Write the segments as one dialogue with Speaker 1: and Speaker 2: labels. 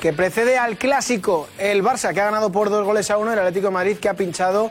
Speaker 1: que precede al clásico, el Barça que ha ganado por dos goles a uno, el Atlético de Madrid que ha pinchado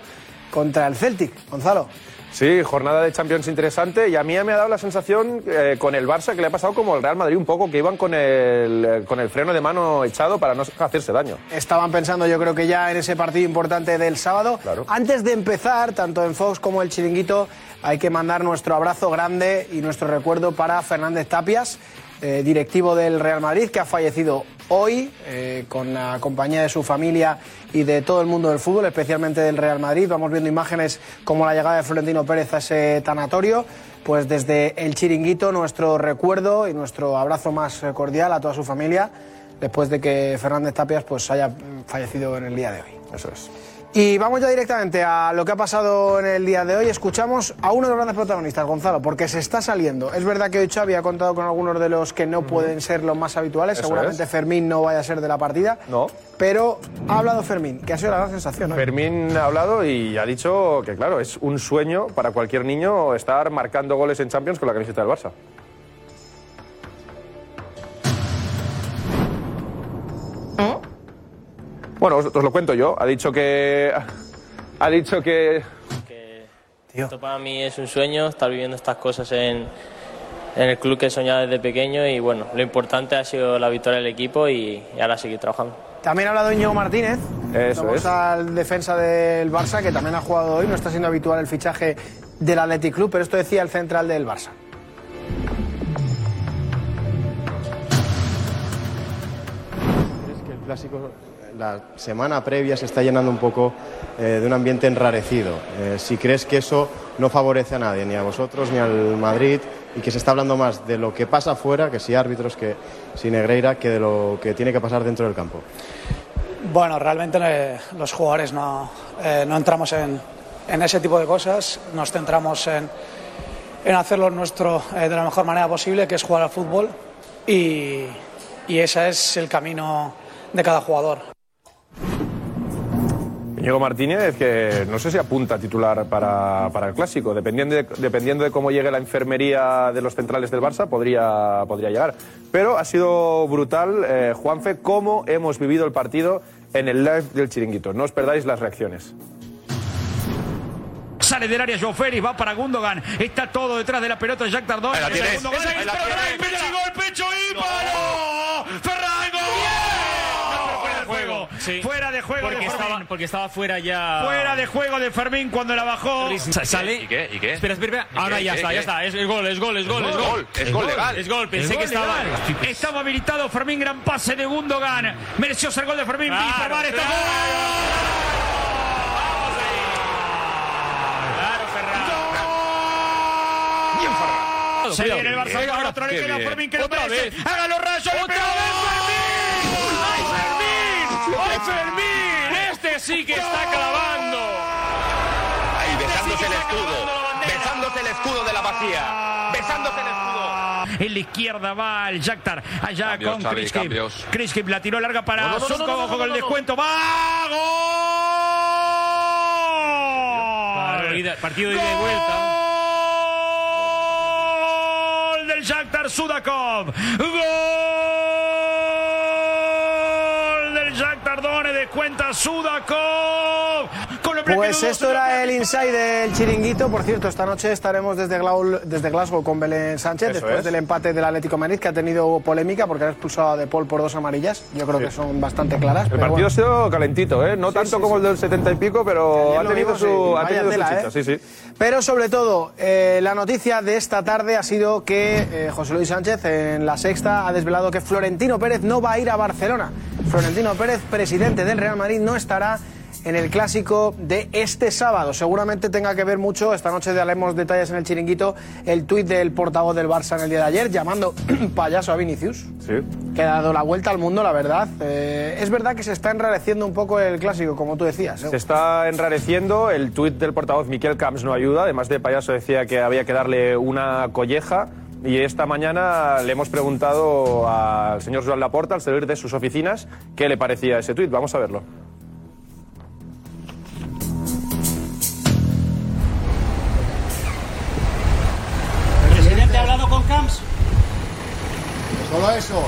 Speaker 1: contra el Celtic. Gonzalo.
Speaker 2: Sí, jornada de Champions interesante y a mí me ha dado la sensación eh, con el Barça que le ha pasado como el Real Madrid un poco, que iban con el, eh, con el freno de mano echado para no hacerse daño.
Speaker 1: Estaban pensando yo creo que ya en ese partido importante del sábado. Antes de empezar, tanto en Fox como el Chiringuito, hay que mandar nuestro abrazo grande y nuestro recuerdo para Fernández Tapias, eh, directivo del Real Madrid, que ha fallecido hoy eh, con la compañía de su familia y de todo el mundo del fútbol, especialmente del Real Madrid. Vamos viendo imágenes como la llegada de Florentino Pérez a ese tanatorio. Pues desde el chiringuito nuestro recuerdo y nuestro abrazo más eh, cordial a toda su familia después de que Fernández Tapias pues haya mm, fallecido en el día de hoy.
Speaker 2: Eso es.
Speaker 1: Y vamos ya directamente a lo que ha pasado en el día de hoy. Escuchamos a uno de los grandes protagonistas, Gonzalo, porque se está saliendo. Es verdad que hoy Xavi ha contado con algunos de los que no pueden ser los más habituales.
Speaker 2: Eso
Speaker 1: Seguramente
Speaker 2: es.
Speaker 1: Fermín no vaya a ser de la partida.
Speaker 2: No.
Speaker 1: Pero ha hablado Fermín, que ha sido la gran sensación. hoy.
Speaker 2: Fermín ha hablado y ha dicho que, claro, es un sueño para cualquier niño estar marcando goles en Champions con la camiseta del Barça. Bueno, os, os lo cuento yo. Ha dicho que. Ha dicho que.
Speaker 3: Esto para mí es un sueño, estar viviendo estas cosas en, en el club que he soñado desde pequeño y bueno, lo importante ha sido la victoria del equipo y, y ahora seguir trabajando.
Speaker 1: También ha hablado Íñigo Martínez.
Speaker 3: Eso
Speaker 1: Vamos
Speaker 3: es.
Speaker 1: al defensa del Barça, que también ha jugado hoy. No está siendo habitual el fichaje del Athletic Club, pero esto decía el central del Barça.
Speaker 4: Es que el clásico, la semana previa se está llenando un poco eh, de un ambiente enrarecido. Eh, si crees que eso no favorece a nadie, ni a vosotros, ni al Madrid, y que se está hablando más de lo que pasa afuera, que si árbitros, que si Negreira, que de lo que tiene que pasar dentro del campo.
Speaker 5: Bueno, realmente eh, los jugadores no, eh, no entramos en, en ese tipo de cosas, nos centramos en, en hacerlo nuestro eh, de la mejor manera posible, que es jugar al fútbol, y, y ese es el camino de cada jugador.
Speaker 2: Diego Martínez, que no sé si apunta a titular para, para el clásico. Dependiendo de, dependiendo de cómo llegue la enfermería de los centrales del Barça, podría, podría llegar. Pero ha sido brutal, eh, Juanfe, cómo hemos vivido el partido en el live del chiringuito. No os perdáis las reacciones.
Speaker 6: Sale del área Joe Félix, va para Gundogan. Está todo detrás de la pelota Jack Tardón.
Speaker 7: Ahí la tienes.
Speaker 6: Gundogan,
Speaker 7: Esa es,
Speaker 6: pero
Speaker 7: ahí la
Speaker 6: Ferran,
Speaker 7: tienes.
Speaker 6: mira.
Speaker 7: Llegó el pecho y paró. Ferran, gol.
Speaker 6: Fuera de juego. Fuera de juego
Speaker 8: Porque
Speaker 6: de Fermín.
Speaker 8: estaba, porque estaba fuera ya.
Speaker 6: Fuera de juego de Fermín cuando la bajó.
Speaker 8: Sa- Sale. ¿Y qué? ¿Y qué? Espera, espera, espera.
Speaker 6: ¿Y
Speaker 8: Ahora
Speaker 6: qué?
Speaker 7: Eh,
Speaker 8: ya
Speaker 6: ¿Qué?
Speaker 8: está,
Speaker 6: ¿Qué?
Speaker 8: ya está. Es, es gol, es gol, es gol, es gol. Es gol, pensé
Speaker 6: Es
Speaker 8: que
Speaker 6: gol
Speaker 8: estaba.
Speaker 6: legal. Estaba habilitado Fermín, gran pase de Gundogan. Mereció ser gol de Fermín.
Speaker 8: Claro,
Speaker 6: Víctor Vara está-
Speaker 7: Bien, Ferran.
Speaker 6: Se viene el Barça ahora otra vez que la Fermín que lo merece. Hágalo Rayo, le pegó. ¡Ay, Fermín! ¡Ay, Fermín! Este sí que está clavando.
Speaker 8: Este
Speaker 7: Ahí besándose el escudo. Besándose el escudo de la vacía. Besándose el escudo.
Speaker 6: En la izquierda va el Shakhtar. Allá
Speaker 7: Cambios,
Speaker 6: con
Speaker 7: Xavi,
Speaker 6: Krishkip.
Speaker 7: cambios.
Speaker 6: Krishkip la tiró larga para
Speaker 7: No, no, no,
Speaker 6: Surco,
Speaker 7: no, no, no,
Speaker 6: ojo
Speaker 7: no,
Speaker 6: con el
Speaker 7: no, no.
Speaker 6: descuento. ¡Va! ¡Gol!
Speaker 8: Partido de ida y vuelta.
Speaker 6: ¡Gol del Shakhtar Sudakov! ¡Gol del Shakhtar Donetsk! Descuenta Sudakov. Con el bloqueo
Speaker 1: Pues
Speaker 6: dudoso
Speaker 1: esto era el inside del chiringuito. Por cierto, esta noche estaremos desde, Glau- desde Glasgow con Belén Sánchez,
Speaker 2: Eso
Speaker 1: después
Speaker 2: es.
Speaker 1: del empate del Atlético de Madrid, que ha tenido polémica porque ha expulsado a De Paul por dos amarillas. Yo creo que son bastante claras.
Speaker 2: El
Speaker 1: pero
Speaker 2: partido
Speaker 1: bueno.
Speaker 2: ha sido calentito, ¿eh? No tanto como el del 70 y pico, pero
Speaker 1: Ayer
Speaker 2: ha
Speaker 1: lo
Speaker 2: tenido
Speaker 1: vimos,
Speaker 2: su,
Speaker 1: sí.
Speaker 2: ha
Speaker 1: Vaya
Speaker 2: tenido su
Speaker 1: tela,
Speaker 2: chicha,
Speaker 1: ¿eh?
Speaker 2: sí, sí.
Speaker 1: Pero sobre todo, eh, la noticia de esta tarde ha sido que eh, José Luis Sánchez en la sexta ha desvelado que Florentino Pérez no va a ir a Barcelona. Florentino Pérez, presidente del Real Madrid, no estará en el clásico de este sábado. Seguramente tenga que ver mucho, esta noche daremos detalles en el chiringuito, el tuit del portavoz del Barça en el día de ayer llamando payaso a Vinicius.
Speaker 2: Sí.
Speaker 1: que ha dado la vuelta al mundo, la verdad. Eh, es verdad que se está enrareciendo un poco el clásico, como tú decías. ¿eh?
Speaker 2: Se está enrareciendo. El tuit del portavoz Miquel Camps no ayuda. Además de payaso decía que había que darle una colleja. Y esta mañana le hemos preguntado al señor Joan Laporta, al salir de sus oficinas, qué le parecía ese tuit. Vamos a verlo.
Speaker 9: ¿Presidente ha hablado con Camps?
Speaker 10: Solo eso.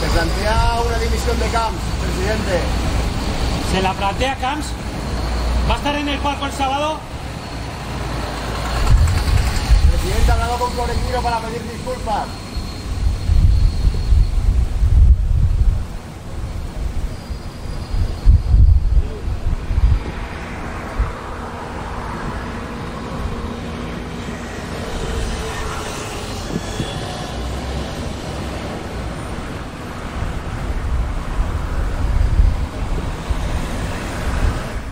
Speaker 10: Se plantea una dimisión de Camps, presidente.
Speaker 9: ¿Se la plantea Camps? ¿Va a estar en el palco el sábado?
Speaker 10: Presidente, ha hablado con Florentino para pedir disculpas.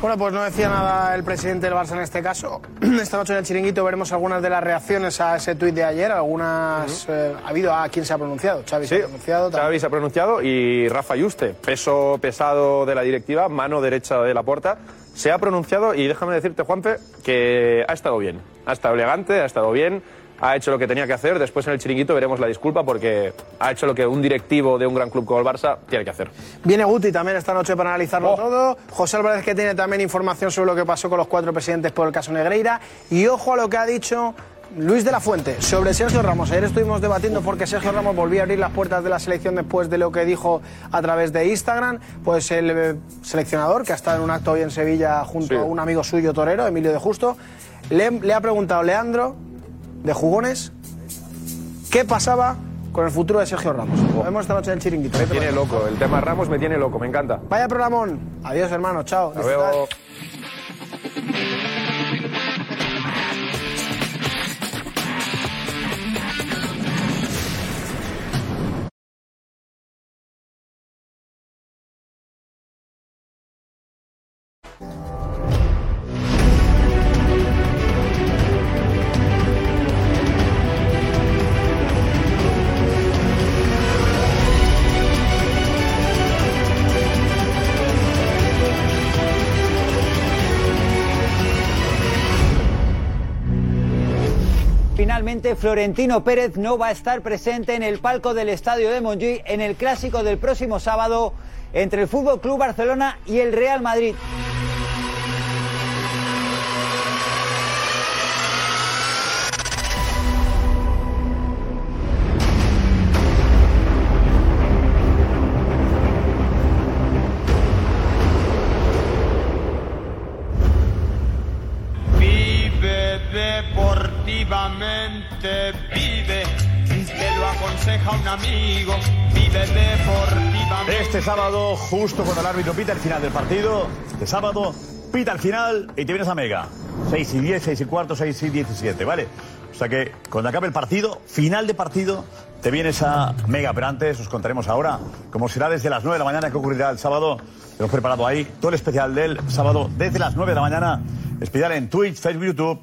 Speaker 1: Bueno, pues no decía nada el presidente del Barça en este caso. Esta noche en el chiringuito veremos algunas de las reacciones a ese tuit de ayer. Algunas. eh, ha habido a quién se ha pronunciado. Xavi se ha pronunciado.
Speaker 2: Xavi se ha pronunciado y Rafa Yuste, peso pesado de la directiva, mano derecha de la puerta, se ha pronunciado y déjame decirte, Juanpe, que ha estado bien. Ha estado elegante, ha estado bien, ha hecho lo que tenía que hacer. Después en el chiringuito veremos la disculpa porque ha hecho lo que un directivo de un gran club como el Barça tiene que hacer.
Speaker 1: Viene Guti también esta noche para analizarlo todo. José Álvarez que tiene también información sobre lo que pasó con los cuatro presidentes por el caso Negreira. Y ojo a lo que ha dicho Luis de la Fuente sobre Sergio Ramos. Ayer estuvimos debatiendo porque Sergio Ramos volvía a abrir las puertas de la selección después de lo que dijo a través de Instagram. Pues el eh, seleccionador, que ha estado en un acto hoy en Sevilla junto a un amigo suyo torero, Emilio de Justo, le, le ha preguntado Leandro de Jugones qué pasaba con el futuro de Sergio Ramos. Lo vemos esta noche en el chiringuito.
Speaker 2: Me tiene loco, el tema Ramos me tiene loco, me encanta.
Speaker 1: Vaya programón. Adiós, hermano. Chao.
Speaker 2: Hasta luego.
Speaker 11: Finalmente, Florentino Pérez no va a estar presente en el palco del Estadio de Montjuïc en el clásico del próximo sábado entre el Fútbol Club Barcelona y el Real Madrid.
Speaker 7: Vive deportivamente, vive. Te lo aconseja un amigo. Vive deportivamente.
Speaker 12: Este sábado, justo cuando el árbitro pita el final del partido, este sábado pita el final y te vienes a Mega. 6 y 10, 6 y cuarto, 6 y 17, ¿vale? O sea que cuando acabe el partido, final de partido, te vienes a Mega. Pero antes os contaremos ahora cómo será desde las 9 de la mañana que ocurrirá el sábado. Hemos preparado ahí todo el especial del sábado desde las 9 de la mañana. Especial en Twitch, Facebook, YouTube,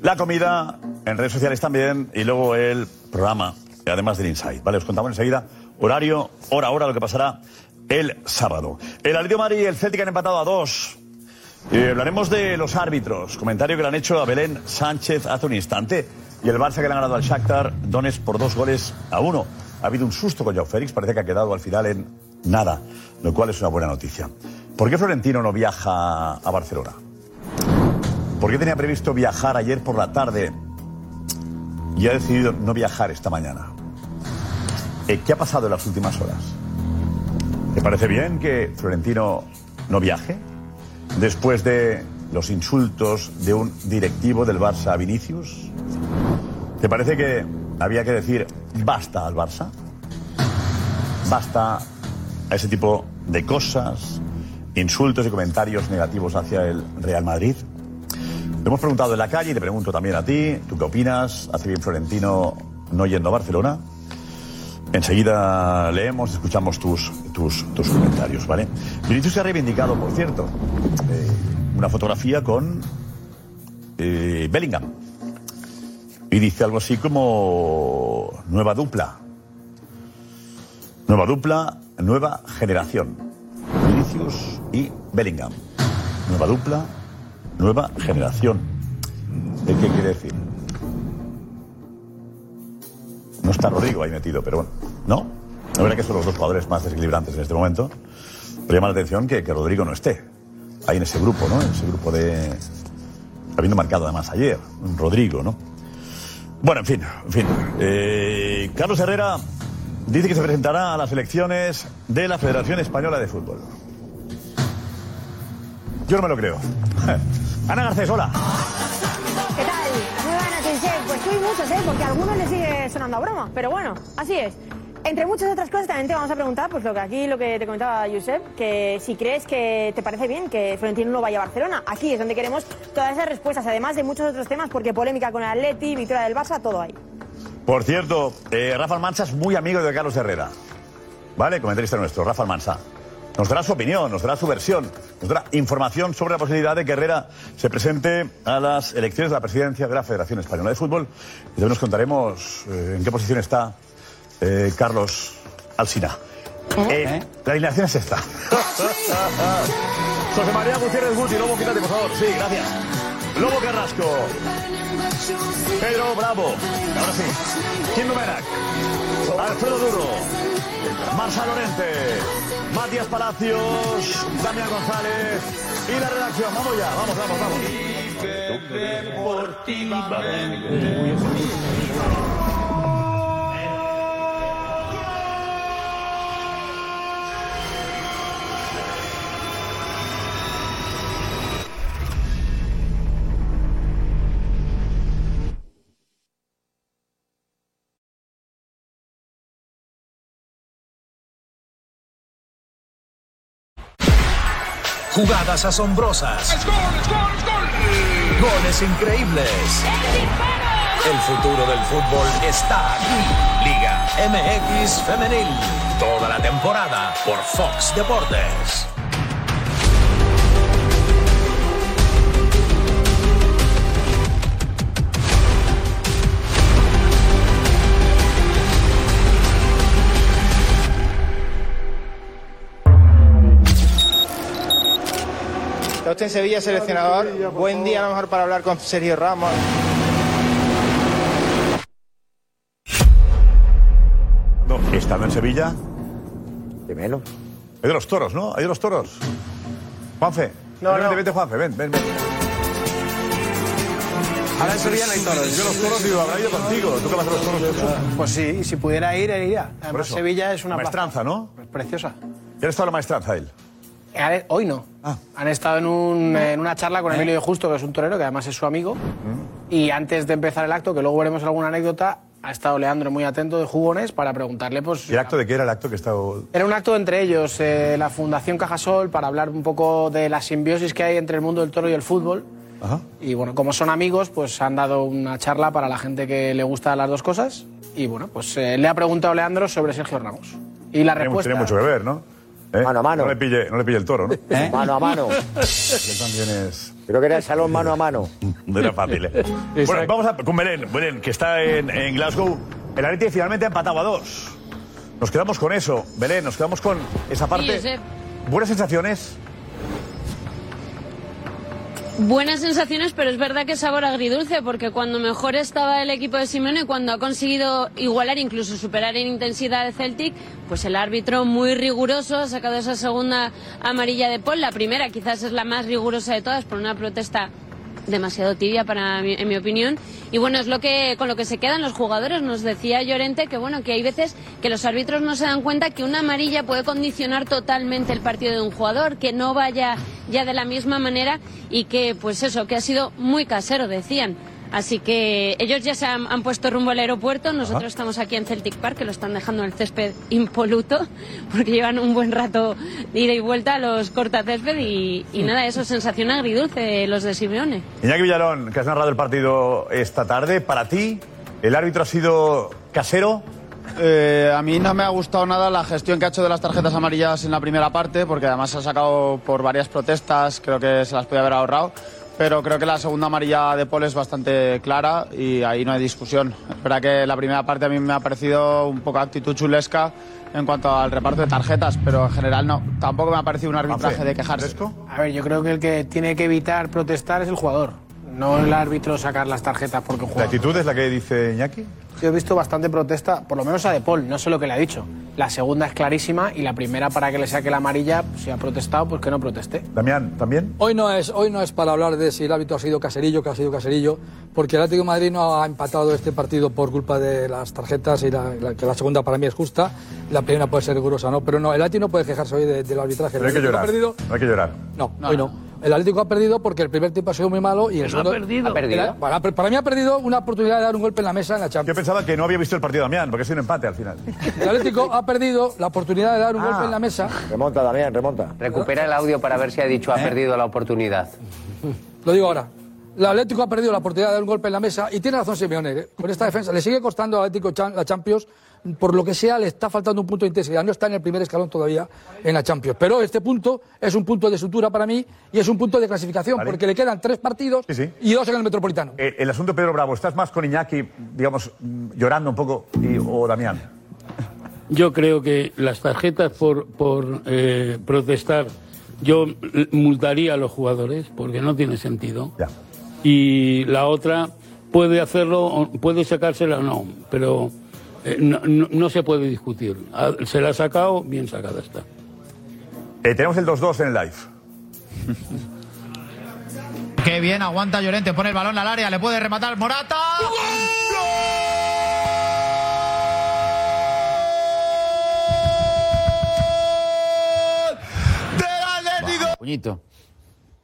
Speaker 12: la comida, en redes sociales también y luego el programa, además del Insight. Vale, os contamos enseguida horario, hora, hora, lo que pasará el sábado. El Atlético de Madrid y el Celtic han empatado a dos. Y hablaremos de los árbitros. Comentario que le han hecho a Belén Sánchez hace un instante. Y el Barça que le han ganado al Shakhtar Donetsk por dos goles a uno. Ha habido un susto con Joao Félix. Parece que ha quedado al final en nada. Lo cual es una buena noticia. ¿Por qué Florentino no viaja a Barcelona? ¿Por qué tenía previsto viajar ayer por la tarde y ha decidido no viajar esta mañana? Eh, ¿Qué ha pasado en las últimas horas? ¿Te parece bien que Florentino no viaje? después de los insultos de un directivo del Barça a Vinicius? ¿Te parece que había que decir basta al Barça? ¿Basta a ese tipo de cosas, insultos y comentarios negativos hacia el Real Madrid? Lo hemos preguntado en la calle y te pregunto también a ti, ¿tú qué opinas? ¿Hace bien Florentino no yendo a Barcelona? Enseguida leemos, escuchamos tus, tus, tus comentarios, ¿vale? Vinicius se ha reivindicado, por cierto, eh, una fotografía con eh, Bellingham. Y dice algo así como nueva dupla, Nueva dupla, nueva generación. Vinicius y Bellingham. Nueva dupla, nueva generación. ¿De qué quiere decir? No está Rodrigo ahí metido, pero bueno. ¿No? La verdad que son los dos jugadores más desequilibrantes en este momento. Pero llama la atención que, que Rodrigo no esté. Ahí en ese grupo, ¿no? En ese grupo de. Habiendo marcado además ayer, Rodrigo, ¿no? Bueno, en fin, en fin. Eh, Carlos Herrera dice que se presentará a las elecciones de la Federación Española de Fútbol. Yo no me lo creo. Ana Garcés, hola.
Speaker 13: ¿Qué tal? Muy buenas, Chinchet. Pues tú y muchos, ¿eh? Porque a algunos les sigue sonando a broma. Pero bueno, así es. Entre muchas otras cosas también te vamos a preguntar, pues lo que aquí, lo que te comentaba Josep, que si crees que te parece bien que Florentino no vaya a Barcelona. Aquí es donde queremos todas esas respuestas, además de muchos otros temas, porque polémica con el Atleti, victoria del Barça, todo ahí.
Speaker 12: Por cierto, eh, Rafa Almansa es muy amigo de Carlos Herrera. ¿Vale? Comentarista nuestro, Rafa Almansa. Nos dará su opinión, nos dará su versión, nos dará información sobre la posibilidad de que Herrera se presente a las elecciones de la presidencia de la Federación Española de Fútbol. Y también nos contaremos eh, en qué posición está eh, Carlos Alsina. Eh, la alineación es esta. José María Gutiérrez Guti, Lobo, quítate, por favor. Sí, gracias. Lobo Carrasco. Pedro Bravo. Ahora sí. Kim Numerak. Alfredo Duro. Marsa Lorente. Matías Palacios. Damián González. Y la redacción. Vamos ya, vamos, vamos, vamos.
Speaker 14: Jugadas asombrosas. Goles increíbles. El futuro del fútbol está aquí. Liga MX Femenil. Toda la temporada por Fox Deportes.
Speaker 15: Está usted en Sevilla, seleccionador. Buen día, a lo mejor, para hablar con Sergio Ramos.
Speaker 12: No, estando en Sevilla. Primero. Hay de los toros, ¿no? Hay de los toros. Juanfe.
Speaker 15: No,
Speaker 12: vente,
Speaker 15: no.
Speaker 12: Vente, Juanfe, ven, ven, ven.
Speaker 1: Ahora en Sevilla no hay toros.
Speaker 12: Yo los toros digo, habrá ido contigo. ¿Tú qué vas a los toros? ¿eh?
Speaker 1: Pues sí, y si pudiera ir, él iría.
Speaker 12: Por
Speaker 1: Además,
Speaker 12: eso.
Speaker 1: Sevilla es una plaza
Speaker 12: Maestranza, ¿no?
Speaker 1: preciosa.
Speaker 12: ¿Ya está la maestranza él?
Speaker 1: Eh, Hoy no. Han estado en, un, eh, en una charla con Emilio de Justo, que es un torero, que además es su amigo. Y antes de empezar el acto, que luego veremos alguna anécdota, ha estado Leandro muy atento de jugones para preguntarle, pues.
Speaker 12: ¿Y el acto de qué era el acto que estaba.?
Speaker 1: Era un acto entre ellos, eh, la Fundación Cajasol, para hablar un poco de la simbiosis que hay entre el mundo del toro y el fútbol.
Speaker 12: Ajá.
Speaker 1: Y bueno, como son amigos, pues han dado una charla para la gente que le gusta las dos cosas. Y bueno, pues eh, le ha preguntado Leandro sobre Sergio Ramos. Y la
Speaker 12: Tiene-
Speaker 1: respuesta.
Speaker 12: Tiene mucho que ver, ¿no? Mano a mano. No le pille, no le pille el toro, ¿no?
Speaker 16: Mano a mano.
Speaker 12: Él también es.
Speaker 16: Creo que era el salón mano a mano.
Speaker 12: No era fácil, ¿eh? Bueno, vamos a, con Belén, Belén, que está en, en Glasgow. El Atleti finalmente ha empatado a dos. Nos quedamos con eso, Belén, nos quedamos con esa parte.
Speaker 17: Josep.
Speaker 12: Buenas sensaciones.
Speaker 17: Buenas sensaciones, pero es verdad que sabor agridulce, porque cuando mejor estaba el equipo de Simeone y cuando ha conseguido igualar, incluso superar en intensidad de Celtic, pues el árbitro muy riguroso ha sacado esa segunda amarilla de Paul. La primera quizás es la más rigurosa de todas por una protesta demasiado tibia para mi- en mi opinión y bueno es lo que con lo que se quedan los jugadores nos decía Llorente que bueno que hay veces que los árbitros no se dan cuenta que una amarilla puede condicionar totalmente el partido de un jugador que no vaya ya de la misma manera y que pues eso que ha sido muy casero decían así que ellos ya se han, han puesto rumbo al aeropuerto nosotros
Speaker 12: Ajá.
Speaker 17: estamos aquí en Celtic Park que lo están dejando en el césped impoluto porque llevan un buen rato de ida y vuelta a los cortacésped y, y nada eso sensación agridulce de los de Simeone
Speaker 12: Iñaki Villalón, que has narrado el partido esta tarde, para ti, ¿el árbitro ha sido casero?
Speaker 18: Eh, a mí no me ha gustado nada la gestión que ha hecho de las tarjetas amarillas en la primera parte, porque además se ha sacado por varias protestas, creo que se las podía haber ahorrado.
Speaker 19: pero creo que la segunda amarilla de Paul es bastante clara y ahí no hay discusión. Es verdad que la primera parte a mí me ha parecido un poco actitud chulesca en cuanto al reparto de tarjetas, pero en general no. Tampoco me ha parecido un arbitraje de quejarse.
Speaker 1: A ver, yo creo que el que tiene que evitar protestar es el jugador, no el árbitro sacar las tarjetas porque
Speaker 12: ¿La
Speaker 1: juega.
Speaker 12: actitud es la que dice Iñaki?
Speaker 1: Yo he visto bastante protesta, por lo menos a De Paul, no sé lo que le ha dicho. La segunda es clarísima y la primera para que le saque la amarilla, si ha protestado, pues que no proteste.
Speaker 12: Damián, ¿también?
Speaker 18: Hoy no, es, hoy no es para hablar de si el hábito ha sido caserillo, que ha sido caserillo, porque el Atlético de Madrid no ha empatado este partido por culpa de las tarjetas y la, la- que la segunda para mí es justa, la primera puede ser rigurosa, ¿no? Pero no, el Atlético no puede quejarse hoy de- del arbitraje.
Speaker 12: No hay que
Speaker 18: El Atlético ha
Speaker 12: llorar.
Speaker 18: perdido-
Speaker 12: No hay que llorar.
Speaker 18: no, hoy no. El Atlético ha perdido porque el primer tiempo ha sido muy malo y el
Speaker 12: ha
Speaker 18: segundo.
Speaker 12: perdido. ¿Ha perdido?
Speaker 18: El- para, para mí ha perdido una oportunidad de dar un golpe en la mesa en la Champions.
Speaker 12: Yo pensaba que no había visto el partido de Damián, porque es un empate al final.
Speaker 18: El Atlético ha perdido la oportunidad de dar un
Speaker 12: Ah.
Speaker 18: golpe en la mesa.
Speaker 16: Remonta, Damián, remonta.
Speaker 20: Recupera el audio para ver si ha dicho ha
Speaker 12: ¿Eh?
Speaker 20: perdido la oportunidad.
Speaker 18: Lo digo ahora. El Atlético ha perdido la oportunidad de dar un golpe en la mesa y tiene razón Simeone. ¿eh? Con esta defensa le sigue costando al Atlético chan- la Champions. Por lo que sea, le está faltando un punto de intensidad. No está en el primer escalón todavía en la Champions. Pero este punto es un punto de sutura para mí y es un punto de clasificación porque le quedan tres partidos y dos en el Metropolitano.
Speaker 12: Eh, el asunto de Pedro Bravo, ¿estás más con Iñaki, digamos, mm, llorando un poco, y- o Damián?
Speaker 21: Yo creo que las tarjetas por, por eh, protestar, yo eh, multaría a los jugadores porque no tiene sentido. Y la otra puede hacerlo, o- puede sacársela o no, pero eh, no, no- no se puede discutir. Ah, Se la ha sacado, bien sacada está.
Speaker 12: Eh, tenemos el 2-2 en el live.
Speaker 19: Qué bien, aguanta Llorente, pone el balón al área, le puede rematar Morata.
Speaker 12: Puñito.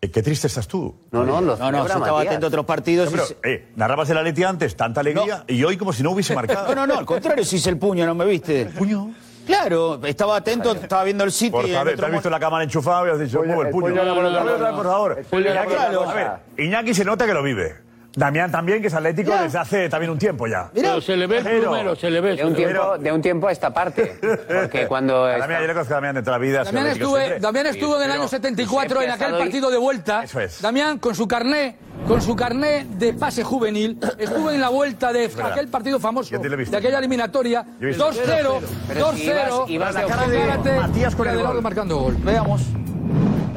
Speaker 12: Eh, qué triste estás tú.
Speaker 22: No, no, lo
Speaker 12: No,
Speaker 22: celebra
Speaker 12: no, sí estaba
Speaker 22: Matías.
Speaker 12: atento a otros partidos. eh, narrabas el Atleti antes, tanta alegría, y hoy como si no hubiese marcado.
Speaker 6: No, no, no, al contrario, si hice el puño, ¿no me viste? ¿El
Speaker 12: puño?
Speaker 6: Claro, estaba atento, estaba viendo el sitio.
Speaker 12: Por
Speaker 6: y el
Speaker 12: favor,
Speaker 6: otro
Speaker 12: te has visto
Speaker 6: mon-
Speaker 12: la cámara enchufada y has dicho, mueve el
Speaker 6: el
Speaker 12: puño.
Speaker 6: puño era por otra
Speaker 12: Mueve otra
Speaker 6: cosa.
Speaker 12: vez, por favor.
Speaker 6: El puño era
Speaker 12: Iñaki,
Speaker 6: por otra
Speaker 12: a
Speaker 6: cosa.
Speaker 12: ver, Iñaki se nota que lo vive. Damián también, que es atlético desde hace también un tiempo ya.
Speaker 21: Pero se le ve el plumero, se le ve.
Speaker 20: De un, tiempo, de un tiempo a esta parte. Porque cuando.
Speaker 12: Eh, A Damián, yo le conozco a Damián de toda la vida. ha sido
Speaker 21: Damián
Speaker 12: atlético
Speaker 21: estuve,
Speaker 12: siempre.
Speaker 21: Damián estuvo en el año 74 en
Speaker 12: siempre
Speaker 21: aquel
Speaker 12: ha estado ahí.
Speaker 21: partido de vuelta. Damián con su carné, con su carné de pase juvenil, estuvo en la vuelta de
Speaker 12: verdad.
Speaker 21: aquel partido famoso,
Speaker 12: te lo he visto.
Speaker 21: de aquella eliminatoria,
Speaker 12: Yo he visto.
Speaker 21: 2-0,
Speaker 12: Pero si ibas-
Speaker 21: 2-0,
Speaker 12: ibas de
Speaker 21: Zárate,
Speaker 12: objetivo. Matías con el
Speaker 21: Adelardo
Speaker 12: gol.
Speaker 21: marcando gol. Veamos.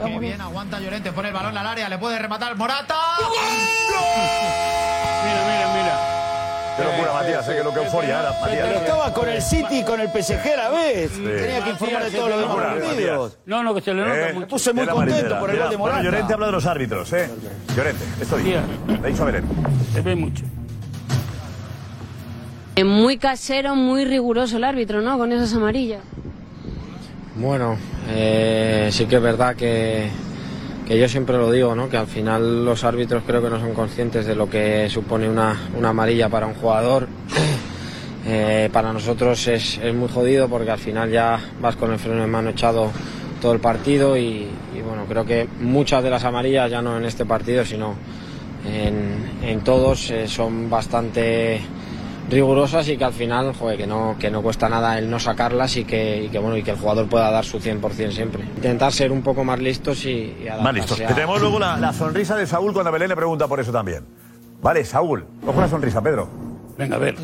Speaker 19: Qué bien, aguanta Llorente, pone el balón al área, le puede rematar Morata.
Speaker 6: Mira, mira, mira.
Speaker 12: Qué locura, Matías, eh, que lo que euforia era, Matías. eh.
Speaker 6: Pero estaba con el City y con el PSG a la vez. Tenía que informar de todos los demás partidos.
Speaker 21: No, no, que se le
Speaker 12: nota
Speaker 6: mucho. Me puse muy contento por el gol de Morata.
Speaker 12: Bueno, Llorente habla de los árbitros, ¿eh? Llorente, esto dice. Le he dicho a Belén.
Speaker 21: Se ve mucho.
Speaker 23: Eh, Muy casero, muy riguroso el árbitro, ¿no? Con esas amarillas.
Speaker 24: Bueno, eh, sí que es verdad que, que yo siempre lo digo, ¿no? Que al final los árbitros creo que no son conscientes de lo que supone una, una amarilla para un jugador. Eh, para nosotros es, es muy jodido porque al final ya vas con el freno en mano echado todo el partido y, y bueno, creo que muchas de las amarillas, ya no en este partido, sino en, en todos, eh, son bastante rigurosas y que al final, joder, que no, que no cuesta nada el no sacarlas y que, y que bueno, y que el jugador pueda dar su 100% siempre. Intentar ser un poco más listos y, y adaptarse
Speaker 12: Más listos.
Speaker 24: a-
Speaker 12: Que tenemos luego la, la sonrisa de Saúl cuando Belén le pregunta por eso también. Vale, Saúl, coge la sonrisa, Pedro.
Speaker 21: Venga, a ver.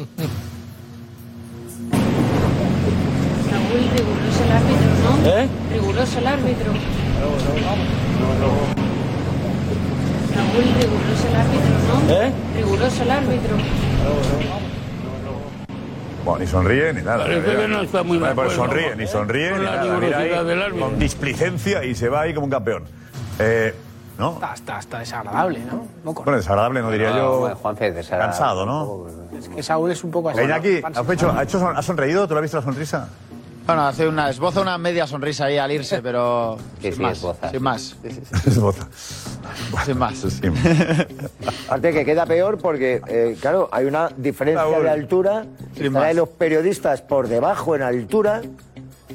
Speaker 23: Muy riguroso el árbitro, ¿no?
Speaker 6: ¿Eh?
Speaker 23: Riguroso el árbitro. Muy riguroso el árbitro, ¿no?
Speaker 12: ¿Eh?
Speaker 23: Riguroso el árbitro.
Speaker 12: Bueno, ni sonríe ni nada.
Speaker 21: Parece que no está muy
Speaker 12: Vale,
Speaker 21: de
Speaker 12: pues
Speaker 21: acuerdo,
Speaker 12: sonríe,
Speaker 21: ¿no?
Speaker 12: ni sonríe
Speaker 21: Con
Speaker 12: ni
Speaker 21: la
Speaker 12: nada. Mira ahí,
Speaker 21: rigurosidad del árbitro.
Speaker 12: con displicencia y se va ahí como un campeón. Eh, ¿No?
Speaker 1: Está, está, está desagradable, ¿no?
Speaker 12: Bueno, desagradable no diría
Speaker 1: No,
Speaker 12: yo.
Speaker 1: bueno, Juanfe, desagradable.
Speaker 12: Cansado, ¿no?
Speaker 1: Es que Saúl es un poco así.
Speaker 12: Eh, Iñaki,
Speaker 1: Pansa.
Speaker 12: ¿has, hecho, has, hecho son- has sonreído? ¿Tú le has visto la sonrisa?
Speaker 19: Bueno, hace una, esboza una media sonrisa ahí al irse, pero sin,
Speaker 12: sí,
Speaker 19: más,
Speaker 12: esboza.
Speaker 19: sin más.
Speaker 12: Esboza.
Speaker 19: Sin más.
Speaker 16: Aparte que queda peor porque, eh, claro, hay una diferencia
Speaker 12: Raúl.
Speaker 16: de altura.
Speaker 12: Sin
Speaker 16: Está la de
Speaker 12: más.
Speaker 16: los periodistas por debajo en altura.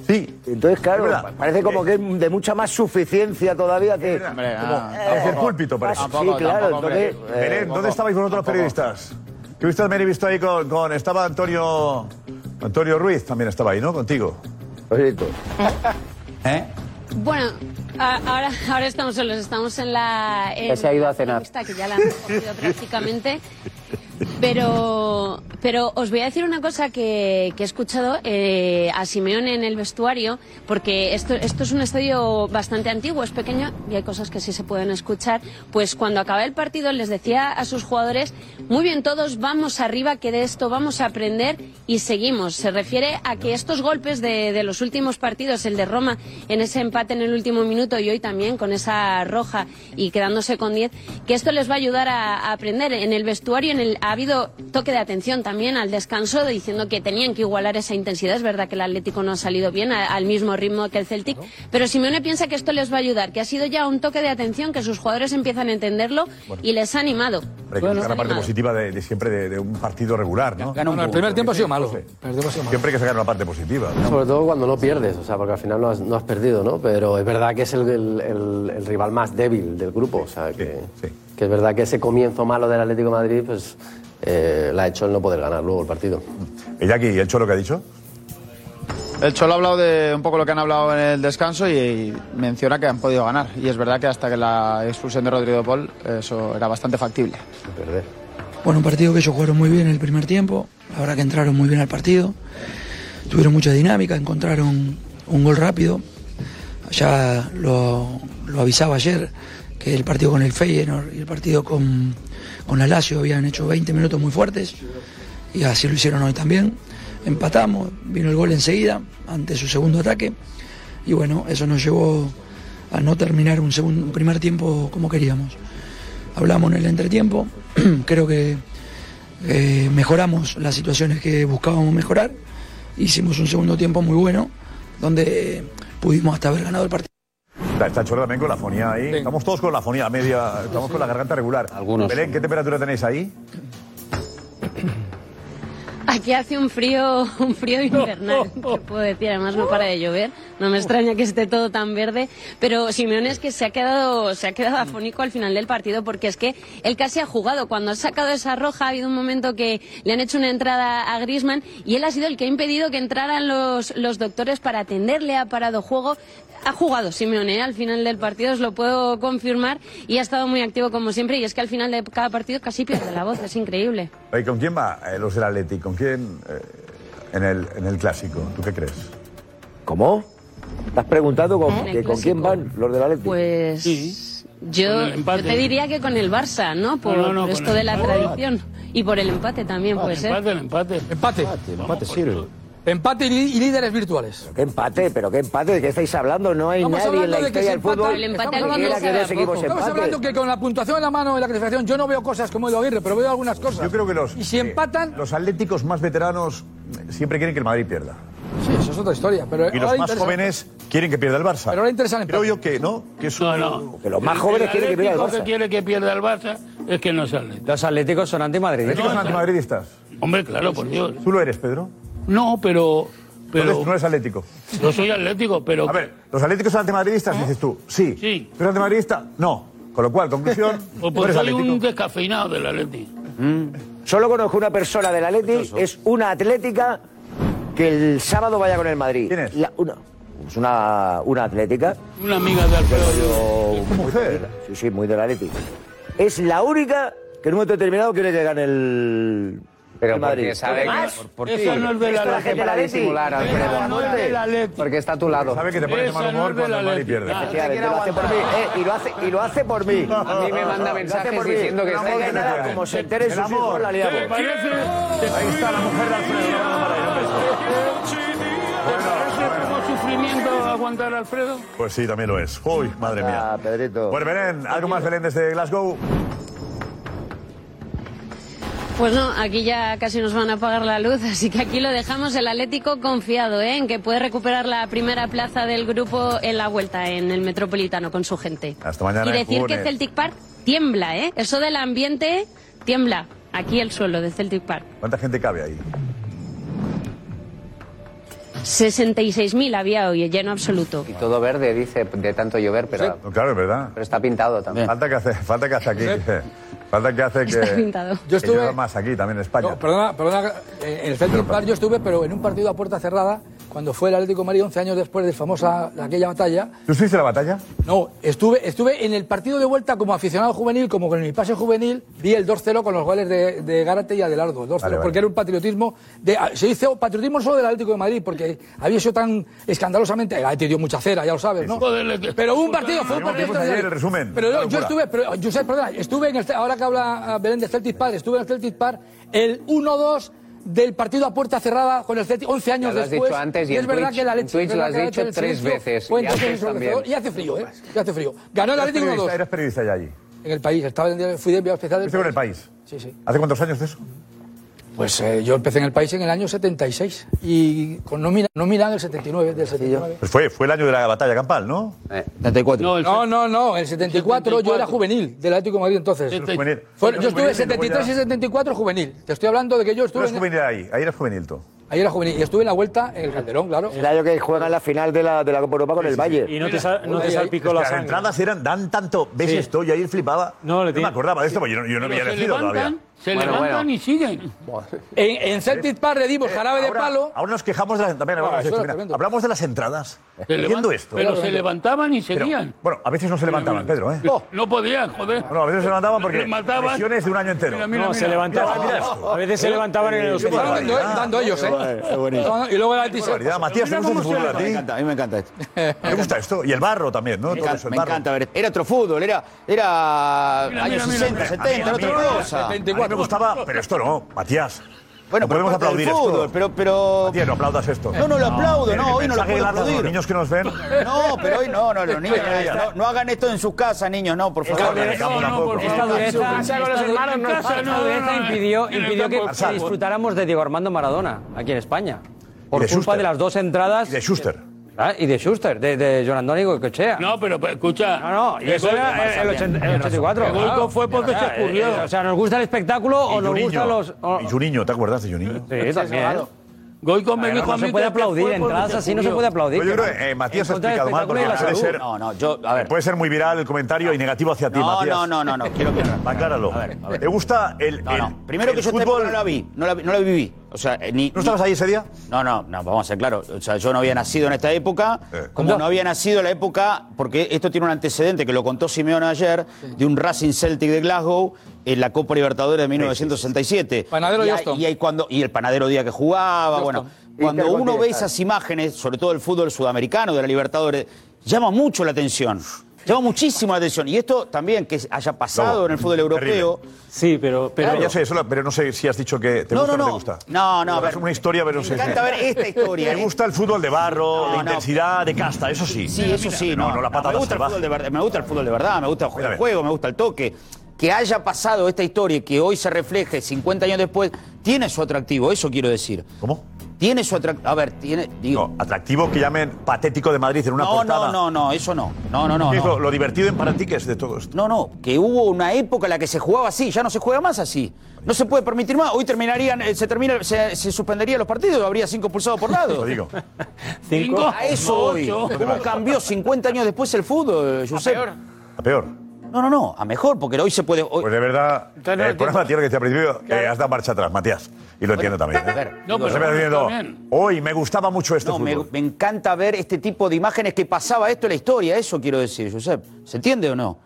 Speaker 12: Sí.
Speaker 16: Entonces, claro,
Speaker 12: Es verdad.
Speaker 16: parece como que es de mucha más suficiencia todavía que...
Speaker 12: Hombre,
Speaker 16: como-
Speaker 12: ah, desde el púlpito, parece.
Speaker 16: Ah, Sí, claro, entonces... eh,
Speaker 12: Belén, ¿dónde estabais vosotros los periodistas? Que viste también he visto ahí con, con- Estaba
Speaker 16: Pues
Speaker 12: Antonio... Antonio Ruiz también estaba ahí, ¿no? Contigo.
Speaker 16: Correcto.
Speaker 12: ¿Eh?
Speaker 17: Bueno, a- ahora, ahora estamos solos, estamos en la... en
Speaker 20: Ya se ha ido a
Speaker 17: la
Speaker 20: cenar.
Speaker 17: fiesta, que ya la hemos cogido prácticamente. Pero, pero os voy a decir una cosa que, que he escuchado eh, a Simeón en el vestuario, porque esto, esto es un estadio bastante antiguo, es pequeño y hay cosas que sí se pueden escuchar. Pues cuando acaba el partido les decía a sus jugadores, muy bien todos, vamos arriba, que de esto vamos a aprender y seguimos. Se refiere a que estos golpes de, de los últimos partidos, el de Roma en ese empate en el último minuto y hoy también con esa roja y quedándose con 10, que esto les va a ayudar a, a aprender. En el vestuario en el, ha habido toque de atención también al descanso, diciendo que tenían que igualar esa intensidad. Es verdad que el Atlético no ha salido bien a- al mismo ritmo que el Celtic, pero Simeone piensa que esto les va a ayudar, que ha sido ya un toque de atención, que sus jugadores empiezan a entenderlo y les ha animado.
Speaker 12: Recalcar la parte positiva de, de siempre de, de un partido regular, ¿no?
Speaker 19: Bueno, el primer tiempo ha sido malo.
Speaker 12: Siempre hay que sacar una parte positiva.
Speaker 25: Sobre todo cuando no pierdes, o sea, porque al final no has, no has perdido, ¿no? Pero es verdad que es el, el- el- el rival más débil del grupo, o sea, que, que es verdad que ese comienzo malo del Atlético de Madrid, pues eh, la ha hecho el no poder ganar luego el partido.
Speaker 12: Mm. Iñaki, ¿y el Cholo que ha dicho?
Speaker 18: El Cholo ha hablado de un poco lo que han hablado en el descanso y, y menciona que han podido ganar. Y es verdad que hasta que la expulsión de Rodrigo Paul eso era bastante factible.
Speaker 26: Bueno, un partido que ellos jugaron muy bien en el primer tiempo. La verdad que entraron muy bien al partido. Tuvieron mucha dinámica, encontraron un gol rápido. Ya lo, lo avisaba ayer que el partido con el Feyenoord y el partido con, con la Lazio habían hecho 20 minutos muy fuertes. Y así lo hicieron hoy también. Empatamos, vino el gol enseguida ante su segundo ataque. Y bueno, eso nos llevó a no terminar un, segundo, un primer tiempo como queríamos. Hablamos en el entretiempo, creo que eh, mejoramos las situaciones que buscábamos mejorar. Hicimos un segundo tiempo muy bueno, donde pudimos hasta haber ganado el partido.
Speaker 12: Está, está el Cholo también con la fonía ahí. Estamos todos con la fonía media, estamos con la garganta regular. Algunos. Belén, ¿qué temperatura tenéis ahí?
Speaker 17: Aquí hace un frío, un frío invernal, ¿qué puedo decir, además no para de llover, no me extraña que esté todo tan verde, pero Simeone es que se ha quedado, se ha quedado afónico al final del partido porque es que él casi ha jugado, cuando ha sacado esa roja ha habido un momento que le han hecho una entrada a Griezmann y él ha sido el que ha impedido que entraran los, los doctores para atenderle, ha parado juego, ha jugado Simeone ¿eh? al final del partido, os lo puedo confirmar y ha estado muy activo como siempre y es que al final de cada partido casi pierde la voz, es increíble.
Speaker 12: Oye, ¿Con quién va eh, los del Atleti? ¿Con quién eh, en, el, en el clásico? ¿Tú qué crees?
Speaker 16: ¿Cómo? ¿Estás preguntando con,
Speaker 17: ¿Eh?
Speaker 16: que con quién van los del Atlético?
Speaker 17: Pues
Speaker 16: Con
Speaker 17: Yo,
Speaker 16: el empate.
Speaker 17: yo te diría que con el Barça, ¿no? Por,
Speaker 16: No, no, no,
Speaker 17: por
Speaker 16: con
Speaker 17: esto
Speaker 16: el
Speaker 17: de la
Speaker 16: empate. Ah,
Speaker 17: tradición. Y por el empate también puede ser.
Speaker 21: el empate.
Speaker 19: Empate.
Speaker 16: Empate sirve.
Speaker 19: Empate y, li- y líderes virtuales.
Speaker 16: ¿Qué empate? ¿Pero qué empate? ¿De qué estáis hablando? No hay
Speaker 19: Estamos
Speaker 16: nadie en la
Speaker 19: hablando de que
Speaker 16: historia
Speaker 19: se
Speaker 16: del fútbol
Speaker 19: empata-
Speaker 16: que
Speaker 19: estamos
Speaker 16: quiera que dos
Speaker 19: hablando-
Speaker 16: equipos
Speaker 19: Estamos hablando
Speaker 16: empaten.
Speaker 19: que con la puntuación en la mano en la clasificación yo no veo cosas como Edu Aguirre, pero veo algunas cosas.
Speaker 12: Yo creo que los.
Speaker 19: Y si empatan,
Speaker 12: Los atléticos más veteranos eh, siempre quieren que el Madrid pierda.
Speaker 19: sí, eso es otra historia. Pero
Speaker 12: Y
Speaker 19: ahora
Speaker 12: los más
Speaker 19: interesa-
Speaker 12: jóvenes quieren que pierda el Barça. Pero
Speaker 19: ahora interesan
Speaker 12: Creo yo que, ¿no? Que es
Speaker 21: No, no.
Speaker 12: Que
Speaker 21: El Atlético que quiere que pierda el Barça es que no sale.
Speaker 25: Los atléticos son antimadridistas.
Speaker 12: ¿Atléticos son antimadridistas?
Speaker 21: Hombre, claro, por Dios.
Speaker 12: ¿Tú lo eres, Pedro?
Speaker 21: No, pero... pero
Speaker 12: Entonces, no eres atlético.
Speaker 21: Yo soy atlético, pero...
Speaker 12: A ver, los atléticos son
Speaker 21: ¿Eh?
Speaker 12: antimadridistas, dices tú. Sí. Sí. ¿Tú eres antimadridista? No. Con lo cual, conclusión,
Speaker 21: Pues,
Speaker 12: tú eres
Speaker 21: soy
Speaker 12: atlético.
Speaker 21: un descafeinado del Atlético.
Speaker 16: Solo conozco una persona del Atleti, es una atlética que el sábado vaya con el Madrid. ¿Quién es? una, es una, una atlética.
Speaker 21: Una amiga de
Speaker 16: Alfredo. Sí, sí, muy del Atleti. Es la única que en un momento determinado quiere que gane el, el Madrid.
Speaker 20: porque sabe
Speaker 16: Lo
Speaker 20: que-
Speaker 16: demás,
Speaker 20: por- por ti. Eso no es del
Speaker 16: Esto la
Speaker 20: Atleti,
Speaker 16: gente del
Speaker 20: para
Speaker 16: Atleti.
Speaker 20: disimular, Alfredo.
Speaker 16: Pero
Speaker 20: Eso no es del Atleti. Porque está a tu lado.
Speaker 12: Sabe que te pone de mal humor cuando el Madrid pierde.
Speaker 16: Efectivamente, lo hace por mí. eh, y, lo hace, y lo hace por mí.
Speaker 20: A mí me manda
Speaker 16: Lo hace
Speaker 20: mensajes
Speaker 16: por mí.
Speaker 20: diciendo que
Speaker 16: No
Speaker 20: está
Speaker 16: hago
Speaker 20: en
Speaker 16: nada,
Speaker 20: el-
Speaker 16: Como se entere
Speaker 20: El
Speaker 16: su hijo,
Speaker 20: amor.
Speaker 16: la liamos.
Speaker 20: ¿Te parece?
Speaker 12: Ahí está la mujer de
Speaker 21: ¿Tengo sufrimiento aguantar a Alfredo?
Speaker 12: Pues sí, también lo es. Uy, madre mía.
Speaker 16: Ah, Pedrito.
Speaker 12: Bueno, Belén, algo más, Belén, desde Glasgow.
Speaker 17: Pues no, aquí ya casi nos van a apagar la luz, así que aquí lo dejamos el Atlético confiado ¿eh? en que puede recuperar la primera plaza del grupo en la vuelta en el Metropolitano con su gente.
Speaker 12: Hasta mañana.
Speaker 17: y decir que
Speaker 12: jugones.
Speaker 17: Celtic Park tiembla, ¿eh? Eso del ambiente tiembla. Aquí el suelo de Celtic Park.
Speaker 12: ¿Cuánta gente cabe ahí?
Speaker 17: 66.000 había hoy, lleno absoluto.
Speaker 20: Todo verde, dice, de tanto llover, pero...
Speaker 12: Claro, es verdad.
Speaker 20: Pero está pintado también.
Speaker 12: Falta que hace, falta que hace aquí. Falta que hace que.
Speaker 19: Está pintado.
Speaker 12: Yo
Speaker 19: Yo
Speaker 12: estuve.
Speaker 19: estuve-
Speaker 12: más aquí, también en España.
Speaker 19: Perdona, perdona, eh, en el Celtic Park yo estuve, pero en un partido a puerta cerrada
Speaker 18: cuando fue el Atlético de Madrid 11 años después de famosa de aquella batalla.
Speaker 12: ¿Tú estuviste en la batalla?
Speaker 18: No, estuve, estuve en el partido de vuelta como aficionado juvenil, como con mi pase juvenil, vi el 2-0 con los goles de, de Gárate y Adelardo, el 2-0,
Speaker 12: Vale, vale.
Speaker 18: porque era un patriotismo, de, ah, se hizo patriotismo solo del Atlético de Madrid, porque había sido tan escandalosamente, el Atlético dio mucha cera, ya lo
Speaker 12: Pues
Speaker 18: sabes, ¿no? Pero un partido, fue un partido
Speaker 12: Tenemos tiempo de
Speaker 18: extraordinario.
Speaker 12: leer el resumen.
Speaker 18: Pero
Speaker 12: Una
Speaker 18: yo, yo
Speaker 12: locura.
Speaker 18: estuve, pero, Josep, perdona, estuve en el, ahora que habla ah, Belén del Celtic Park, estuve en el Celtic Park el 1-2 del partido a puerta cerrada con el Celtic 11
Speaker 20: Ya
Speaker 18: años
Speaker 20: lo has
Speaker 18: después.
Speaker 20: dicho antes y
Speaker 18: es
Speaker 20: en
Speaker 18: verdad
Speaker 20: Twitch-
Speaker 18: que la
Speaker 20: en
Speaker 18: leche,
Speaker 20: Twitch
Speaker 18: es
Speaker 20: lo
Speaker 18: verdad
Speaker 20: has
Speaker 18: que la
Speaker 20: dicho
Speaker 18: leche del
Speaker 20: tres
Speaker 18: silencio
Speaker 20: veces,
Speaker 18: fue
Speaker 20: y
Speaker 18: entonces
Speaker 20: antes
Speaker 18: ensordecedor,
Speaker 20: también.
Speaker 18: y hace frío, ¿eh? Y hace frío. Ganó el
Speaker 12: Eras
Speaker 18: Atlético
Speaker 12: periodista,
Speaker 18: 1-2
Speaker 12: Eras periodista ya allí.
Speaker 18: en el país. Estaba en el- fui de enviado especial del
Speaker 12: Estuviste con el país.
Speaker 18: Sí, sí.
Speaker 12: ¿Hace cuántos años de eso?
Speaker 18: Pues eh, yo empecé en el país en el año 76 y con nómina, nómina del 79, del 79.
Speaker 12: Pues fue, fue el año de la batalla campal, ¿no?
Speaker 20: Eh, 34.
Speaker 18: No, no, no, no, el 74, yo era juvenil del Atlético de Madrid entonces.
Speaker 12: Juvenil.
Speaker 18: Fue-
Speaker 12: Eras
Speaker 18: yo estuve
Speaker 12: juvenil,
Speaker 18: 73 y
Speaker 12: luego
Speaker 18: 74 juvenil. Te estoy hablando de que yo
Speaker 12: ya-
Speaker 18: estuve
Speaker 12: Tú eras
Speaker 18: en,
Speaker 12: juvenil ahí, ahí eras juvenil tú.
Speaker 18: ahí era juvenil y estuve en la vuelta en el Calderón, claro.
Speaker 16: El año que juegan la final de la, de la Copa Europa con el Valle.
Speaker 12: Es que las entradas eran, dan tanto, ves
Speaker 16: Sí.
Speaker 12: esto, yo ahí flipaba. No, me acordaba de esto, porque yo no, yo no había
Speaker 21: Pero se
Speaker 12: nacido todavía.
Speaker 21: levantan, se levantan y siguen.
Speaker 18: En, en Celtic Park de Divos, jarabe de
Speaker 12: Eh, ahora-
Speaker 21: palo.
Speaker 12: Ahora nos quejamos de las también hablamos de
Speaker 21: Ah, eso
Speaker 12: esto,
Speaker 21: era
Speaker 12: mira,
Speaker 21: tremendo.
Speaker 12: hablamos de las entradas.
Speaker 21: Se
Speaker 12: Viendo
Speaker 21: levantan,
Speaker 12: esto. ¿eh?
Speaker 21: Pero se levantaban y
Speaker 12: Pero,
Speaker 21: seguían.
Speaker 12: bueno, a veces no se levantaban, Pedro, ¿eh?
Speaker 21: No, no podían, joder.
Speaker 12: No, a veces se levantaban porque
Speaker 21: Les mataban.
Speaker 12: lesiones de un año entero.
Speaker 21: Mira, mira, No, mira. se levantaban. A veces se levantaban en el hospital.
Speaker 18: Estaban dando, dando ellos, ¿eh? Estaban- Y luego el
Speaker 12: Qué
Speaker 18: Atlético.
Speaker 12: barbaridad. Matías, ¿te gusta este fútbol a ti?
Speaker 6: a mí me encanta esto.
Speaker 12: ¿Te gusta esto? Y el barro también, ¿no?
Speaker 6: Me
Speaker 12: Todo
Speaker 6: encanta,
Speaker 12: eso, el
Speaker 6: me
Speaker 12: barro.
Speaker 6: encanta ver. Era otro fútbol, era, era
Speaker 12: Mira,
Speaker 6: años
Speaker 12: mira, mira,
Speaker 6: 60,
Speaker 12: mira.
Speaker 6: 70, era
Speaker 12: A mí-
Speaker 6: otra cosa.
Speaker 12: A mí me gustaba, pero esto no, Matías.
Speaker 6: Bueno,
Speaker 12: no podemos
Speaker 6: pero parte
Speaker 12: aplaudir
Speaker 6: del fútbol,
Speaker 12: esto. Pero, Matías, no aplaudas esto.
Speaker 6: No, no lo aplaudo, no,
Speaker 12: El
Speaker 6: hoy no lo
Speaker 12: mensaje
Speaker 6: puedo
Speaker 12: que lanzan
Speaker 6: aplaudir.
Speaker 12: Los niños que nos ven.
Speaker 6: No, pero hoy no, no, los niños.
Speaker 12: Ya, ya.
Speaker 6: No, no hagan esto en sus casas, niños, no, por favor.
Speaker 27: Esta dureza, esta dureza- esta dureza impidió, impidió que
Speaker 6: Barça,
Speaker 27: disfrutáramos de Diego Armando Maradona aquí en España. Por
Speaker 21: de
Speaker 27: culpa de las dos entradas. de
Speaker 12: Schuster.
Speaker 27: Y de Schuster, de, de John Antonio Cochea.
Speaker 21: No, pero pe- escucha.
Speaker 27: No, no, y eso era el, 80 el 84.
Speaker 21: El gol
Speaker 27: claro.
Speaker 21: fue porque
Speaker 27: O
Speaker 21: se
Speaker 27: sea,
Speaker 21: escurrió.
Speaker 27: eh, O sea, nos gusta el espectáculo o nos
Speaker 12: Juninho.
Speaker 27: gustan los. o-
Speaker 12: Y Juninho, ¿te acuerdas de Juninho?
Speaker 27: Sí, también.
Speaker 21: Goico
Speaker 27: me dijo a mí que fue porque se escurrió.
Speaker 12: Pero Yo creo que eh, Matías ha
Speaker 6: En contra del
Speaker 12: explicado mal porque
Speaker 6: espectáculo y la
Speaker 12: puede
Speaker 6: salud.
Speaker 12: ser,
Speaker 6: No,
Speaker 12: puede ser muy viral el comentario y negativo hacia ti,
Speaker 6: No,
Speaker 12: Matías.
Speaker 6: no, no, no, no, quiero aclarar.
Speaker 12: Acláralo. ¿Te gusta el,
Speaker 6: No,
Speaker 12: el-
Speaker 6: no. Primero
Speaker 12: el
Speaker 6: que yo esta
Speaker 12: fútbol?
Speaker 6: época no la vi, no la, vi- no la viví. O sea, eh, ni, ¿No
Speaker 12: estabas ahí ese día?
Speaker 6: No, no, no, vamos a ser claros. O sea, yo no había nacido en esta época, como no había nacido en la época, porque esto tiene un antecedente que lo contó Simeón ayer, de un Racing Celtic de Glasgow en la Copa Libertadores de 1967.
Speaker 18: Panadero
Speaker 6: y, ahí-
Speaker 18: Johnston.
Speaker 6: y ahí cuando Y el panadero día que jugaba, bueno. Cuando
Speaker 18: Intercontinental.
Speaker 6: uno ve esas imágenes, sobre todo el fútbol sudamericano de la Libertadores, llama mucho la atención. Llama muchísimo la atención. Y esto también, que haya pasado
Speaker 12: Lobo,
Speaker 6: en el fútbol europeo.
Speaker 12: Sí, pero.
Speaker 6: pero-
Speaker 12: ya sé, solo- pero no sé si has dicho que te
Speaker 6: No,
Speaker 12: gusta
Speaker 6: no,
Speaker 12: o no te
Speaker 6: no.
Speaker 12: gusta.
Speaker 6: No, no, a
Speaker 12: Porque
Speaker 6: ver.
Speaker 12: Es una historia, pero no sé.
Speaker 6: Me encanta ver esta historia,
Speaker 12: Me
Speaker 6: ¿eh?
Speaker 12: gusta el fútbol de barro, de
Speaker 6: no.
Speaker 12: intensidad, de casta, eso sí.
Speaker 6: Sí, eso sí,
Speaker 12: No,
Speaker 6: no.
Speaker 12: no, la patada
Speaker 6: me gusta el
Speaker 12: salvaje.
Speaker 6: fútbol de verdad, me gusta el fútbol de verdad, me gusta el
Speaker 12: Mira, a ver.
Speaker 6: juego, me gusta el toque. Que haya pasado esta historia y que hoy se refleje 50 años después, tiene su atractivo, eso quiero decir.
Speaker 12: ¿Cómo?
Speaker 6: Tiene su atractivo. A ver, tiene. Digo.
Speaker 12: Atractivo que llamen patético de Madrid en una
Speaker 6: No,
Speaker 12: portada.
Speaker 6: no, no, no, eso no. No, no, no.
Speaker 12: ¿Qué es
Speaker 6: no.
Speaker 12: lo, lo divertido en para ti que es de todo esto?
Speaker 6: No, no, que hubo una época en la que se jugaba así, ya no se juega más así. No se puede permitir más. Hoy terminarían, eh, se termina, se, se suspenderían los partidos, habría cinco expulsados por lado.
Speaker 12: Lo digo.
Speaker 6: Cinco. A eso hoy.
Speaker 12: Ocho.
Speaker 6: ¿Cómo cambió 50 años después el fútbol, Josep?
Speaker 12: A peor.
Speaker 6: No, no, no, a mejor, porque hoy se puede.
Speaker 12: Pues de verdad,
Speaker 6: no
Speaker 12: el problema tiene que decía al principio, que has dado marcha atrás, Matías. Y lo entiendo también. ¿eh?
Speaker 6: No, pero
Speaker 12: Se me está
Speaker 6: yo
Speaker 12: diciendo,
Speaker 6: también.
Speaker 12: hoy me gustaba mucho este
Speaker 6: No, me,
Speaker 12: fútbol.
Speaker 6: me encanta ver este tipo de imágenes que pasaba esto en la historia, eso quiero decir, Josep. ¿Se entiende o no?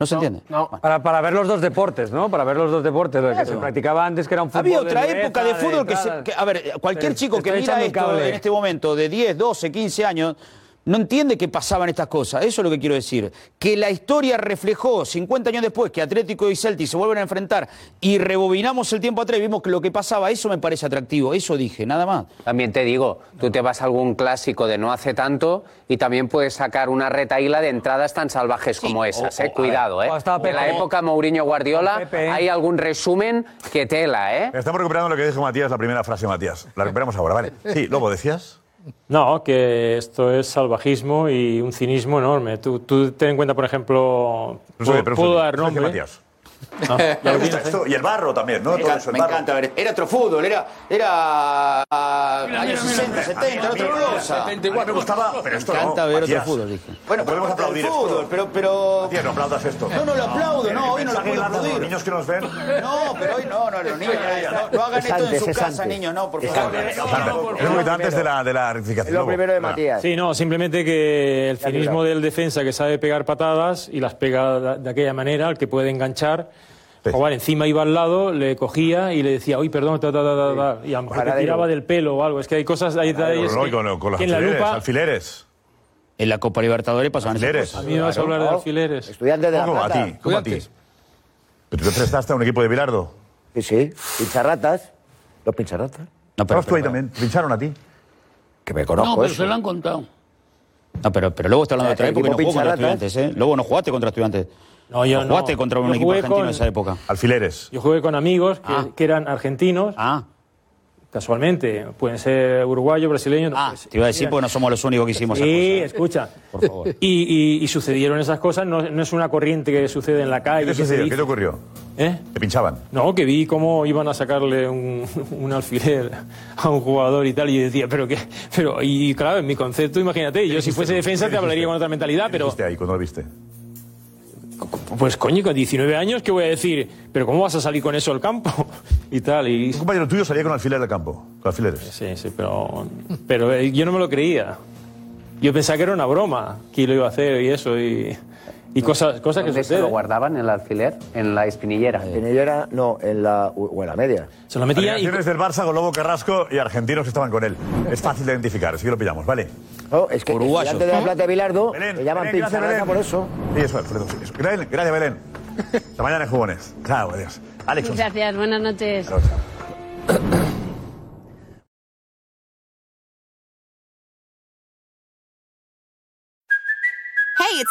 Speaker 6: No se entiende.
Speaker 27: Para, para ver los dos deportes, ¿no? Para ver los dos deportes, lo que se practicaba antes que era un fútbol.
Speaker 6: Había otra
Speaker 27: dureza,
Speaker 6: época de fútbol que, se-
Speaker 27: entradas.
Speaker 6: que- A ver, cualquier
Speaker 27: Te-
Speaker 6: chico
Speaker 27: te
Speaker 6: que
Speaker 27: estoy
Speaker 6: mira
Speaker 27: echando un
Speaker 6: esto
Speaker 27: cable.
Speaker 6: en este momento, de 10, 12, 15 años, no entiende que pasaban estas cosas. Eso es lo que quiero decir. Que la historia reflejó 50 años después que Atlético y Celtic se vuelven a enfrentar y rebobinamos el tiempo atrás y vimos que lo que pasaba, eso me parece atractivo. Eso dije, nada más.
Speaker 20: También te digo, tú te vas a algún clásico de no hace tanto y también puedes sacar una retaíla de entradas tan salvajes como esas,
Speaker 27: o-
Speaker 20: eh.
Speaker 27: o-
Speaker 20: Cuidado, eh.
Speaker 27: o hasta
Speaker 20: De la
Speaker 27: Pepe.
Speaker 20: época Mourinho Guardiola
Speaker 27: Pepe.
Speaker 20: hay algún resumen que tela, eh.
Speaker 12: Estamos recuperando lo que dijo Matías, la primera frase de Matías. La recuperamos ahora, ¿vale? Sí, Lobo, decías.
Speaker 8: No, que esto es salvajismo y un cinismo enorme. Tú, tú ten en cuenta, por ejemplo,
Speaker 12: No sé qué,
Speaker 8: puedo,
Speaker 12: pero
Speaker 8: puedo
Speaker 12: sé qué.
Speaker 8: dar
Speaker 12: No sé qué,
Speaker 8: nombre. Ah,
Speaker 12: Matías. Me gusta esto. Y el barro también, ¿no?
Speaker 6: Me
Speaker 12: Todo
Speaker 6: encanta,
Speaker 12: eso, el
Speaker 6: me
Speaker 12: barro.
Speaker 6: encanta ver. Era otro fútbol, era. Era. ah, años 60, 70, era otra cosa.
Speaker 12: me gustaba, pero esto
Speaker 6: me encanta
Speaker 12: no,
Speaker 6: ver
Speaker 12: Matías.
Speaker 6: otro fútbol, dije.
Speaker 12: Bueno, podemos
Speaker 6: parte del
Speaker 12: aplaudir
Speaker 6: fútbol,
Speaker 12: esto.
Speaker 6: Pero, pero...
Speaker 12: Matías, no aplaudas esto.
Speaker 6: No, no lo aplaudo, no, hoy no lo
Speaker 12: Mensaje
Speaker 6: puedo
Speaker 12: largo a Los
Speaker 6: aplaudir.
Speaker 12: niños que nos ven.
Speaker 6: No, pero hoy no, no, los niños. No, no hagan
Speaker 12: Es
Speaker 6: esto en
Speaker 12: antes,
Speaker 6: su
Speaker 12: es
Speaker 6: casa,
Speaker 12: antes.
Speaker 6: niños, no, por
Speaker 12: Es
Speaker 6: favor.
Speaker 12: antes,
Speaker 6: No,
Speaker 12: es antes.
Speaker 6: no, por
Speaker 12: Es
Speaker 6: favor.
Speaker 12: muy antes de la, de la rectificación. Luego, claro.
Speaker 8: Sí, no, simplemente que el cinismo del defensa que sabe pegar patadas y las pega de- de aquella manera, al que puede enganchar. O vale, encima iba al lado, le cogía y le decía, uy, perdón, ta, ta, ta, ta, ta", y a lo mejor te
Speaker 12: Paradero.
Speaker 8: tiraba del pelo o algo. Es que hay cosas, hay detalles
Speaker 12: Ah, No,
Speaker 8: que-
Speaker 12: y con, con los
Speaker 8: que en la
Speaker 12: alfileres,
Speaker 8: lupa
Speaker 12: alfileres.
Speaker 6: En la Copa Libertadores pasaban esas
Speaker 12: Alfileres.
Speaker 6: cosas.
Speaker 12: A mí me vas a hablar de Claro.
Speaker 8: alfileres.
Speaker 16: Estudiantes de la
Speaker 12: ¿Cómo a
Speaker 16: Plata.
Speaker 12: ti? ¿Cómo a ti? ¿Pero tú te prestaste a un equipo de Bilardo?
Speaker 16: Sí, sí. Pincharratas. Los pincharratas.
Speaker 12: No, pero, tú ahí también. ¿Pincharon a ti?
Speaker 6: Que me
Speaker 21: No,
Speaker 6: conozco
Speaker 21: pero
Speaker 6: eso.
Speaker 21: se lo han contado.
Speaker 6: No, Ah, pero, pero luego está hablando de otra
Speaker 21: El
Speaker 6: época y no
Speaker 21: equipo
Speaker 6: jugó contra
Speaker 21: pincharrata.
Speaker 6: estudiantes, ¿eh? Luego no jugaste contra estudiantes.
Speaker 8: No, yo no.
Speaker 6: Jugaste contra un
Speaker 8: Yo
Speaker 6: equipo
Speaker 8: jugué
Speaker 6: argentino
Speaker 8: con-
Speaker 6: de esa época.
Speaker 12: Alfileres.
Speaker 8: Yo jugué con amigos que,
Speaker 6: Ah.
Speaker 8: que eran argentinos. Casualmente, pueden ser uruguayos, brasileños. Ah,
Speaker 6: Te iba a decir, pues no somos los únicos que hicimos esa ¿eh?
Speaker 8: Sí, escucha.
Speaker 6: Por favor.
Speaker 8: Y, y- y sucedieron esas cosas, no, no es una corriente que sucede en la calle.
Speaker 12: ¿Qué te
Speaker 8: que se
Speaker 12: sucedió?
Speaker 8: dice.
Speaker 12: ¿Qué te ocurrió?
Speaker 8: ¿Eh?
Speaker 12: ¿Te pinchaban?
Speaker 8: No, que vi cómo iban a sacarle un, un alfiler a un jugador y tal, y decía, pero qué, pero, y claro, en mi concepto, imagínate, yo si fuese defensa te hablaría con otra mentalidad, pero
Speaker 12: ¿Viste ahí cuando lo viste?
Speaker 8: pues coño, con 19 años, ¿qué voy a decir? Pero ¿cómo vas a salir con eso al campo? Y tal, y... Un
Speaker 12: compañero tuyo salía con alfiler al campo, con alfileres.
Speaker 8: Sí, sí, pero, pero eh, yo no me lo creía. Yo pensaba que era una broma, que lo iba a hacer y eso, y, y cosas, cosas que
Speaker 20: ¿Dónde se lo
Speaker 8: suceden.
Speaker 20: guardaban el alfiler? En la espinillera.
Speaker 16: Pinillera, no, en la, o en la media.
Speaker 8: Se
Speaker 12: Alineaciones del Barça con Lobo Carrasco y argentinos que estaban con él. Es fácil de identificar, así que lo pillamos, ¿vale?
Speaker 16: No, es que
Speaker 12: Uruguayo.
Speaker 16: estudiantes de la Plata de Bilardo le llaman
Speaker 12: Belén, gracias,
Speaker 16: pincharrata
Speaker 12: Belén.
Speaker 16: por eso.
Speaker 12: Sí, eso, Alfredo. sí, eso. Belén, Gracias, Belén. Hasta mañana en jugones. Chao, adiós. Alex,
Speaker 17: Muchas gracias, buenas noches.
Speaker 10: Hey, it's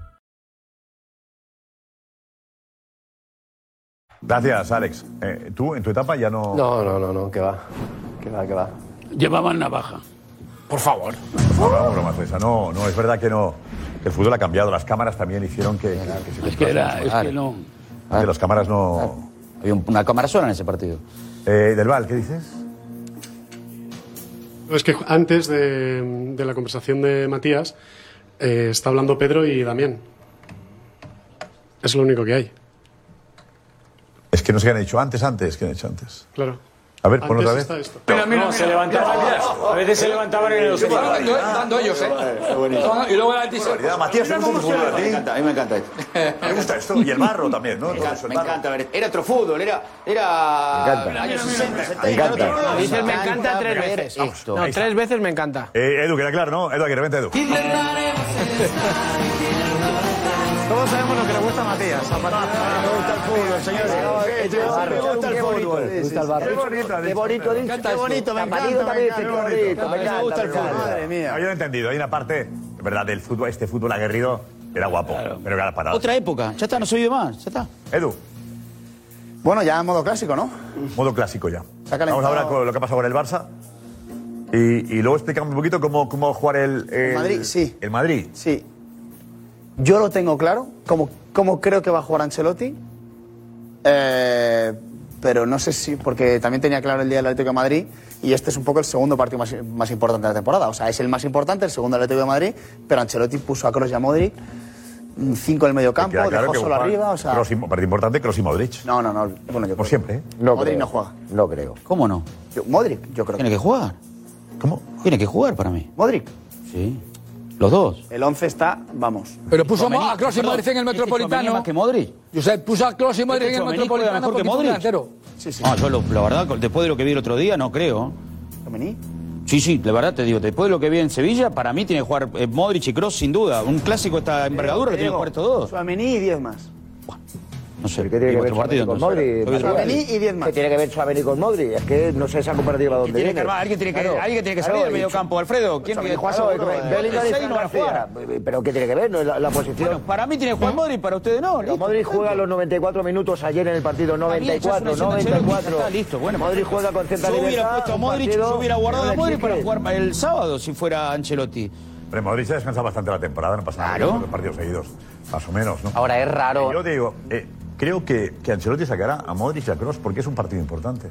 Speaker 12: Gracias, Alex. Eh, ¿Tú en tu etapa ya no.?
Speaker 25: No, no, no, no, que va. Que va, que va.
Speaker 21: Llevaban navaja.
Speaker 12: Por favor. No, no, bromas de esa. no, no, es verdad que no. Que el fútbol ha cambiado, las cámaras también hicieron que. que se
Speaker 6: Es que era- es que no.
Speaker 12: Que las cámaras no.
Speaker 6: Había un- una cámara sola en ese partido.
Speaker 12: Eh, Del Val, ¿qué dices?
Speaker 28: No, Es que antes de, de la conversación de Matías, eh, está hablando Pedro y Damián. Es lo único que hay,
Speaker 12: Es que no sé qué han hecho antes, antes, ¿qué han hecho antes?
Speaker 28: claro.
Speaker 12: A ver, pon
Speaker 28: Antes
Speaker 12: otra vez.
Speaker 28: está esto.
Speaker 8: No, se levantaban, a veces se levantaban en el
Speaker 6: Qué
Speaker 8: hospital.
Speaker 6: barbaridad.
Speaker 19: Dando- dando ellos, ¿eh?
Speaker 6: Qué buenísimo.
Speaker 19: No, no, y luego el anti-
Speaker 6: Barbaridad, Matías,
Speaker 19: Mira
Speaker 6: te gusta
Speaker 19: cómo
Speaker 6: el fútbol,
Speaker 19: suena.
Speaker 6: a ti. Me encanta, a mí me encanta esto.
Speaker 12: Me gusta esto. Y el barro también, ¿no?
Speaker 6: Me encanta, me encanta ver. Era otro fútbol, era. Era.
Speaker 12: Me encanta.
Speaker 6: Años 60, 70.
Speaker 12: Me encanta.
Speaker 6: era otro-
Speaker 1: Dices me encanta tres
Speaker 6: pero
Speaker 1: veces.
Speaker 6: era esto.
Speaker 1: No, tres veces me encanta.
Speaker 12: Eh, Edu, queda claro, ¿no? Edu, aquí, vente, Edu.
Speaker 1: Todos sabemos lo que le gusta a Matías. A partir de
Speaker 16: Ah,
Speaker 1: ahora, le gusta el fútbol,
Speaker 16: Este
Speaker 1: señores.
Speaker 16: Me gusta el
Speaker 1: Qué
Speaker 16: fútbol.
Speaker 1: bonito,
Speaker 16: Me gusta el
Speaker 1: Qué
Speaker 16: barro.
Speaker 1: bonito, ha
Speaker 16: Qué
Speaker 1: dicho.
Speaker 16: bonito,
Speaker 1: Me
Speaker 16: dicho.
Speaker 1: encanta esto.
Speaker 16: Caparido también dice, qué bonito, me encanta, me encanta.
Speaker 12: Ah, Yo lo he entendido. Hay una parte, de verdad, del fútbol, este fútbol aguerrido era guapo, pero que ahora parado.
Speaker 1: e-
Speaker 6: Ah. Otra época. Ya está, no se vive más. Ya está.
Speaker 12: Edu.
Speaker 9: Bueno, ya en modo clásico, ¿no?
Speaker 12: Modo clásico ya.
Speaker 9: Se
Speaker 12: Vamos
Speaker 9: ha calentado.
Speaker 12: ahora con lo que ha pasado con el Barça. Y, y luego explicamos un poquito cómo, cómo va a jugar el, eh, el-
Speaker 9: Madrid, sí.
Speaker 12: El Madrid.
Speaker 9: Sí. Yo lo tengo claro, como, como creo que va a jugar Ancelotti. Eh, pero no sé si, porque también tenía claro el día del Atlético de Madrid y este es un poco el segundo partido más, más importante de la temporada. O sea, es el más importante, el segundo del Atlético de Madrid, pero Ancelotti puso a Kroos y a Modric, mm, cinco en el medio campo,
Speaker 12: Queda claro
Speaker 9: dejó
Speaker 12: que
Speaker 9: solo
Speaker 12: juega
Speaker 9: arriba, o sea...
Speaker 12: Kroos y- parte importante, Kroos y Modric.
Speaker 9: No, no, no. Bueno, yo
Speaker 12: Por siempre. ¿eh?
Speaker 9: No Modric no juega. No creo.
Speaker 6: ¿Cómo no?
Speaker 9: Yo- Modric, yo creo.
Speaker 6: Tiene que jugar.
Speaker 12: ¿Cómo?
Speaker 6: Tiene que jugar para mí.
Speaker 9: Modric.
Speaker 6: Sí. Los dos.
Speaker 9: El 11 está, vamos.
Speaker 6: Pero
Speaker 9: puso
Speaker 19: a Kroos y Modric en el Metropolitano.
Speaker 6: más que Modric?
Speaker 19: Josep, puso a Kroos y Modric en el
Speaker 6: Tchouaméni juega
Speaker 19: Metropolitano
Speaker 6: mejor que
Speaker 19: porque fue un
Speaker 6: Modric.
Speaker 19: delantero.
Speaker 6: No, Ah, yo lo- la verdad, después de lo que vi el otro día, no creo. Sí, sí, la verdad te digo, después de lo que vi en Sevilla, para mí tiene que jugar eh, Modric y Cross sin duda. Un clásico de esta envergadura lo tiene que jugar estos dos.
Speaker 9: Suamení y 10 más.
Speaker 16: No sé. ¿Qué tiene que
Speaker 6: este
Speaker 16: ver Suamení con Modri?
Speaker 9: Suamení y 10 más.
Speaker 16: ¿Qué tiene que ver Suamení con Modri? Es que no sé esa comparativa dónde
Speaker 6: Tiene
Speaker 16: viene.
Speaker 6: que armar, alguien tiene que,
Speaker 16: Claro,
Speaker 6: alguien tiene que
Speaker 16: claro,
Speaker 6: salir del
Speaker 16: y
Speaker 6: medio campo, Alfredo. ¿Quién
Speaker 16: Suamení
Speaker 6: tiene
Speaker 16: juega seguro, eh, Bellingham y Fran García. Ah, eh, Pero ¿qué tiene que ver? No es la, la posición. ¿Eh?
Speaker 6: Para mí tiene que jugar Modri, para ustedes no.
Speaker 16: Pero Modri juega los 94 minutos ayer en el partido,
Speaker 6: Había hecho
Speaker 16: 94,
Speaker 6: una selección de
Speaker 16: 94.
Speaker 6: Chelo y ya está, listo, bueno.
Speaker 16: Modri juega con cierta
Speaker 6: Yo
Speaker 16: libertad.
Speaker 6: hubiera puesto a
Speaker 16: un
Speaker 6: Modric,
Speaker 16: partido
Speaker 6: yo hubiera guardado
Speaker 16: que
Speaker 6: a
Speaker 16: no le
Speaker 6: Modric para
Speaker 16: exiges.
Speaker 6: jugar el sábado si fuera Ancelotti.
Speaker 12: Pero Modric ha descansado bastante la temporada, no pasa nada.
Speaker 6: Claro.
Speaker 12: Dos partidos seguidos, más o menos, ¿no?
Speaker 20: Ahora, es raro.
Speaker 12: Yo digo, eh, creo que, que Ancelotti sacará a Modric y a Kroos porque es un partido importante.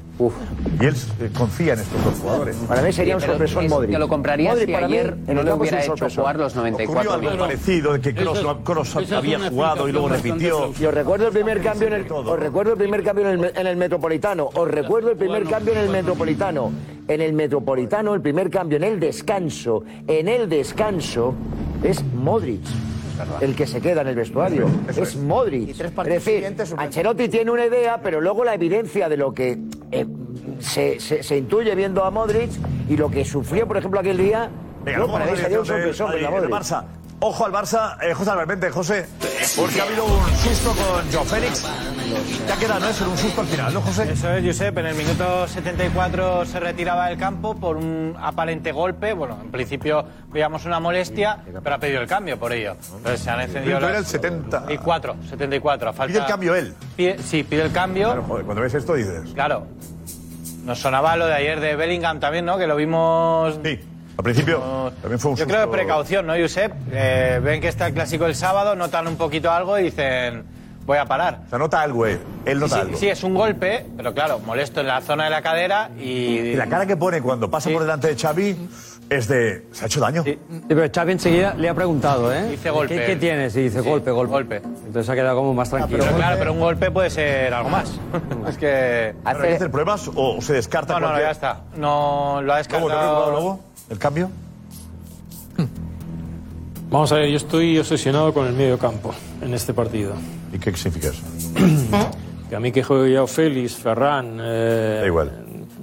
Speaker 12: Y él eh, confía en estos dos jugadores.
Speaker 20: Para mí sería un Sí, pero sorpresón es- Modric. te lo compraría Modric si para mí ayer en el no le campo es hubiera un hecho sorpresón. jugar los 94
Speaker 12: Ocurrió algo
Speaker 20: minutos.
Speaker 12: parecido, de que
Speaker 20: Eso es-
Speaker 12: Kroos, no- Kroos
Speaker 20: esa es
Speaker 12: había
Speaker 20: una
Speaker 12: jugado y luego
Speaker 20: explicación
Speaker 12: repitió.
Speaker 16: Y os recuerdo el primer cambio en el, os recuerdo el primer cambio en el, en el Metropolitano. Os recuerdo el primer cambio en el Metropolitano. En el Metropolitano, el primer cambio en el descanso, en el descanso, es Modric. El que se queda en el vestuario es Modric. es decir, Ancelotti tiene una idea, pero luego la evidencia de lo que eh, se, se- se intuye viendo a Modric y lo que sufrió, por ejemplo, aquel día,
Speaker 12: Venga,
Speaker 16: yo
Speaker 12: vamos
Speaker 16: para
Speaker 12: a
Speaker 16: mí
Speaker 12: la
Speaker 16: sería un
Speaker 12: dirección de-
Speaker 16: sorpresón
Speaker 12: ahí,
Speaker 16: verla a
Speaker 12: del
Speaker 16: Modric.
Speaker 12: Barça. Ojo al Barça, eh, José Albermente, José, porque ha habido un susto con Joe Félix. Te ha quedado, ¿no? Eso era un susto al final, ¿no, José?
Speaker 15: Eso es, Josep. En el minuto 74 se retiraba del campo por un aparente golpe. Bueno, en principio veíamos una molestia, pero ha pedido el cambio por ello. Entonces se han encendido
Speaker 12: Pero era
Speaker 15: las-
Speaker 12: el 70.
Speaker 15: Y 4, 74. A falta...
Speaker 12: Pide el cambio él.
Speaker 15: Pide- sí, pide el cambio.
Speaker 12: Claro, joder, cuando ves esto dices.
Speaker 15: Claro. Nos sonaba lo de ayer de Bellingham también, ¿no? Que lo vimos.
Speaker 12: Sí, al principio. También fue un
Speaker 15: Yo creo que
Speaker 12: susto.
Speaker 15: precaución, ¿no, Josep? Eh, ven que está el clásico el sábado, notan un poquito algo y dicen, voy a parar.
Speaker 12: O sea, nota algo él. Él nota
Speaker 15: sí,
Speaker 12: algo.
Speaker 15: sí, es un golpe, pero claro, molesto en la zona de la cadera y.
Speaker 12: Y la cara que pone cuando pasa por delante de Xavi es de... ¿Se ha hecho daño?
Speaker 27: Sí, pero Xavi enseguida le ha preguntado, ¿eh?
Speaker 15: Dice golpe.
Speaker 27: ¿Qué, qué tienes? Y dice
Speaker 15: Sí, Ah,
Speaker 27: golpe, golpe. Entonces ha quedado como más tranquilo.
Speaker 15: Pero claro, pero un golpe puede ser algo más. es que.
Speaker 12: ¿Hay que hacer pruebas o se descarta
Speaker 15: No, no,
Speaker 12: cualquier-
Speaker 15: ya está. No
Speaker 12: ¿Cómo te
Speaker 15: lo ha
Speaker 12: has
Speaker 15: descartado.
Speaker 12: preocupado, Lobo? ¿El cambio?
Speaker 8: Hmm. Vamos a ver, yo estoy obsesionado con el medio campo en este partido.
Speaker 12: ¿Y qué significa eso?
Speaker 8: Que a mí que juegue ya Félix, Ferran. eh,
Speaker 12: Da igual.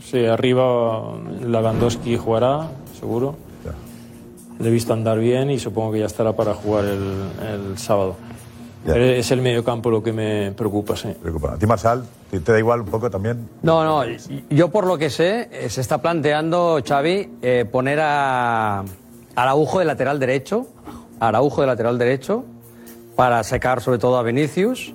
Speaker 8: Sí, arriba Lewandowski jugará, seguro. Le he visto andar bien y supongo que ya estará para jugar el, el sábado. Pero es el medio campo lo que me preocupa, sí.
Speaker 12: Preocupa. ¿A ti, Marsal? ¿Te te da igual un poco también?
Speaker 27: No, no, yo por lo que sé, eh, se está planteando Xavi eh, poner a a Araujo de lateral derecho, a Araujo de lateral derecho, para secar sobre todo a Vinicius,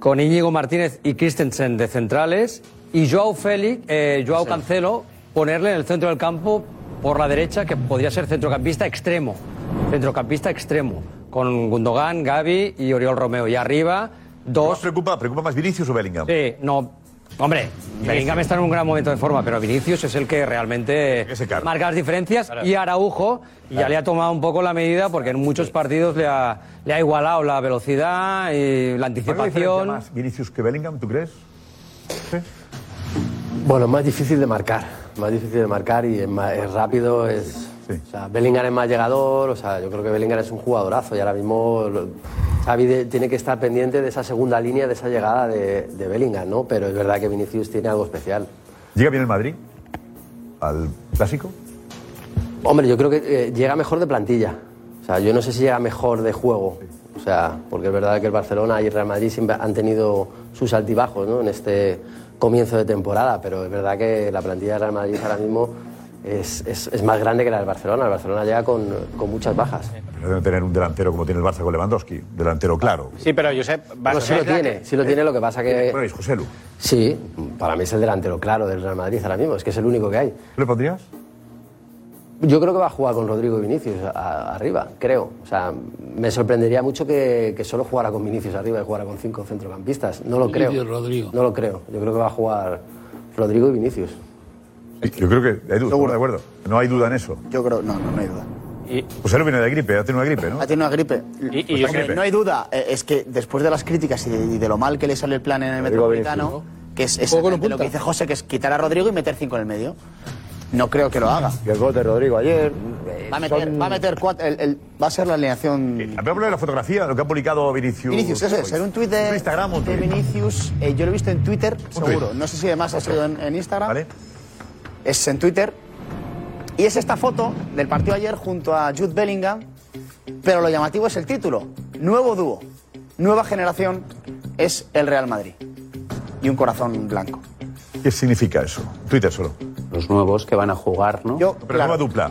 Speaker 27: con Íñigo Martínez y Christensen de centrales, y Joao Félix, eh, Joao Cancelo, ponerle en el centro del campo por la derecha, que podría ser centrocampista extremo, centrocampista extremo, con Gundogan, Gaby y Oriol Romeo. Y arriba, dos...
Speaker 12: preocupa, preocupa más Vinicius o Bellingham?
Speaker 27: Sí, no, hombre, Bellingham está en un gran momento de forma, pero Vinicius es el que realmente marca las diferencias y Araujo ya le ha tomado un poco la medida porque en muchos partidos le ha, le ha igualado la velocidad y la
Speaker 12: ¿Cuál es la diferencia
Speaker 27: anticipación.
Speaker 12: más Vinicius que Bellingham, tú crees?
Speaker 25: Bueno, es más difícil de marcar, más difícil de marcar y es, más- es rápido, es... O sea, Bellingham es más llegador, o sea, yo creo que Bellingham es un jugadorazo y ahora mismo lo- Xavi de- tiene que estar pendiente de esa segunda línea, de esa llegada de, de Bellingham, ¿no? Pero es verdad que Vinicius tiene algo especial.
Speaker 12: ¿Llega bien el Madrid? ¿Al clásico?
Speaker 25: Hombre, yo creo que eh, llega mejor de plantilla. O sea, yo no sé si llega mejor de juego. O sea, porque es verdad que el Barcelona y el Real Madrid siempre han tenido sus altibajos ¿no? en este comienzo de temporada, pero es verdad que la plantilla del Real Madrid ahora mismo es, es- es más grande que la del Barcelona. El Barcelona llega con, con muchas bajas.
Speaker 12: Deben tener un delantero como tiene el Barça con Lewandowski. Delantero claro.
Speaker 15: Sí, pero Josep, vas
Speaker 25: Bueno, sí lo tiene, sí lo tiene, lo que pasa que...
Speaker 12: Bueno, es José Lu.
Speaker 25: Sí, para mí es el delantero claro del Real Madrid ahora mismo, es que es el único que hay.
Speaker 12: ¿Le pondrías?
Speaker 25: Yo creo que va a jugar con Rodrigo y Vinicius a- arriba, creo. O sea, me sorprendería mucho que, que solo jugara con Vinicius arriba y jugara con cinco centrocampistas. No lo creo.
Speaker 21: Vinicius, Rodrigo.
Speaker 25: No lo creo. Yo creo que va a jugar Rodrigo y Vinicius.
Speaker 12: Sí, Yo creo que, Edu, ¿estamos de acuerdo? No hay duda en eso. Yo creo, no, no, hay duda. José Lu viene de gripe, ha tenido una gripe, ¿no?
Speaker 9: Ha tenido una gripe.
Speaker 12: y yo-
Speaker 9: Hombre, no hay duda, eh, es que después de las críticas y de, y de lo mal que le sale el plan en el Metropolitano, que es exactamente lo que dice José, que es quitar a Rodrigo y meter cinco en el medio. No creo que lo haga.
Speaker 16: Y el gol de Rodrigo ayer.
Speaker 9: Va a meter, va a meter cuatro, el- el- va a ser la alineación...
Speaker 12: Eh, Voy a poner la fotografía, lo que ha publicado Vinicius. Pues,
Speaker 9: Vinicius, eso es,
Speaker 12: hoy.
Speaker 9: en un tuit de,
Speaker 12: Instagram, un
Speaker 9: de
Speaker 12: tuit.
Speaker 9: Vinicius, eh, yo lo he visto en Twitter, seguro.
Speaker 12: tuit.
Speaker 9: No sé si además ha sido en, en Instagram. Es en Twitter. Y es esta foto del partido ayer junto a Jude Bellingham, pero lo llamativo es el título. Nuevo dúo, nueva generación, es el Real Madrid. Y un corazón blanco. ¿eh?
Speaker 12: ¿Qué significa eso? Twitter solo.
Speaker 20: Los nuevos que van a jugar, ¿no?
Speaker 9: Yo,
Speaker 12: Pero nueva dupla.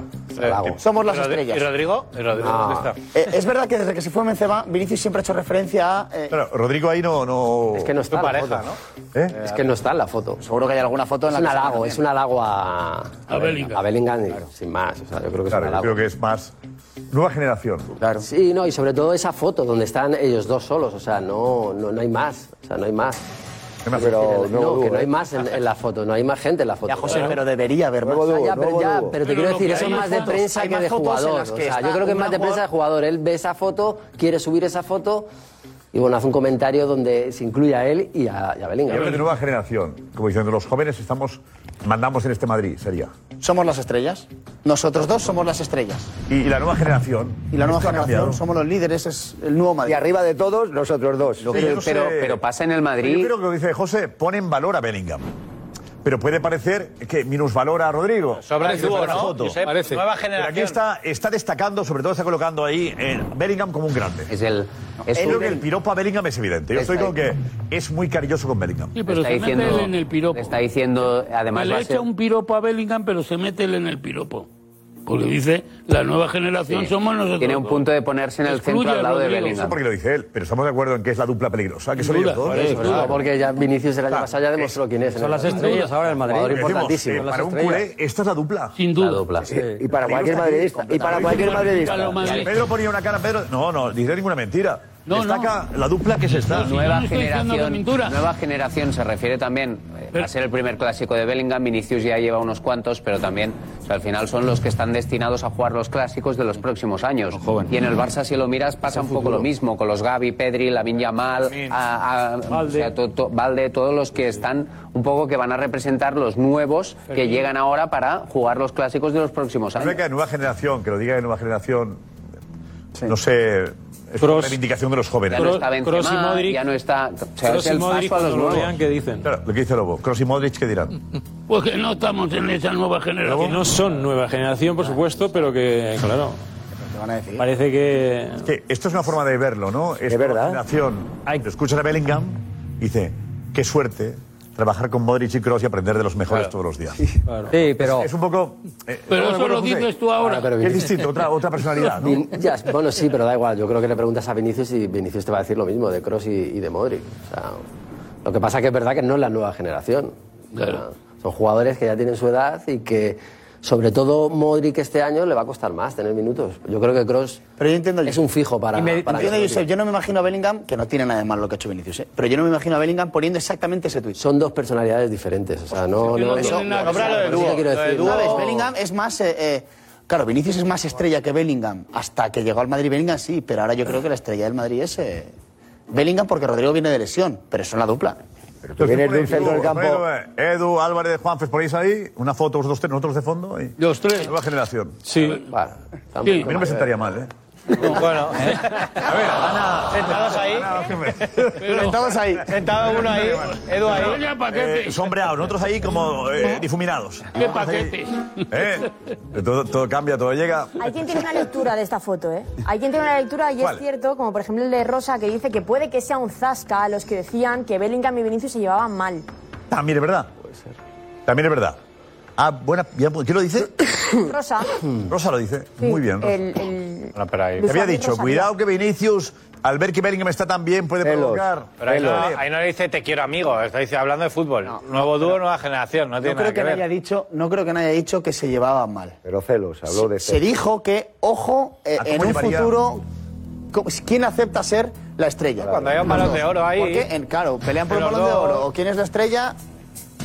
Speaker 9: Somos las
Speaker 15: ¿Y Rodri-
Speaker 9: estrellas.
Speaker 15: Eh, ¿Y Rodrigo? ¿Y Rodrigo
Speaker 12: No.
Speaker 15: dónde está?
Speaker 9: Eh, es verdad que desde que se fue Benzema, Vinicius siempre ha hecho referencia a... eh,
Speaker 12: Claro, Rodrigo ahí no. no...
Speaker 25: Es que no está en la foto.
Speaker 12: ¿Eh?
Speaker 25: Es que no está en la foto.
Speaker 9: Seguro que hay alguna foto en
Speaker 25: es
Speaker 9: la
Speaker 25: un
Speaker 9: que se
Speaker 25: halago,
Speaker 9: vea
Speaker 25: es un halago a,
Speaker 12: A Bellingham.
Speaker 25: A Bellingham, y- sin más. O sea, yo creo que
Speaker 12: Claro,
Speaker 25: es un
Speaker 12: yo
Speaker 25: halago.
Speaker 12: creo que es más. Nueva generación.
Speaker 9: Claro.
Speaker 25: Sí, no, y sobre todo esa foto donde están ellos dos solos. O sea, no, no, no hay más. O sea, no hay más.
Speaker 12: Pero
Speaker 25: que no,
Speaker 9: luego,
Speaker 25: que no hay
Speaker 9: ¿eh?
Speaker 25: más en, en la foto, no hay más gente en la foto.
Speaker 9: Ya, José, pero debería haber más.
Speaker 25: Ah, ya, pero,
Speaker 9: Luego,
Speaker 25: ya,
Speaker 9: luego.
Speaker 25: pero te
Speaker 9: Pero
Speaker 25: quiero
Speaker 9: lo
Speaker 25: decir,
Speaker 9: que
Speaker 25: eso
Speaker 9: hay
Speaker 25: es
Speaker 9: en
Speaker 25: más de
Speaker 9: fotos,
Speaker 25: prensa
Speaker 9: hay
Speaker 25: que
Speaker 9: más
Speaker 25: de
Speaker 9: fotos en
Speaker 25: jugador.
Speaker 9: las
Speaker 25: O
Speaker 9: que
Speaker 25: sea, yo
Speaker 9: está
Speaker 25: creo que es
Speaker 9: una
Speaker 25: más de prensa de jugador. Él ve esa foto, quiere subir esa foto y bueno, hace un comentario donde se incluye a él y a, y a
Speaker 12: Yo
Speaker 25: Bellingham.
Speaker 12: creo que nueva generación. Como diciendo, los jóvenes estamos. Mandamos en este Madrid, sería.
Speaker 9: Somos las estrellas. Nosotros dos somos las estrellas.
Speaker 12: Y, y la nueva generación.
Speaker 9: Y la nueva
Speaker 12: Esto ha
Speaker 9: generación
Speaker 12: cambiado.
Speaker 9: somos los líderes, es el nuevo Madrid.
Speaker 16: Y arriba de todos, nosotros dos.
Speaker 12: Lo que yo no sé- Yo creo que lo que dice José, pone en valor a Bellingham. Pero puede parecer que minusvalora a Rodrigo.
Speaker 15: Sobra el
Speaker 12: Parece
Speaker 15: dúo,
Speaker 12: por la
Speaker 15: ¿no?
Speaker 12: foto.
Speaker 15: Josep, Parece. nueva
Speaker 12: Pero aquí
Speaker 15: generación.
Speaker 12: está, está destacando, sobre todo está colocando ahí eh, Bellingham como un grande. Es
Speaker 20: el.
Speaker 12: Es
Speaker 20: es
Speaker 12: creo
Speaker 20: un-
Speaker 12: que el piropo a Bellingham es evidente. Yo
Speaker 20: Está
Speaker 12: estoy con que es muy cariñoso con Bellingham.
Speaker 20: Le está diciendo, le está diciendo, además,
Speaker 21: Pues Le
Speaker 20: va a
Speaker 21: echa
Speaker 20: ser-
Speaker 21: un piropo a Bellingham, pero se mete él en el piropo. Porque dice, la nueva generación
Speaker 20: Sí.
Speaker 21: somos nosotros.
Speaker 20: Tiene un
Speaker 21: dos.
Speaker 20: punto de ponerse en el
Speaker 21: Excluye
Speaker 20: centro al lado de
Speaker 21: Rodrigo.
Speaker 20: Bellingham.
Speaker 12: Eso porque lo dice él, pero estamos de acuerdo en que es la dupla peligrosa, que son
Speaker 20: Sin
Speaker 12: ellos
Speaker 20: duda,
Speaker 12: dos.
Speaker 20: por eso,
Speaker 12: Claro.
Speaker 20: sin duda.
Speaker 25: ¿eh? Porque ya Vinicius el año pasado ya demostró quién es. en el Madrid. Jugador
Speaker 12: Decimos,
Speaker 25: importantísimo.
Speaker 12: eh, para un culé, esta es la dupla.
Speaker 21: Sin
Speaker 25: duda. La dupla.
Speaker 16: Y para cualquier madridista. Y para cualquier madridista.
Speaker 12: Pedro ponía una cara, Pedro. No, no, dice ninguna mentira.
Speaker 20: No,
Speaker 12: Destaca
Speaker 20: no.
Speaker 12: la dupla que se está.
Speaker 20: Nueva generación, nueva generación se refiere también eh, va a ser el primer clásico de Bellingham. Vinicius ya lleva unos cuantos, pero también o sea, al final son los que están destinados a jugar los clásicos de los próximos años. Y en el Barça, si lo miras, pasa un poco lo mismo con los Gavi, Pedri, Lamin Yamal, a- a- o sea, to- to- Valde, todos los que están un poco que van a representar los nuevos que llegan ahora para jugar los clásicos de los próximos
Speaker 12: Es verdad
Speaker 20: años.
Speaker 12: que de nueva generación, que lo diga de nueva generación, no sé, es una
Speaker 20: Kroos-
Speaker 12: reivindicación de los jóvenes.
Speaker 20: Ya no está Benzema, ya no está. O sea, es el paso a los nuevos.
Speaker 12: ¿qué dicen? Claro, lo que dice Lobo. Cross y Modric, ¿qué dirán?
Speaker 21: Pues que no estamos en esa nueva generación.
Speaker 8: Que no son nueva generación, por supuesto, pero que, claro. Parece que.
Speaker 12: Que esto es una forma de verlo, ¿no? Es verdad. generación. Pero escuchas a Bellingham y dice, qué suerte trabajar con Modric y Cross y aprender de los mejores
Speaker 27: Claro.
Speaker 12: todos los días.
Speaker 27: Sí, pero.
Speaker 12: Es un poco. eh,
Speaker 21: Pero
Speaker 12: ¿estamos de
Speaker 21: eso
Speaker 12: acuerdo,
Speaker 21: lo
Speaker 12: José?
Speaker 21: dices tú ahora.
Speaker 25: pero
Speaker 12: Es
Speaker 25: Vinicius-
Speaker 12: distinto, otra, otra personalidad, ¿no?
Speaker 25: Vin- ya, bueno, sí, pero da igual. Yo creo que le preguntas a Vinicius y Vinicius te va a decir lo mismo de Cross y, y de Modric. O sea, lo que pasa que es verdad que no es la nueva generación. O sea, son jugadores que ya tienen su edad y que, sobre todo Modric este año, le va a costar más tener minutos. Yo creo que Cross es un fijo para.
Speaker 9: Y me-
Speaker 25: para
Speaker 9: entiendo,
Speaker 25: Ancelotti.
Speaker 9: Josep, yo no me imagino a Bellingham, que no tiene nada de malo lo que ha hecho Vinicius, ¿eh? pero yo no me imagino a Bellingham poniendo exactamente ese tuit.
Speaker 25: Son dos personalidades diferentes. O sea, no.
Speaker 9: Sí,
Speaker 25: no,
Speaker 9: no tiene nada que ver. Lo de
Speaker 25: eso
Speaker 9: dúo,
Speaker 25: te quiero
Speaker 9: lo de
Speaker 25: decir.
Speaker 9: dúo.
Speaker 25: ¿sabes?
Speaker 9: ¿Sabes? Bellingham es más. eh, eh, claro, Vinicius es más estrella que Bellingham. Hasta que llegó al Madrid Bellingham, sí, pero ahora yo creo que la eella del Madrid es. eh, Bellingham porque Rodrigo viene de lesión, pero son la dupla.
Speaker 12: Entonces,
Speaker 9: vienes de
Speaker 12: ponéis
Speaker 9: un centro del
Speaker 12: Edu,
Speaker 9: campo.
Speaker 12: ponéis, eh, Edu, Álvarez, Juanfes, ponéis ahí una foto vosotros tres, nosotros de fondo. Y...
Speaker 21: Los tres.
Speaker 12: Nueva generación.
Speaker 8: Sí.
Speaker 12: a
Speaker 21: Sí.
Speaker 12: mí no me sentaría mal, ¿eh?
Speaker 15: Bueno,
Speaker 9: Sentados
Speaker 15: ahí.
Speaker 9: Sentados ahí.
Speaker 15: Sentado uno ahí, Edu ahí.
Speaker 12: Eh, sombreados, nosotros ahí como eh, difuminados.
Speaker 21: ¿Qué paquete?
Speaker 12: ¿Eh? Todo, todo cambia, todo llega.
Speaker 2: Alguien tiene una lectura de esta foto, ¿eh? Alguien tiene una lectura y
Speaker 12: ¿Cuál?
Speaker 2: es cierto, como por ejemplo el de Rosa, que dice que puede que sea un zasca a los que decían que Bellingham y Vinicius se llevaban mal.
Speaker 12: También es verdad. También es verdad. Ah, buena. ya, ¿Quién lo dice?
Speaker 2: Rosa.
Speaker 12: Rosa lo dice.
Speaker 2: sí,
Speaker 12: Muy bien, Rosa.
Speaker 2: el- el-
Speaker 12: Te había
Speaker 2: Luis
Speaker 12: dicho,
Speaker 2: Rosa,
Speaker 12: cuidado que Vinicius, al ver que Bellingham está tan bien, puede provocar.
Speaker 15: Pero ahí no,
Speaker 12: Vale.
Speaker 15: ahí no le dice te quiero amigo, está dice hablando de fútbol. Nuevo dúo, nueva generación, no
Speaker 9: No
Speaker 15: tiene
Speaker 9: creo,
Speaker 15: nada
Speaker 9: que
Speaker 15: que
Speaker 9: nadie
Speaker 15: ver.
Speaker 9: ha dicho, no creo que nadie haya dicho que se llevaban mal.
Speaker 16: Pero celos, habló de
Speaker 9: Se dijo que, ojo, eh,
Speaker 16: ¿A cómo
Speaker 9: en un
Speaker 16: llevaría?
Speaker 9: futuro, co- ¿quién acepta ser la estrella?
Speaker 15: Cuando haya un balón de oro ahí.
Speaker 9: Porque, en, claro, pelean por un
Speaker 15: Pero
Speaker 9: balón de
Speaker 15: no-
Speaker 9: oro. ¿O quién es la estrella?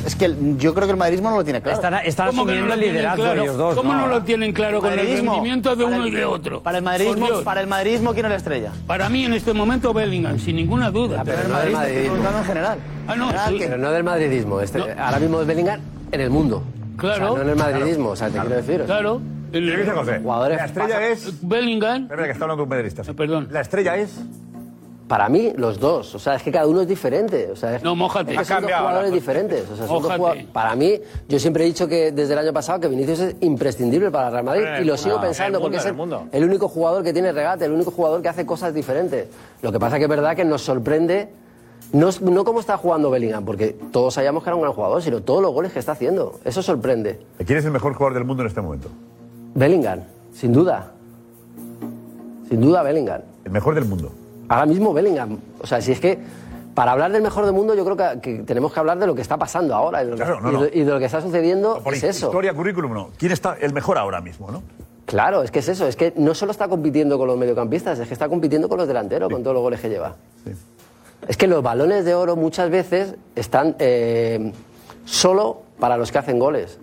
Speaker 9: Es que el- yo creo que el madridismo no lo tiene claro.
Speaker 21: Están- están ¿Cómo que no asumiendo lo el tienen liderazgo claro? ellos dos, ¿Cómo no lo tienen claro con el
Speaker 9: madridismo,
Speaker 21: rendimiento de
Speaker 9: para
Speaker 21: uno
Speaker 9: el-
Speaker 21: y de otro?
Speaker 9: Para el
Speaker 21: Por
Speaker 9: madridismo,
Speaker 21: Dios.
Speaker 9: para el madridismo ¿quién es la estrella?
Speaker 21: Para mí en este momento Bellingham, sin ninguna duda.
Speaker 25: Pero no del madridismo.
Speaker 9: en general.
Speaker 21: Ah, no, sí.
Speaker 25: Pero no del madridismo. este- Ahora mismo es Bellingham en el mundo.
Speaker 21: Claro.
Speaker 25: O sea, no en el madridismo, o sea, te quiero decir. o sea,
Speaker 21: Claro.
Speaker 12: ¿Qué dice José?
Speaker 25: Jugadores.
Speaker 12: La estrella es.
Speaker 21: Bellingham.
Speaker 12: Espera, que está hablando un pedrista.
Speaker 21: Perdón.
Speaker 12: La estrella es.
Speaker 25: Para mí, los dos. O sea, es que cada uno es diferente. O sea, es-
Speaker 21: No, mójate.
Speaker 25: es que
Speaker 21: Ha
Speaker 25: son dos
Speaker 21: cambiado
Speaker 25: jugadores
Speaker 21: ahora, porque-
Speaker 25: diferentes. O sea, son dos
Speaker 21: Mójate.
Speaker 25: jugadores- para mí, yo siempre he dicho que desde el año pasado que Vinicius es imprescindible para el Real Madrid
Speaker 15: Pero en
Speaker 25: y lo
Speaker 15: el
Speaker 25: sigo
Speaker 15: mundo,
Speaker 25: pensando
Speaker 15: Eh, en el
Speaker 25: porque
Speaker 15: mundo,
Speaker 25: es
Speaker 15: en
Speaker 25: el,
Speaker 15: el mundo.
Speaker 25: el único jugador que tiene regate, el único jugador que hace cosas diferentes. Lo que pasa que es verdad que nos sorprende No, es- no cómo está jugando Bellingham, porque todos sabíamos que era un gran jugador, sino todos los goles que está haciendo. Eso sorprende.
Speaker 12: ¿Quién es el mejor jugador del mundo en este momento?
Speaker 25: Bellingham, sin duda. Sin duda Bellingham.
Speaker 12: El mejor del mundo.
Speaker 25: Ahora mismo Bellingham. O sea, si es que para hablar del mejor del mundo yo creo que, que tenemos que hablar de lo que está pasando ahora y de lo, que-
Speaker 12: Claro, no,
Speaker 25: y de-
Speaker 12: no.
Speaker 25: y de lo que está sucediendo.
Speaker 12: Por
Speaker 25: es
Speaker 12: hi-
Speaker 25: eso.
Speaker 12: historia, currículum, no. ¿Quién está el mejor ahora mismo, no?
Speaker 25: Claro, es que es eso. Es que no solo está compitiendo con los mediocampistas, es que está compitiendo con los delanteros, con todos los goles que lleva. Es que los balones de oro muchas veces están eh, solo para los que hacen goles.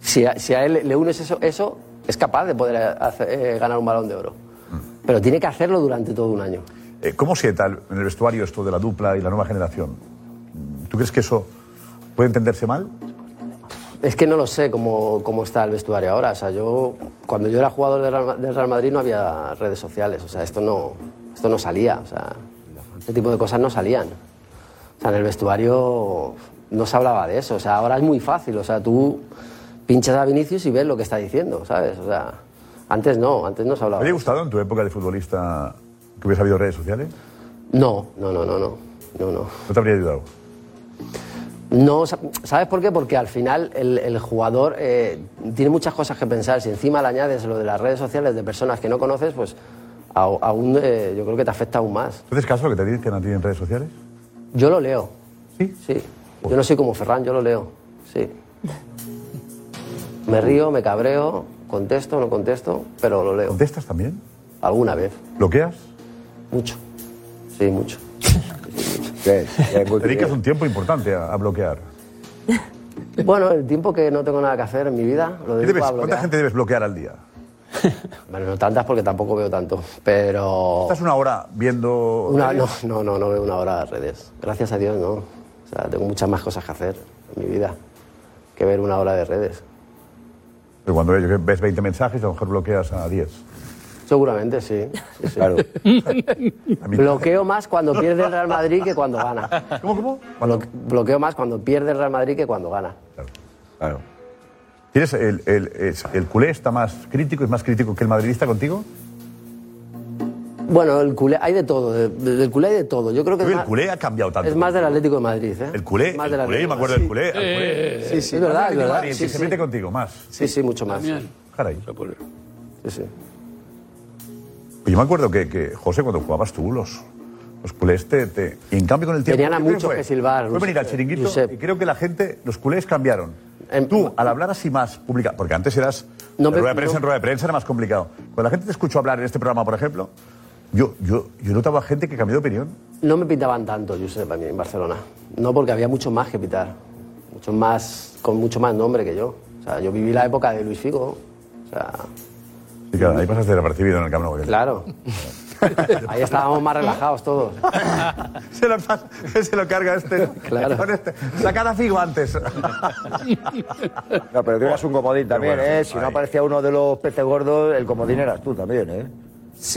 Speaker 25: Si a, si a él le unes eso, eso, es capaz de poder hacer- eh, ganar un balón de oro. Pero tiene que hacerlo durante todo un año.
Speaker 12: Eh, ¿Cómo se tal en el vestuario esto de la dupla y la nueva generación? ¿Tú crees que eso puede entenderse mal?
Speaker 25: Es que no lo sé cómo, cómo está el vestuario ahora. O sea, yo, cuando yo era jugador del Real, Ma- del Real Madrid no había redes sociales. O sea, esto no, esto no salía. O sea, este tipo de cosas no salían. O sea, en el vestuario no se hablaba de eso. O sea, ahora es muy fácil. O sea, tú pinchas a Vinicius y ves lo que está diciendo, ¿sabes? O sea, antes no, antes no se
Speaker 12: ¿Te
Speaker 25: hablaba.
Speaker 12: había gustado en tu época de futbolista que hubiese habido redes sociales?
Speaker 25: No, no, no, no, no. No, no.
Speaker 12: ¿No te habría ayudado?
Speaker 25: No, sa- ¿sabes por qué? Porque al final el, el jugador eh, tiene muchas cosas que pensar. Si encima le añades lo de las redes sociales de personas que no conoces, pues a- aún eh, yo creo que te afecta aún más.
Speaker 12: ¿Tú haces caso a lo que te dicen a ti en redes sociales?
Speaker 25: Yo lo leo. ¿Sí? Sí. Yo no soy como Ferran, yo lo leo. Sí. Me río, me cabreo, contesto, no contesto, pero lo leo.
Speaker 12: ¿Contestas también?
Speaker 25: Alguna vez.
Speaker 12: ¿Bloqueas?
Speaker 25: Mucho. Sí, mucho.
Speaker 12: Dedicas un tiempo importante a, a bloquear.
Speaker 25: Bueno, el tiempo que no tengo nada que hacer en mi vida lo
Speaker 12: ¿Qué
Speaker 25: dedico
Speaker 12: debes-
Speaker 25: a
Speaker 12: ¿Cuánta
Speaker 25: bloquear.
Speaker 12: gente debes bloquear al día?
Speaker 25: Bueno, no tantas porque tampoco veo tanto, pero...
Speaker 12: ¿Estás una hora viendo...?
Speaker 25: Una- no,
Speaker 12: redes?
Speaker 25: no, no, no veo una hora de redes. Gracias a Dios, no. O sea, tengo muchas más cosas que hacer en mi vida que ver una hora de redes.
Speaker 12: Pero cuando ves- yo que ves 20 mensajes, a lo mejor bloqueas a 10.
Speaker 25: Seguramente sí. sí, sí.
Speaker 12: Claro.
Speaker 25: Bloqueo más cuando pierde el Real Madrid que cuando gana.
Speaker 12: ¿Cómo, cómo?
Speaker 25: bloqueo más cuando pierde el Real Madrid que cuando gana.
Speaker 12: Claro. ¿Tienes el, el, es- el culé está más crítico, es más crítico que el madridista contigo?
Speaker 25: Bueno, el culé, hay de todo. de- de- Del culé hay de todo. Yo creo que es
Speaker 12: Uy, el
Speaker 25: más-
Speaker 12: culé ha cambiado tanto.
Speaker 25: Es más del Atlético de Madrid, ¿eh?
Speaker 12: El culé,
Speaker 25: Más
Speaker 12: el
Speaker 25: del
Speaker 12: culé, yo me acuerdo del culé. el culé.
Speaker 25: Sí, sí, es verdad, es
Speaker 12: Atlético de
Speaker 25: verdad.
Speaker 12: Madrid,
Speaker 25: Sí,
Speaker 12: se
Speaker 25: sí.
Speaker 12: mete contigo más.
Speaker 25: Sí, sí, mucho más.
Speaker 12: Caray.
Speaker 25: Sí, sí.
Speaker 12: Yo me acuerdo que, que, José, cuando jugabas tú, los, los culés te, te- Y en cambio con el tiempo...
Speaker 25: Tenían a
Speaker 12: ¿qué creo
Speaker 25: muchos
Speaker 12: fue?
Speaker 25: que silbar,
Speaker 12: Fue venir al chiringuito
Speaker 25: Josep.
Speaker 12: y creo que la gente, los culés cambiaron. Tú, al hablar así más pública, porque antes eras en
Speaker 25: me-
Speaker 12: rueda de prensa
Speaker 25: no-
Speaker 12: en rueda de prensa, era más complicado. Cuando la gente te escuchó hablar en este programa, por ejemplo, yo, yo, yo notaba gente que cambió de opinión.
Speaker 25: No me pitaban tanto, Josep, a mí en Barcelona. No, porque había muchos más que pitar. Muchos más, con mucho más nombre que yo. O sea, yo viví la época de Luis Figo. O sea,
Speaker 12: Y claro, ahí pasaste desapercibido en el Camp Nou. aquel.
Speaker 25: claro. Ahí estábamos más relajados todos.
Speaker 12: Se lo, pasa- se lo carga este.
Speaker 25: Claro.
Speaker 12: Con este. Sacad a Figo antes.
Speaker 16: No, pero tú eras un comodín también,
Speaker 12: bueno,
Speaker 16: ¿eh? Si no aparecía uno de los peces gordos, el comodín eras tú también, ¿eh?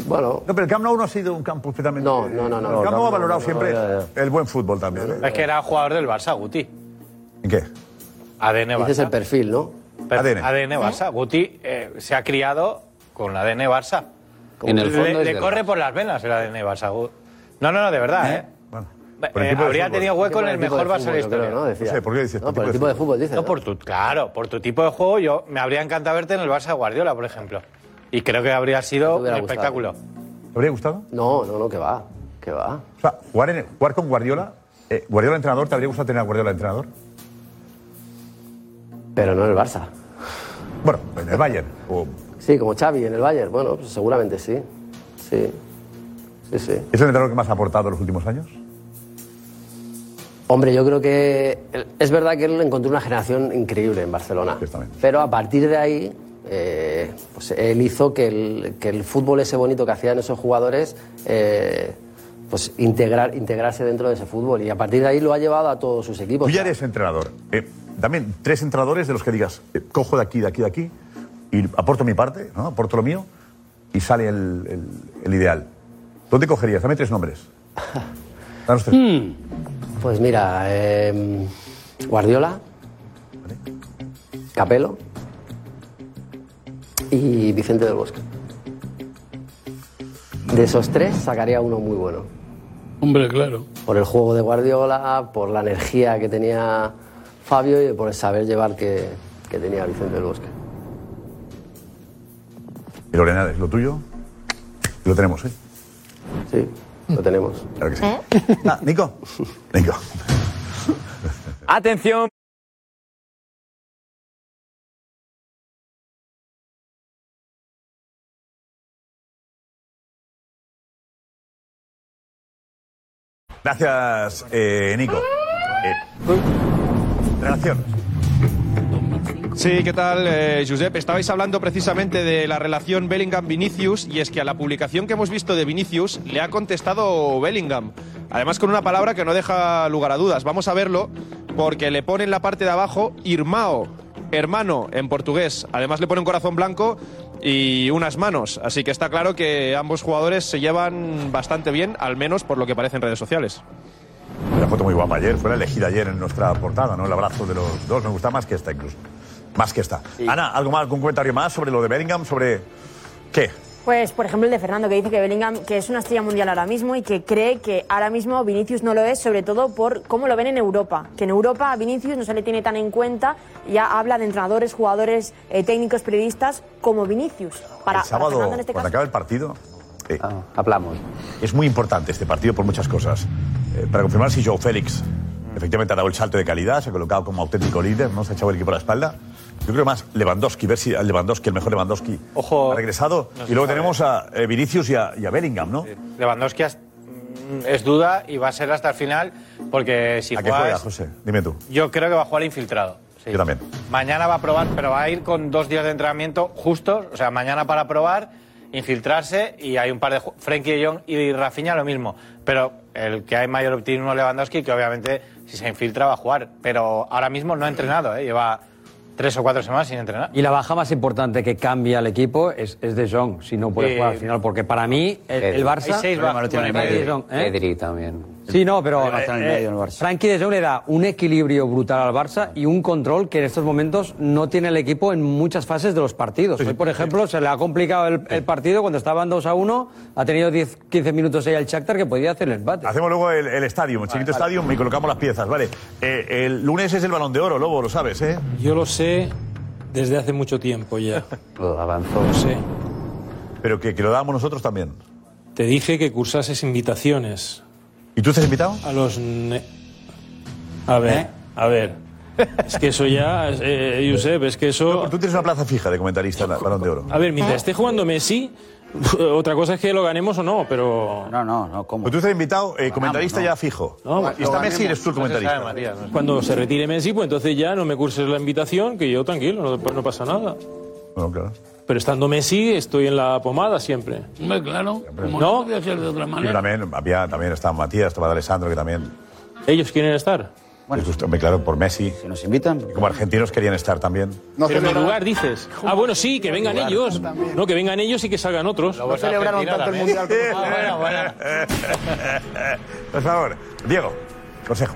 Speaker 25: bueno.
Speaker 12: No, pero el Camp Nou no ha sido un campo completamente... No, no, no.
Speaker 16: no,
Speaker 12: el Camp Nou
Speaker 16: no,
Speaker 12: ha valorado
Speaker 16: no, no,
Speaker 12: siempre
Speaker 16: ya,
Speaker 12: el buen fútbol también. ¿eh?
Speaker 15: Es que era jugador del Barça, Guti.
Speaker 12: ¿En qué?
Speaker 15: ADN Barça.
Speaker 12: Dices el
Speaker 25: perfil, ¿no?
Speaker 12: ADN.
Speaker 15: Barça. Guti eh, se ha criado con la ADN Barça.
Speaker 20: En el fondo
Speaker 15: le,
Speaker 20: es
Speaker 15: le
Speaker 20: del
Speaker 15: corre por las venas el ADn Barça. Gu- No, no, no, de verdad, ¿eh?
Speaker 12: por el
Speaker 15: Eh,
Speaker 12: tipo de
Speaker 15: habría
Speaker 12: fútbol.
Speaker 15: tenido hueco
Speaker 12: Por
Speaker 15: en
Speaker 12: el
Speaker 15: el
Speaker 12: tipo de
Speaker 15: mejor Barça
Speaker 12: fútbol,
Speaker 15: de la
Speaker 12: yo creo,
Speaker 15: historia.
Speaker 12: ¿no? Decía. No sé, ¿por qué dices?
Speaker 25: No, por el tipo de fútbol, dices.
Speaker 15: No, por tu, claro, por tu tipo de juego, yo me habría encantado verte en el Barça de Guardiola, por ejemplo. Y creo que habría sido un
Speaker 25: hubiera gustado.
Speaker 15: espectáculo.
Speaker 12: ¿Te habría gustado?
Speaker 25: No, no, no, que va. Que va.
Speaker 12: O sea, jugar, en- jugar con Guardiola, eh, Guardiola entrenador, ¿te habría gustado tener a Guardiola entrenador?
Speaker 25: Pero no en el Barça.
Speaker 12: Bueno, en el Bayern.
Speaker 25: Sí, como Xavi en el Bayern. Bueno, pues seguramente sí. Sí. Sí, sí.
Speaker 12: ¿Es el entrenador que más ha aportado en los últimos años?
Speaker 25: Hombre, yo creo que él- es verdad que él encontró una generación increíble en Barcelona. Pero a partir de ahí, eh, pues él hizo que el, que el fútbol ese bonito que hacían esos jugadores, eh, pues integrar, integrarse dentro de ese fútbol. Y a partir de ahí lo ha llevado a todos sus equipos.
Speaker 12: Tú ya eres entrenador. Eh, también tres entrenadores de los que digas, eh, cojo de aquí, de aquí, de aquí, y aporto mi parte, ¿no? aporto lo mío, y sale el, el- el ideal. ¿Dónde cogerías? Dame tres nombres. Danos tres.
Speaker 25: Pues mira, eh, Guardiola, Capello y Vicente del Bosque. De esos tres sacaría uno muy bueno.
Speaker 29: Hombre, claro.
Speaker 25: Por el juego de Guardiola, por la energía que tenía Fabio y por el saber llevar que, que tenía Vicente del Bosque.
Speaker 12: ¿Y Lorena, es lo tuyo? Lo tenemos, ¿eh?
Speaker 25: Sí, lo tenemos.
Speaker 12: Claro que sí.
Speaker 11: ¿Eh?
Speaker 12: Ah, Nico. Nico.
Speaker 30: Atención.
Speaker 12: Gracias, eh, Nico. Eh, relaciones.
Speaker 2: Sí, ¿qué tal, eh, Josep? Estabais hablando precisamente de la relación Bellingham-Vinicius y es que a la publicación que hemos visto de Vinicius le ha contestado Bellingham. Además con una palabra que no deja lugar a dudas. Vamos a verlo porque le pone en la parte de abajo Irmao, hermano en portugués. Además le pone un corazón blanco y unas manos. Así que está claro que ambos jugadores se llevan bastante bien, al menos por lo que parece en redes sociales.
Speaker 12: La foto muy guapa ayer, fue la elegida ayer en nuestra portada, ¿no? El abrazo de los dos, me gusta más que esta incluso. Más que esta. Ana, ¿algo más, algún comentario más sobre lo de Bellingham? ¿Sobre qué?
Speaker 31: Pues, por ejemplo, el de Fernando, que dice que Bellingham que es una estrella mundial ahora mismo y que cree que ahora mismo Vinicius no lo es, sobre todo por cómo lo ven en Europa. Que en Europa a Vinicius no se le tiene tan en cuenta, ya habla de entrenadores, jugadores, eh, técnicos, periodistas, como Vinicius. Para,
Speaker 12: el sábado,
Speaker 31: para Fernando en este
Speaker 12: cuando
Speaker 31: caso.
Speaker 12: acabe el partido, eh, hablamos. Es muy importante este partido por muchas cosas. Eh, para confirmar si Joe Félix efectivamente ha dado el salto de calidad, se ha colocado como auténtico líder, no se ha echado el equipo a la espalda. Yo creo más Lewandowski, ver si Lewandowski, el mejor Lewandowski, ha regresado.
Speaker 15: No se
Speaker 12: y luego
Speaker 15: sabe.
Speaker 12: tenemos a eh, Vinicius y a, y a Bellingham, ¿no?
Speaker 15: Lewandowski has- mm, es duda y va a ser hasta el final porque si
Speaker 12: ¿A qué juega,
Speaker 15: juegas,
Speaker 12: José? Dime tú.
Speaker 15: yo creo que va a jugar infiltrado. Sí.
Speaker 12: Yo también.
Speaker 15: Mañana va a probar, pero va a ir con dos días de entrenamiento justos, o sea, mañana para probar, infiltrarse y hay un par de ju- Frenkie de Jong y Rafinha lo mismo, pero el que hay mayor optimismo es Lewandowski que obviamente si se infiltra va a jugar, pero ahora mismo no ha entrenado, ¿eh? lleva tres o cuatro semanas sin entrenar.
Speaker 27: Y la baja más importante que cambia el equipo es, es De Jong, si no puede
Speaker 15: Eh,
Speaker 27: jugar al final, porque para mí el, el
Speaker 20: Pedri.
Speaker 27: Barça...
Speaker 20: Hay seis bajas. Problema lo tiene
Speaker 27: Frankie
Speaker 20: Pedri.
Speaker 27: de Jong, ¿eh?
Speaker 20: Pedri también.
Speaker 27: Sí, no, pero eh,
Speaker 20: Problema está en el medio en el Barça.
Speaker 27: Frankie de Jong le da un equilibrio brutal al Barça y un control que en estos momentos no tiene el equipo en muchas fases de los partidos. Hoy, por ejemplo, se le ha complicado el, el partido cuando estaban 2 a 1, ha tenido 10, 15 minutos ahí al Shakhtar que podía hacer el empate.
Speaker 12: Hacemos luego el, el estadio, el chiquito estadio, y colocamos las piezas, ¿vale? Eh, el lunes es el balón de oro, Lobo, lo sabes, ¿eh?
Speaker 8: Yo lo sé desde hace mucho tiempo ya.
Speaker 12: Lo avanzó.
Speaker 8: sé.
Speaker 12: Pero que, que lo damos nosotros también.
Speaker 8: Te dije que cursases invitaciones.
Speaker 12: ¿Y tú estás invitado?
Speaker 8: A los... ne- A ver, a ver. Es que eso ya, eh, Josep, es que eso...
Speaker 12: Tú tienes una plaza fija de comentarista, la- balón de oro.
Speaker 8: A ver, mientras esté jugando Messi, otra cosa es que lo ganemos o no, pero... No,
Speaker 20: no, no, ¿cómo?
Speaker 12: Pues tú estás invitado, eh, comentarista
Speaker 8: Ah,
Speaker 12: ya fijo. Ah, y está Messi, eres tú el comentarista.
Speaker 8: Cuando se retire Messi, pues entonces ya no me curses la invitación, que yo tranquilo, no, pues no pasa nada.
Speaker 12: No, claro.
Speaker 8: Pero estando Messi, estoy en la pomada siempre.
Speaker 29: Hombre, claro. Como
Speaker 8: No.
Speaker 29: no puede ser de otra
Speaker 12: Yo
Speaker 29: manera.
Speaker 12: también, había, también estaba Matías, estaba Alessandro, que también.
Speaker 8: ¿Ellos quieren estar?
Speaker 12: Bueno, claro, por Messi. Si
Speaker 20: nos invitan.
Speaker 12: Como argentinos querían estar también.
Speaker 8: pero en mi lugar dices. Ah, bueno, sí, que vengan ellos. No, que vengan ellos y que salgan otros.
Speaker 12: No celebraron tanto el Mundial como-
Speaker 8: bueno, bueno.
Speaker 12: Por favor, Diego, consejo.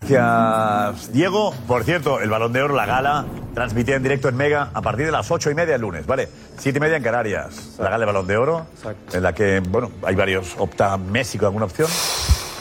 Speaker 12: Gracias, Diego. Por cierto, el Balón de Oro, la gala, transmitida en directo en Mega a partir de las ocho y media el lunes, ¿vale? Siete y media en Canarias, la gala de Balón de Oro, en la que, bueno, hay varios, opta México alguna opción,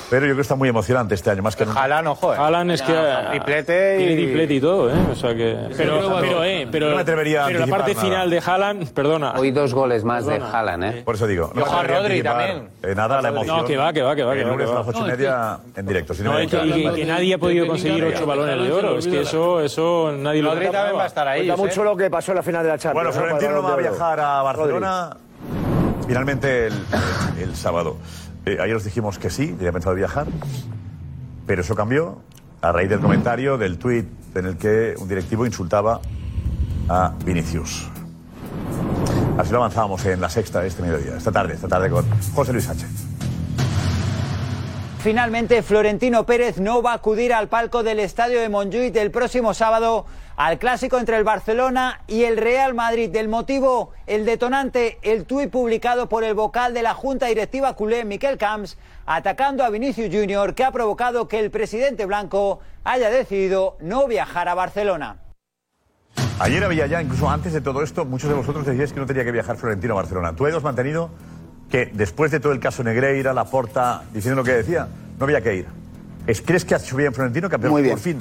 Speaker 12: pero yo creo que está muy emocionante este año, más que nunca.
Speaker 15: Alan, ojo, eh.
Speaker 8: Alan es que.
Speaker 15: Triplete y-
Speaker 8: Tiene triplete y todo, ¿eh? O sea que. Pero, pero, eh, pero,
Speaker 12: No me atrevería a
Speaker 8: pero la
Speaker 12: anticipar
Speaker 8: parte
Speaker 12: nada.
Speaker 8: final de Haaland, perdona.
Speaker 20: Hoy dos goles más
Speaker 8: Perdona.
Speaker 20: de Haaland, ¿eh?
Speaker 12: Por eso digo.
Speaker 8: Y ojo a Rodri también.
Speaker 12: Eh, nada, la
Speaker 8: No,
Speaker 12: emoción.
Speaker 8: que va, que va, que va, que
Speaker 12: El
Speaker 8: va,
Speaker 12: lunes
Speaker 8: que
Speaker 12: a
Speaker 8: va.
Speaker 12: las ocho
Speaker 8: No,
Speaker 12: y
Speaker 8: es
Speaker 12: media en directo. siete y
Speaker 8: No,
Speaker 12: media
Speaker 8: y que,
Speaker 12: en
Speaker 8: y que-
Speaker 12: Canarias.
Speaker 8: que nadie ha podido conseguir ocho balones de oro. Es que eso, eso nadie lo
Speaker 16: Cuenta
Speaker 8: ¿eh?
Speaker 16: mucho lo que pasó en la final de la Champions.
Speaker 12: Bueno,
Speaker 16: ¿no? Para
Speaker 12: Florentino no va a
Speaker 16: Balón de Oro.
Speaker 12: viajar a
Speaker 16: Rodri.
Speaker 12: Barcelona. Finalmente el, el- el sábado. Eh, ayer os dijimos que sí, tenía pensado viajar, pero eso cambió. a raíz del comentario del tuit en el que un directivo insultaba a Vinicius. Así lo avanzábamos en la sexta este mediodía, esta tarde, esta tarde con José Luis Sánchez.
Speaker 11: Finalmente, Florentino Pérez no va a acudir al palco del estadio de Montjuic el próximo sábado al clásico entre el Barcelona y el Real Madrid. Del motivo, el detonante, el tuit publicado por el vocal de la Junta Directiva culé, Miquel Camps, atacando a Vinicius Junior, que ha provocado que el presidente blanco haya decidido no viajar a Barcelona.
Speaker 12: Ayer había ya, incluso antes de todo esto, muchos de vosotros decíais que no tenía que viajar Florentino a Barcelona. Tú has mantenido que después de todo el caso Negreira, Laporta, diciendo lo que decía, no había que ir. ¿Es- ¿Crees que ha hecho bien Florentino? Que ha-
Speaker 9: Muy bien.
Speaker 12: Por fin.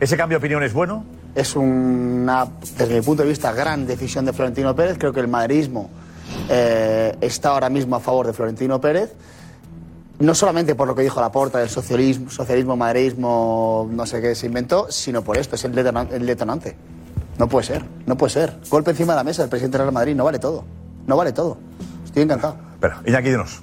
Speaker 12: ¿Ese cambio de opinión es bueno?
Speaker 9: Es una, desde mi punto de vista, gran decisión de Florentino Pérez. Creo que el madridismo eh, está ahora mismo a favor de Florentino Pérez. No solamente por lo que dijo Laporta del socialismo, socialismo, madridismo, no sé qué se inventó, sino por esto, es el detonan- el detonante. No puede ser, no puede ser. Golpe encima de la mesa del presidente del Real Madrid, no vale todo. No vale todo. Estoy encantado.
Speaker 12: Espera, Iñaki, dinos.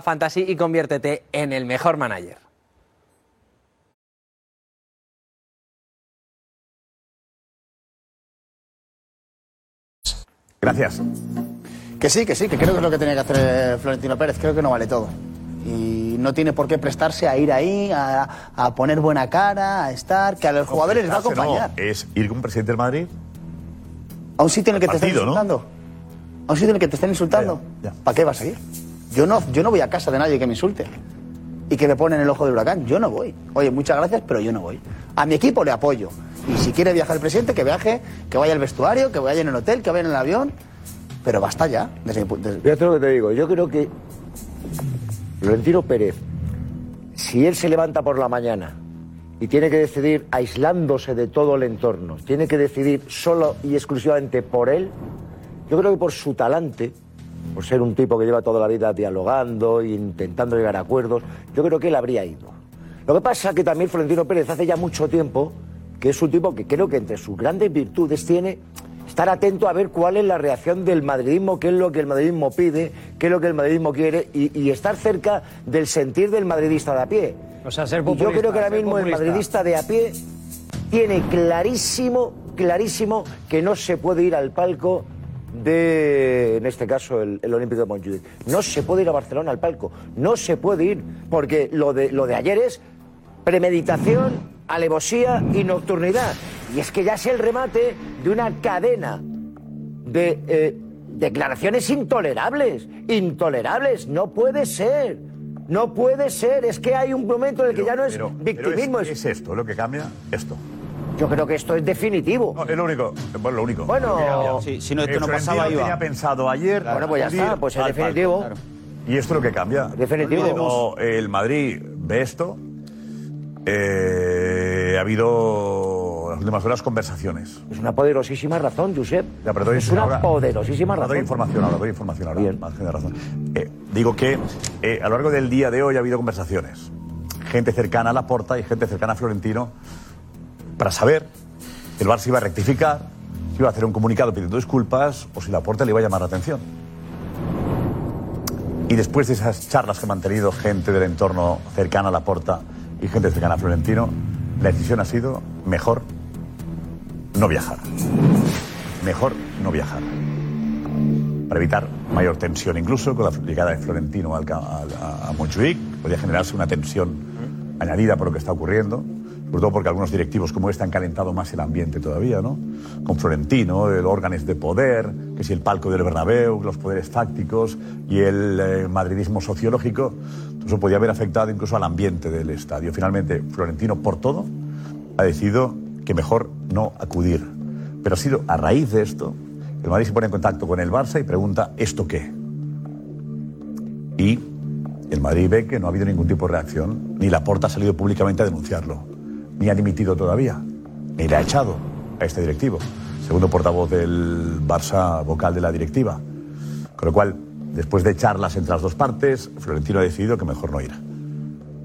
Speaker 14: Fantasy y conviértete en el mejor manager.
Speaker 12: Gracias.
Speaker 9: Que sí, que sí, que creo que es lo que tenía que hacer eh, Florentino Pérez. Creo que no vale todo. Y no tiene por qué prestarse a ir ahí, a, a poner buena cara, a estar, que a los jugadores les va a
Speaker 12: Quizás, ¿no?
Speaker 9: acompañar.
Speaker 12: Es ir con un presidente del Madrid.
Speaker 9: A un sitio en el que te están
Speaker 12: Partido, ¿no? Eh,
Speaker 9: insultando. A un sitio en el que te están insultando. ¿Para qué vas a ir? Yo no, yo no voy a casa de nadie que me insulte y que me ponen el ojo del huracán. Yo no voy. Oye, muchas gracias, pero yo no voy. A mi equipo le apoyo. Y si quiere viajar el presidente, que viaje, que vaya al vestuario, que vaya en el hotel, que vaya en el avión. Pero basta ya. Desde mi pu- desde-
Speaker 16: Fíjate lo que te digo. Yo creo que Florentino Pérez, si él se levanta por la mañana y tiene que decidir aislándose de todo el entorno, tiene que decidir solo y exclusivamente por él, yo creo que por su talante, por ser un tipo que lleva toda la vida dialogando e intentando llegar a acuerdos, yo creo que él habría ido. Lo que pasa es que también Florentino Pérez hace ya mucho tiempo que es un tipo que creo que entre sus grandes virtudes tiene estar atento a ver cuál es la reacción del madridismo, qué es lo que el madridismo pide, qué es lo que el madridismo quiere y, y estar cerca del sentir del madridista de a pie.
Speaker 27: O sea, ser
Speaker 16: Y yo
Speaker 27: populista.
Speaker 16: creo que ahora
Speaker 27: ser
Speaker 16: mismo el
Speaker 27: populista.
Speaker 16: madridista de a pie tiene clarísimo, clarísimo que no se puede ir al palco de, en este caso, el, el Olímpico de Montjuic. No se puede ir a Barcelona al palco. No se puede ir porque lo de, lo de ayer es premeditación, alevosía y nocturnidad. Y es que ya es el remate de una cadena de eh, declaraciones intolerables. Intolerables. No puede ser. No puede ser. Es que hay un momento en el que ya no es
Speaker 12: Pero- pero
Speaker 16: victimismo.
Speaker 12: es, es esto, lo que cambia, esto.
Speaker 16: Yo creo que esto es definitivo.
Speaker 12: No, es lo único. Bueno, lo único.
Speaker 16: Bueno,
Speaker 12: Lo que cambia.
Speaker 16: Sí, si no, esto
Speaker 12: Eh,
Speaker 16: no
Speaker 12: Florentino
Speaker 16: pasaba, iba.
Speaker 12: tenía pensado ayer.
Speaker 16: Bueno, pues ya
Speaker 12: acudir
Speaker 16: está, pues es
Speaker 12: al palco.
Speaker 16: definitivo.
Speaker 12: Y esto es lo que cambia.
Speaker 16: Definitivo.
Speaker 12: Cuando el Madrid ve esto, eh, ha habido en las últimas horas conversaciones.
Speaker 16: Es una poderosísima razón, Josep.
Speaker 12: Ya, pero doy-
Speaker 16: es una
Speaker 12: ahora-
Speaker 16: poderosísima
Speaker 12: ahora
Speaker 16: razón.
Speaker 12: Doy información ahora, doy información ahora. más que de razón. Eh, digo que eh, a lo largo del día de hoy ha habido conversaciones. Gente cercana a la porta y gente cercana a Florentino para saber si el Barça iba a rectificar, si iba a hacer un comunicado pidiendo disculpas o si la porta le iba a llamar la atención. Y después de esas charlas que ha mantenido gente del entorno cercana a la porta y gente cercana a Florentino, la decisión ha sido mejor no viajar. Mejor no viajar. Para evitar mayor tensión, incluso con la llegada de Florentino al, ca- al- a, a Montjuic, podría generarse una tensión añadida por lo que está ocurriendo. Sobre todo porque algunos directivos como este han calentado más el ambiente todavía, ¿no? Con Florentino, el órganes de poder, que si el palco del Bernabéu, los poderes tácticos y el eh, madridismo sociológico. Eso podía haber afectado incluso al ambiente del estadio. Finalmente, Florentino, por todo, ha decidido que mejor no acudir. Pero ha sido a raíz de esto que el Madrid se pone en contacto con el Barça y pregunta ¿esto qué? Y el Madrid ve que no ha habido ningún tipo de reacción, ni la porta ha salido públicamente a denunciarlo. ni ha dimitido todavía, ni le ha echado a este directivo. Segundo portavoz del Barça, vocal de la directiva. Con lo cual, después de charlas entre las dos partes, Florentino ha decidido que mejor no ir.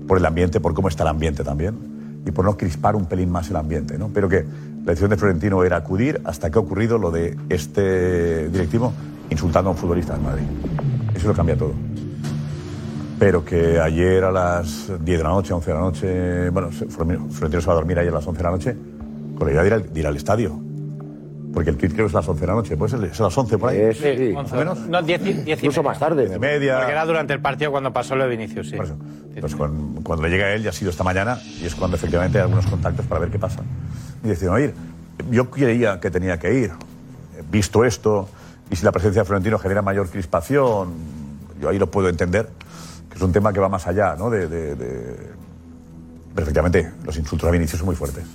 Speaker 12: Por el ambiente, por cómo está el ambiente también, y por no crispar un pelín más el ambiente. ¿no? Pero que la decisión de Florentino era acudir hasta que ha ocurrido lo de este directivo insultando a un futbolista en Madrid. Eso lo cambia todo. Pero que ayer a las 10 de la noche, 11 de la noche, bueno, se- Florentino Florentino se va a dormir ayer a las 11 de la noche, con la idea de ir al, de ir al estadio. Porque el kit creo que es a las 11 de la noche, ¿puede ser? ¿Es a las 11 por ahí?
Speaker 15: Sí, once. No, diez, y- diez y media. más
Speaker 16: tarde.
Speaker 12: media.
Speaker 15: Porque era durante el partido cuando pasó lo de Vinicius, sí.
Speaker 12: Entonces, con- Pues cuando le llega él, ya ha sido esta mañana, y es cuando efectivamente hay algunos contactos para ver qué pasa. Y decidieron ir. Yo creía que tenía que ir, visto esto, y si la presencia de Florentino genera mayor crispación, yo ahí lo puedo entender, que es un tema que va más allá, ¿no? De, de- de- Perfectamente, los insultos a Vinicius son muy fuertes.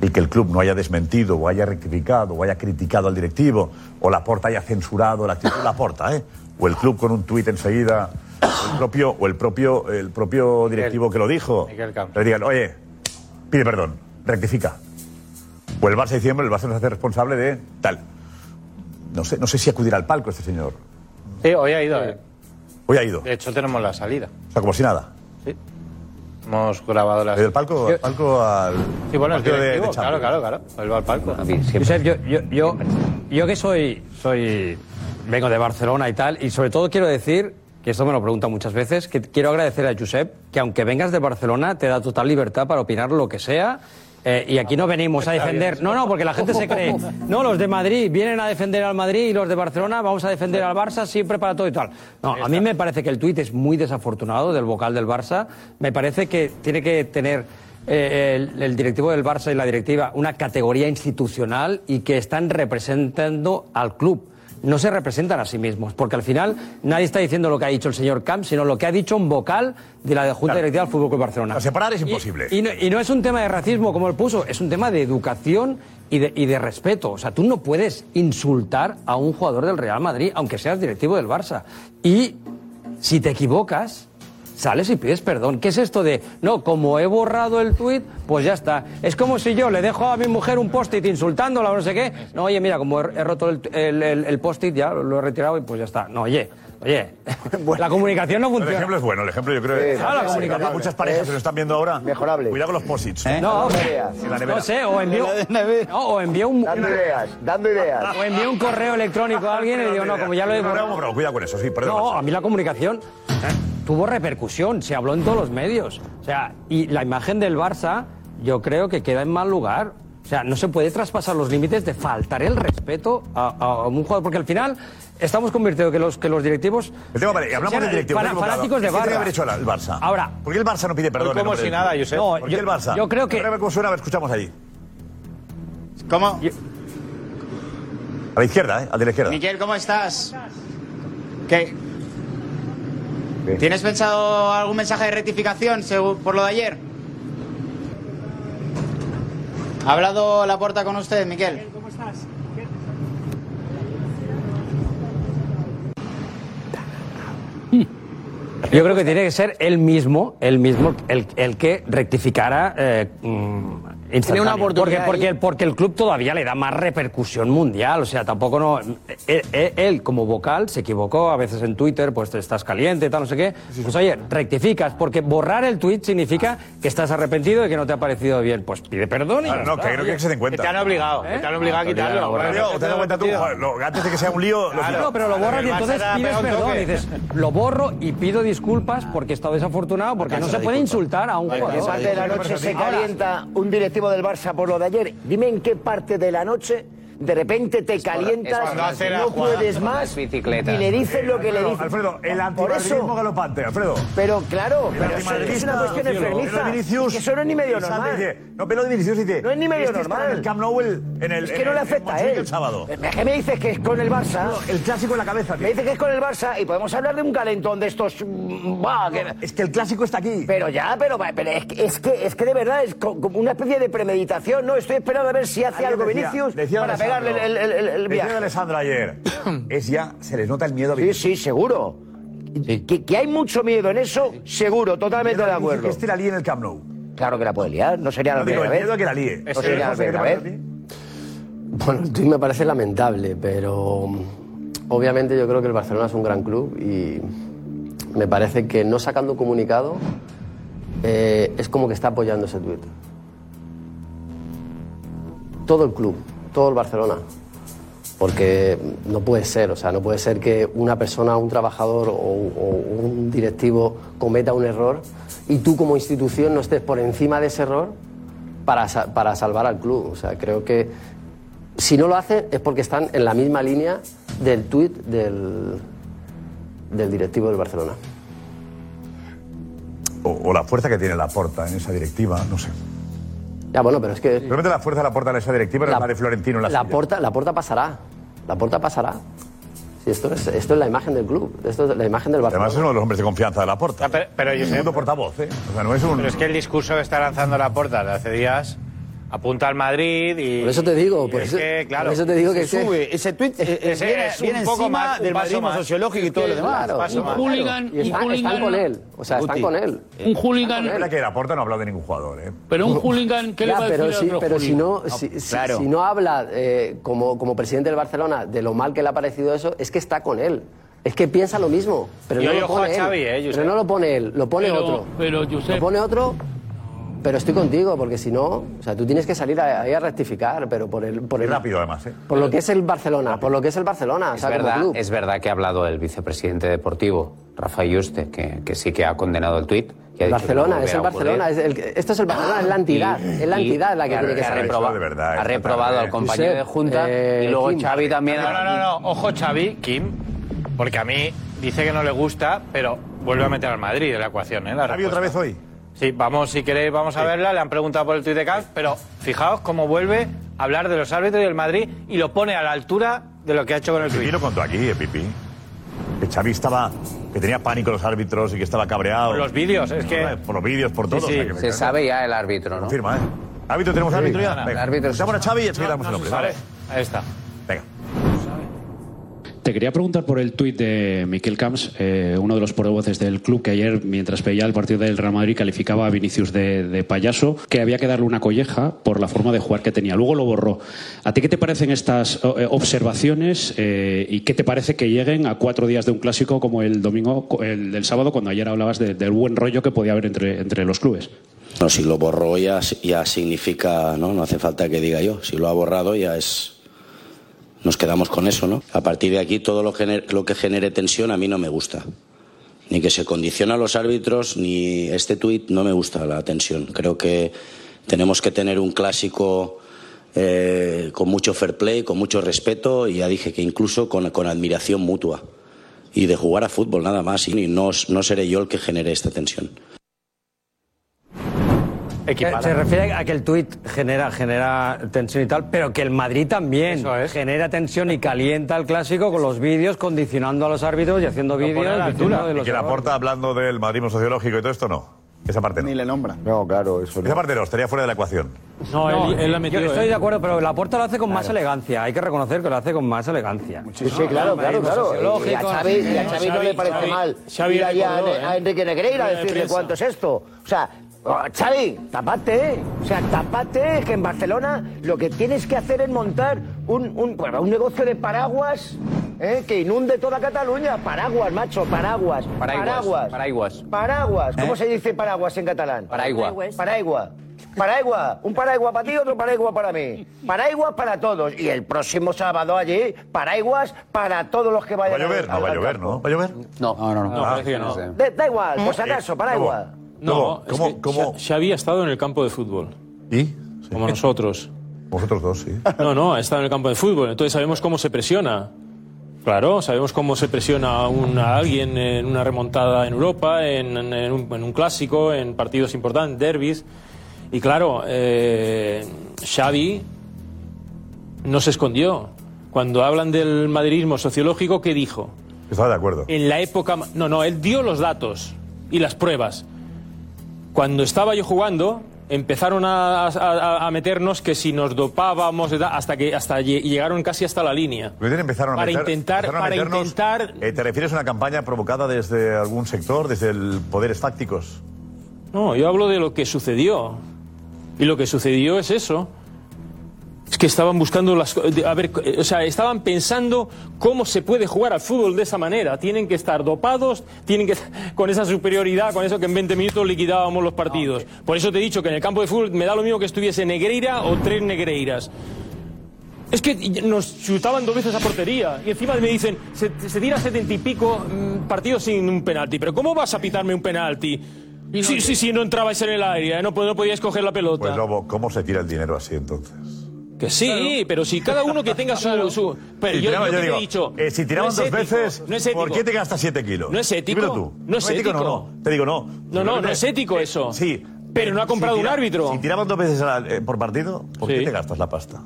Speaker 12: Y que el club no haya desmentido, o haya rectificado, o haya criticado al directivo, o la porta haya censurado la actitud de la porta, ¿eh? O el club con un tuit enseguida, o el propio, o el propio, el propio directivo que lo dijo,
Speaker 15: Miquel Camps.
Speaker 12: le digan, oye, pide perdón, rectifica. O el Barça diciembre, el Barça nos hace responsable de tal. No sé, no sé si acudirá al palco este señor.
Speaker 15: Sí, hoy ha ido. eh.
Speaker 12: Hoy ha ido.
Speaker 15: De hecho, tenemos la salida.
Speaker 12: O sea, como si nada.
Speaker 15: Hemos grabado la
Speaker 12: ¿Del palco, al palco al.
Speaker 15: Sí, bueno, el
Speaker 12: partido de- de
Speaker 15: directivo, claro,
Speaker 12: Champions.
Speaker 15: claro, claro. Él va al palco.
Speaker 27: Josep, yo, yo, yo, yo que soy, soy. Vengo de Barcelona y tal, y sobre todo quiero decir, que esto me lo preguntan muchas veces, que quiero agradecer a Josep que aunque vengas de Barcelona, te da total libertad para opinar lo que sea. eh, y aquí no venimos a defender. No, no, porque la gente se cree. No, los de Madrid vienen a defender al Madrid y los de Barcelona vamos a defender al Barça siempre para todo y tal. No, a mí me parece que el tuit es muy desafortunado del vocal del Barça. Me parece que tiene que tener eh, el, el directivo del Barça y la directiva una categoría institucional y que están representando al club. No se representan a sí mismos, porque al final nadie está diciendo lo que ha dicho el señor Camp, sino lo que ha dicho un vocal de la Junta Directiva del Fútbol Club Barcelona.
Speaker 12: separar es imposible.
Speaker 27: Y no, y no es un tema de racismo, como él puso, es un tema de educación y de, y de respeto. O sea, tú no puedes insultar a un jugador del Real Madrid, aunque seas directivo del Barça. Y si te equivocas, sales y pides perdón. ¿Qué es esto de, no, como he borrado el tuit, pues ya está? Es como si yo le dejo a mi mujer un post-it insultándola o no sé qué. No, oye, mira, como he, he roto el, el- el- el post-it, ya lo, lo he retirado y pues ya está. No, oye, oye, la comunicación no
Speaker 12: El
Speaker 27: funciona.
Speaker 12: ejemplo es bueno, el ejemplo yo creo
Speaker 27: Sí,
Speaker 12: que.
Speaker 27: claro, la comunicación.
Speaker 12: Muchas parejas que nos están viendo ahora. Mejorable. Cuidado con los posits.
Speaker 27: ¿Eh? No,
Speaker 12: En la nevera.
Speaker 27: no sé, o envío, no, o envío un... Dando ideas, dando ideas. O envío un correo electrónico a alguien y digo, no, como ya lo he
Speaker 12: No,
Speaker 27: borrado.
Speaker 12: no, pero Cuidado con eso, sí, perdón.
Speaker 27: No, a mí la comunicación eh, tuvo repercusión, se habló en todos los medios. O sea, y la imagen del Barça yo creo que queda en mal lugar. O sea, no se puede traspasar los límites de faltar el respeto a, a un jugador, porque al final estamos convirtiendo que los, que los directivos...
Speaker 12: El tema, vale, hablamos
Speaker 27: sean
Speaker 12: del directivo.
Speaker 27: fana-
Speaker 12: me he equivocado.
Speaker 27: fanáticos de
Speaker 12: ¿Qué tiene que
Speaker 27: Barça.
Speaker 12: haber hecho el- el Barça?
Speaker 27: Ahora...
Speaker 12: ¿Por qué el Barça no pide perdón?
Speaker 27: como si nada,
Speaker 12: yo
Speaker 27: Josep.
Speaker 12: sé.
Speaker 27: No,
Speaker 12: ¿Por qué
Speaker 27: yo-
Speaker 12: el Barça?
Speaker 27: yo creo que-
Speaker 12: Ahora cómo suena, a ver, escuchamos allí.
Speaker 26: ¿Cómo?
Speaker 12: A la izquierda, ¿eh? Al de la izquierda.
Speaker 26: Miquel, ¿cómo estás? ¿Qué? ¿Tienes pensado algún mensaje de rectificación segu- por lo de ayer? ¿Ha hablado la puerta con usted, Miquel?
Speaker 17: ¿Cómo estás?
Speaker 27: Yo creo que tiene que ser él mismo, él mismo, el, el que rectificara. Eh, mm, instantáneo.
Speaker 18: una oportunidad
Speaker 27: porque, porque, porque el club todavía le da más repercusión mundial. O sea, tampoco no. Él, él- él, como vocal se equivocó a veces en Twitter, pues te estás caliente, tal, no sé qué. Pues oye, rectificas, porque borrar el tweet
Speaker 15: Ah.
Speaker 27: significa que estás arrepentido y que no te ha parecido bien. Pues pide perdón y.
Speaker 12: Claro,
Speaker 27: ya
Speaker 12: Ah, no,
Speaker 27: está,
Speaker 12: que creo
Speaker 27: oye.
Speaker 12: que se den cuenta.
Speaker 15: que te han obligado a quitarlo.
Speaker 12: Mario, ¿Te das cuenta tú? Joder, lo- Antes de que sea un lío. lo
Speaker 27: Claro,
Speaker 12: quito.
Speaker 27: pero lo borras y entonces
Speaker 12: Barça era
Speaker 27: pides
Speaker 12: peor toque.
Speaker 27: perdón. Y dices, lo borro y pido disculpas porque he estado desafortunado, porque no se puede insultar a un
Speaker 16: ¿En qué
Speaker 27: jugador.
Speaker 16: parte de la noche se calienta un directivo del Barça por lo de ayer? Dime en qué parte de la noche de repente te calientas,
Speaker 26: cuando hace la
Speaker 16: no
Speaker 26: jugada
Speaker 16: puedes
Speaker 26: con
Speaker 16: más
Speaker 26: las
Speaker 16: y
Speaker 26: bicicletas.
Speaker 16: le dices lo que le
Speaker 12: Alfredo,
Speaker 16: dices.
Speaker 12: Alfredo, el
Speaker 16: Por
Speaker 12: antimadridismo
Speaker 16: eso,
Speaker 12: galopante, Alfredo.
Speaker 16: pero claro,
Speaker 12: El
Speaker 16: pero eso es
Speaker 12: antimadridista,
Speaker 16: una cuestión
Speaker 12: tío, lo
Speaker 16: enfermiza.
Speaker 12: de Vinicius,
Speaker 16: y que eso no es ni medio
Speaker 12: Santi
Speaker 16: normal.
Speaker 12: dice, No, pero lo de Vinicius dice.
Speaker 16: No es ni medio
Speaker 12: este estaba
Speaker 16: normal.
Speaker 12: En el Camp Nou el- en el.
Speaker 16: es que
Speaker 12: en
Speaker 16: no le
Speaker 12: el-
Speaker 16: afecta a
Speaker 12: en
Speaker 16: él.
Speaker 12: El sábado.
Speaker 16: ¿Me- ¿Qué me dices que es con el Barça?
Speaker 12: el clásico en la cabeza.
Speaker 16: Me dices que es con el Barça y podemos hablar de un calentón de estos. mm, bah, que-
Speaker 12: Es que el clásico está aquí.
Speaker 16: Pero ya, pero, pero es, que, es que es que de verdad es co- como una especie de premeditación, ¿no? Estoy esperando a ver si hace
Speaker 12: Ayer
Speaker 16: algo
Speaker 12: decía-
Speaker 16: Vinicius
Speaker 12: decía
Speaker 16: para
Speaker 12: Alessandro,
Speaker 16: pegarle el, el, el- el
Speaker 12: Decía
Speaker 16: viaje.
Speaker 12: Alessandro ayer. Es ya, se les nota el miedo a
Speaker 16: Sí, sí, seguro. Que, que hay mucho miedo en eso, seguro, totalmente de acuerdo.
Speaker 12: este era allí en el Camp Nou.
Speaker 16: Claro que la puede liar, no sería la
Speaker 12: No digo,
Speaker 16: primera vez.
Speaker 12: miedo a que la líe.
Speaker 16: No
Speaker 12: Eso
Speaker 16: sería
Speaker 12: es,
Speaker 16: la
Speaker 12: José, ¿qué te
Speaker 16: primera
Speaker 12: parece
Speaker 16: vez.
Speaker 12: a ti?
Speaker 25: Bueno, el tuit me parece lamentable, pero mm, obviamente yo creo que el Barcelona es un gran club y me parece que no sacando un comunicado eh, es como que está apoyando ese tuit. Todo el club, todo el Barcelona. Porque no puede ser, o sea, no puede ser que una persona, un trabajador o, o un directivo cometa un error y tú como institución no estés por encima de ese error para, sa- para salvar al club. O sea, creo que si no lo hacen es porque están en la misma línea del tuit del, del directivo del Barcelona.
Speaker 12: O, o la fuerza que tiene la porta en esa directiva, no sé.
Speaker 25: Ya, bueno, pero es que.
Speaker 12: Realmente la fuerza de la porta en esa directiva era la, de Florentino en la,
Speaker 25: La
Speaker 12: suya.
Speaker 25: porta, la porta pasará. La porta pasará. Si esto, es, esto es la imagen del club, esto es la imagen del Barcelona.
Speaker 12: Además, es uno de los hombres de confianza de la porta.
Speaker 15: ah, pero, pero yo
Speaker 12: Segundo portavoz, ¿eh? O sea, no es un.
Speaker 15: Pero es que el discurso que está lanzando la puerta de hace días apunta al Madrid y.
Speaker 25: Por eso te digo, por
Speaker 15: y es
Speaker 25: eso-
Speaker 15: que, claro,
Speaker 25: por eso te digo que
Speaker 15: se
Speaker 25: es que-
Speaker 15: sube.
Speaker 6: Ese tweet
Speaker 15: Ese es un poco más, un paso más. Es que, claro,
Speaker 25: Paso
Speaker 15: un
Speaker 25: más.
Speaker 15: hooligan-
Speaker 25: Y están,
Speaker 15: un hooligan-
Speaker 25: están con él. O sea, están
Speaker 12: Guti.
Speaker 25: con él.
Speaker 12: Un
Speaker 21: hooligan.
Speaker 12: Mira que la porta no ha hablado de ningún jugador, ¿eh?
Speaker 21: Pero un hooligan, ¿qué le
Speaker 25: Ya,
Speaker 21: va a
Speaker 25: pero
Speaker 21: decir
Speaker 25: si,
Speaker 21: a otro
Speaker 25: pero si no,
Speaker 21: hooligan?
Speaker 25: si,
Speaker 21: No,
Speaker 25: si-
Speaker 21: claro.
Speaker 25: si no habla eh, como, como presidente del Barcelona de lo mal que le ha parecido eso, es que está con él. Es que piensa lo mismo, pero,
Speaker 21: Y
Speaker 25: no
Speaker 21: hoy
Speaker 25: lo,
Speaker 21: ojo a
Speaker 25: pone él,
Speaker 21: Xavi, eh,
Speaker 25: pero
Speaker 21: Josep.
Speaker 25: no lo pone él, lo pone
Speaker 21: Pero-
Speaker 25: otro.
Speaker 21: Pero,
Speaker 25: Lo
Speaker 21: Josep,
Speaker 25: pone otro, pero estoy contigo, porque si no, o sea, tú tienes que salir a- ahí a rectificar, pero por el... Por el
Speaker 12: rápido, además, ¿eh?
Speaker 25: Por lo que es el Barcelona, por lo que es el Barcelona, o
Speaker 20: Es
Speaker 25: sea, como
Speaker 20: verdad,
Speaker 25: club.
Speaker 20: es verdad que ha hablado el vicepresidente deportivo, Rafa Yuste, que, que sí que ha condenado el tuit. y ha dicho que no
Speaker 25: Barcelona, es el
Speaker 20: volverá a ocurrir.
Speaker 25: Barcelona, es el- esto es el Barcelona, es la entidad,
Speaker 20: Y-
Speaker 25: es la
Speaker 20: y-
Speaker 25: entidad la que
Speaker 20: claro,
Speaker 25: tiene que
Speaker 20: ha
Speaker 25: ser.
Speaker 20: reprobado, ha reprobado al compañero de Junta y luego Xavi también.
Speaker 15: No, no, no, no, ojo Xavi, Kim, porque a mí dice que no le gusta, pero vuelve a meter al Madrid en la ecuación, ¿eh? La
Speaker 12: ¿Xavi otra vez hoy?
Speaker 15: Sí, vamos, si queréis, vamos a verla. Le han preguntado por el tuit de Caz, pero fijaos cómo vuelve a hablar de los árbitros y del Madrid y lo pone a la altura de lo que ha hecho con el tuit.
Speaker 12: Pipi lo contó aquí, eh, Pipi. Que Xavi estaba. que tenía pánico los árbitros y que estaba cabreado. eh,
Speaker 15: Por los vídeos, es que-
Speaker 12: Por los vídeos, por todo. o sea, que me
Speaker 20: se
Speaker 12: encanta.
Speaker 20: sabe ya el árbitro, ¿no?
Speaker 12: Confirma, ¿eh? Árbitro, tenemos
Speaker 20: Sí,
Speaker 12: árbitro ya.
Speaker 20: no, no,
Speaker 12: Venga.
Speaker 20: el árbitro-
Speaker 12: Llamo a Xavi y enseguida damos el nombre.
Speaker 15: Vale, ahí está.
Speaker 12: Venga.
Speaker 10: Te quería preguntar por el tuit de Miquel Camps, eh, uno de los portavoces del club que ayer, mientras veía el partido del Real Madrid, calificaba a Vinicius de, de payaso, que había que darle una colleja por la forma de jugar que tenía. Luego lo borró. ¿A ti qué te parecen estas o- eh, observaciones eh, y qué te parece que lleguen a cuatro días de un clásico como el domingo, co- el del sábado, cuando ayer hablabas de- del buen rollo que podía haber entre, entre los clubes?
Speaker 17: No, si lo borró ya, ya significa, ¿no? No hace falta que diga yo. Si lo ha borrado ya es... Nos quedamos con eso, ¿no? A partir de aquí todo lo, gener- lo que genere tensión a mí no me gusta. Ni que se condiciona a los árbitros, ni este tuit, no me gusta la tensión. Creo que tenemos que tener un clásico eh, con mucho fair play, con mucho respeto y ya dije que incluso con, con admiración mutua. Y de jugar a fútbol nada más y no, no seré yo el que genere esta tensión.
Speaker 27: Eh, Se refiere a que el tuit genera, genera tensión y tal, pero que el Madrid también genera tensión y calienta el clásico con los vídeos, condicionando a los árbitros y haciendo vídeos. diciendo de
Speaker 12: Y
Speaker 27: los
Speaker 12: que la
Speaker 27: errores.
Speaker 12: porta hablando del madrismo sociológico y todo esto, no. Esa parte no. Ni
Speaker 6: le nombra.
Speaker 12: No, claro, eso Esa parte no, estaría fuera de la ecuación.
Speaker 27: No,
Speaker 12: No,
Speaker 27: él,
Speaker 12: él la
Speaker 27: la
Speaker 12: metió,
Speaker 27: Yo estoy
Speaker 12: ¿eh?
Speaker 27: de acuerdo, pero la porta lo hace con más
Speaker 12: Claro.
Speaker 27: elegancia. Hay que reconocer que lo hace con más elegancia.
Speaker 16: Sí, sí, claro, claro, claro. Y a Xavi, y a Xavi pues no le parece mal ir ahí a, a Enrique Negreira a decirle cuánto es esto. O sea, oh, Xavi, tapate, ¿eh? O sea, tapate, que en Barcelona lo que tienes que hacer es montar un, un, bueno, un negocio de paraguas ¿eh? que inunde toda Cataluña. Paraguas, macho, paraguas.
Speaker 20: Paraiguas,
Speaker 16: Paraguas.
Speaker 20: paraiguas.
Speaker 16: Paraguas. ¿Cómo se dice paraguas en catalán?
Speaker 20: Paraigua.
Speaker 16: Paraigua. Paraigua. Un paraigua para ti, otro paraigua para mí. Paraiguas para todos. Y el próximo sábado allí, paraiguas para todos los que
Speaker 12: Va
Speaker 16: vayan
Speaker 12: a llover, no va a llover, ¿no. ¿Va a llover?
Speaker 20: No, no, no.
Speaker 8: No, parece que no.
Speaker 16: Da, da igual, por si acaso, paraigua.
Speaker 8: No, es que Xa- Xavi ha estado en el campo de fútbol.
Speaker 12: ¿Y?
Speaker 8: Como nosotros.
Speaker 12: Vosotros dos, sí.
Speaker 8: No, no, ha estado en el campo de fútbol, entonces sabemos cómo se presiona. Claro, sabemos cómo se presiona a, un- a alguien en una remontada en Europa, en, en- en un, en un clásico, en partidos importantes, derbis. Y claro, eh, Xavi no se escondió. Cuando hablan del madridismo sociológico, ¿qué dijo?
Speaker 12: Estaba de acuerdo.
Speaker 8: En la época... ma- No, no, él dio los datos y las pruebas. Cuando estaba yo jugando, empezaron a, a- a meternos que si nos dopábamos, y tal, hasta que hasta lle- llegaron casi hasta la línea.
Speaker 12: Pero bien, empezaron a
Speaker 8: Para
Speaker 12: meter-
Speaker 8: intentar-
Speaker 12: empezaron a
Speaker 8: para
Speaker 12: meternos-
Speaker 8: intentar-
Speaker 12: Eh, ¿Te refieres a una campaña provocada desde algún sector, desde el poderes tácticos?
Speaker 8: No, yo hablo de lo que sucedió. Y lo que sucedió es eso. Es que estaban buscando las. co- de- A ver, co- eh, o sea, estaban pensando cómo se puede jugar al fútbol de esa manera. Tienen que estar dopados, tienen que. con esa superioridad, con eso que en 20 minutos liquidábamos los partidos. Por eso te he dicho que en el campo de fútbol me da lo mismo que estuviese Negreira o tres Negreiras. Es que nos chutaban dos veces a portería y encima me dicen, se, se tira setenta y pico mm, partidos sin un penalti. Pero ¿cómo vas a pitarme un penalti? Sí, sí, sí, no entrabais en el área, no, pod- no podíais coger la pelota.
Speaker 12: Pues Lobo, ¿cómo se tira el dinero así entonces?
Speaker 8: Que sí, pero si cada uno que tenga su... su- pero
Speaker 12: Si
Speaker 8: yo,
Speaker 12: tiraba-
Speaker 8: yo
Speaker 12: yo
Speaker 8: te
Speaker 12: digo,
Speaker 8: he dicho...
Speaker 12: eh, si tiramos
Speaker 8: no
Speaker 12: dos
Speaker 8: es ético,
Speaker 12: veces,
Speaker 8: no es ético.
Speaker 12: ¿por qué te gastas 7 kilos?
Speaker 8: No es ético,
Speaker 12: Dímelo tú.
Speaker 8: no es
Speaker 12: ético.
Speaker 8: ético.
Speaker 12: No, no. Te digo no. Eh,
Speaker 8: No, no, no es ético eso.
Speaker 12: Sí.
Speaker 8: Pero no ha
Speaker 12: Si
Speaker 8: comprado un
Speaker 12: tira-
Speaker 8: árbitro.
Speaker 12: Si tiramos dos veces a la- eh, por partido, ¿por qué te gastas la pasta?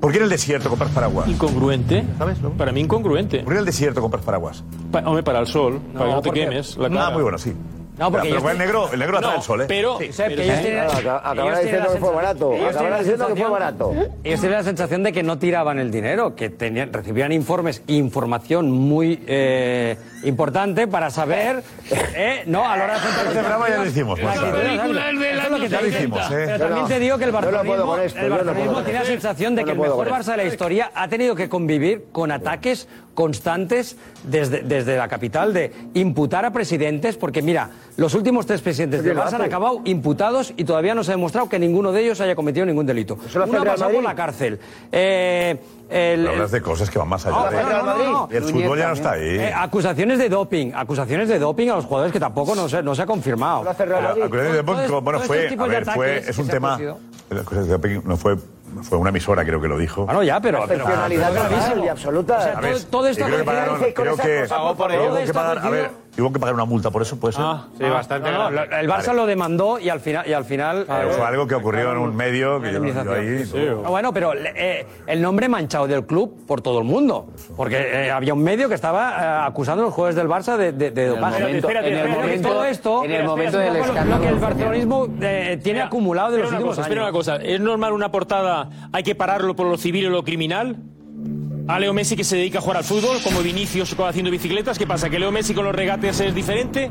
Speaker 12: ¿Por qué en el desierto compras paraguas? ¿Eh?
Speaker 8: Incongruente. ¿Sabes? Para mí incongruente.
Speaker 12: ¿Por qué en el desierto compras paraguas?
Speaker 8: Pa- hombre, para el sol, para que no te
Speaker 12: porque-
Speaker 8: quemes la
Speaker 12: Ah,
Speaker 8: cara.
Speaker 12: muy bueno, sí. No, porque
Speaker 8: yo
Speaker 12: pero el
Speaker 8: estoy-
Speaker 12: negro, el negro atrae
Speaker 8: No,
Speaker 12: el sol, ¿eh?
Speaker 8: pero- Sí, Josep, pero- que ellos tienen-
Speaker 16: Claro, acá- acabará diciendo que fue barato. Acabará diciendo que fue barato.
Speaker 27: Ellos tienen la sensación de que no tiraban el dinero, que tenían, recibían informes, información muy eh, importante para saber. eh, no, a la hora de hacer
Speaker 12: Este programa ya lo hicimos.
Speaker 27: La
Speaker 12: Gonzalo.
Speaker 27: película es del
Speaker 12: Eso es lo
Speaker 27: año
Speaker 12: que te
Speaker 27: 70.
Speaker 12: hicimos, ¿eh?
Speaker 27: Pero también te digo que el
Speaker 16: yo no puedo
Speaker 27: barcelonismo,
Speaker 16: con esto,
Speaker 27: el
Speaker 16: Pues yo no puedo
Speaker 27: barcelonismo
Speaker 16: con
Speaker 27: tiene la
Speaker 16: esto.
Speaker 27: sensación de
Speaker 16: Yo
Speaker 27: que
Speaker 16: no
Speaker 27: el
Speaker 16: puedo
Speaker 27: mejor
Speaker 16: con
Speaker 27: Barça
Speaker 16: esto.
Speaker 27: de la historia ha tenido que convivir con ataques constantes desde, desde la capital de imputar a presidentes, porque mira, los últimos tres presidentes
Speaker 16: Oye,
Speaker 27: del
Speaker 16: lo
Speaker 27: Barça han
Speaker 16: hace.
Speaker 27: acabado imputados y todavía no se ha demostrado que ninguno de ellos haya cometido ningún delito.
Speaker 16: Pues
Speaker 12: lo hace
Speaker 27: Uno ha
Speaker 12: el Real
Speaker 27: pasado por
Speaker 12: Madrid.
Speaker 27: la cárcel. Eh, el-
Speaker 12: Pero hablas de cosas que van más allá. de- El fútbol ya Ah, no está ahí.
Speaker 27: eh, acusaciones de doping, acusaciones de doping a los jugadores que tampoco no se, no se ha confirmado.
Speaker 12: Pero acuérdate de Bonco, bueno,
Speaker 27: todos estos
Speaker 12: fue,
Speaker 27: tipos
Speaker 12: a
Speaker 27: de
Speaker 12: ver, fue,
Speaker 27: ataques
Speaker 12: es un
Speaker 27: que se han
Speaker 12: tema,
Speaker 27: producido.
Speaker 12: las cosas de doping no fue, fue una emisora creo que lo dijo.
Speaker 27: Bueno, Ah, ya, pero- pero-
Speaker 16: Excepcionalidad
Speaker 27: pero-
Speaker 16: total
Speaker 27: gravísimo.
Speaker 16: y absoluta.
Speaker 27: O sea,
Speaker 12: A ver,
Speaker 27: todo- todo esto
Speaker 12: creo
Speaker 27: coincide
Speaker 12: que pagaron,
Speaker 27: con
Speaker 12: creo
Speaker 27: esas
Speaker 12: que,
Speaker 27: cosas, por favor.
Speaker 12: hubo
Speaker 27: Todo
Speaker 12: que
Speaker 27: esto
Speaker 12: pagar, a ver, hubo que pagar una multa por eso, puede ser.
Speaker 27: Ah,
Speaker 15: bastante
Speaker 27: no, no,
Speaker 15: grande.
Speaker 27: el Barça
Speaker 15: Vale.
Speaker 27: lo demandó y al final y al final
Speaker 12: Pero
Speaker 27: eh,
Speaker 12: fue algo que ocurrió en un medio que yo, yo ahí.
Speaker 27: Ah, bueno, pero eh, el nombre manchado del club por todo el mundo. Porque eh, había un medio que estaba eh, acusando a los jugadores del Barça de, de, de dopaje.
Speaker 20: momento- Espérate, en el espérate, momento-
Speaker 27: todo esto,
Speaker 20: en el momento
Speaker 27: es un
Speaker 20: del
Speaker 27: poco lo- Lo
Speaker 20: escándalo.
Speaker 27: que el barcelonismo eh, tiene acumulado de los
Speaker 8: Espera una
Speaker 27: últimos
Speaker 8: cosa, espera
Speaker 27: años.
Speaker 8: una cosa. ¿Es normal una portada, hay que pararlo por lo civil o lo criminal? ¿A Leo Messi que se dedica a jugar al fútbol, como Vinicius haciendo bicicletas? ¿Qué pasa? ¿Que Leo Messi con los regates es diferente?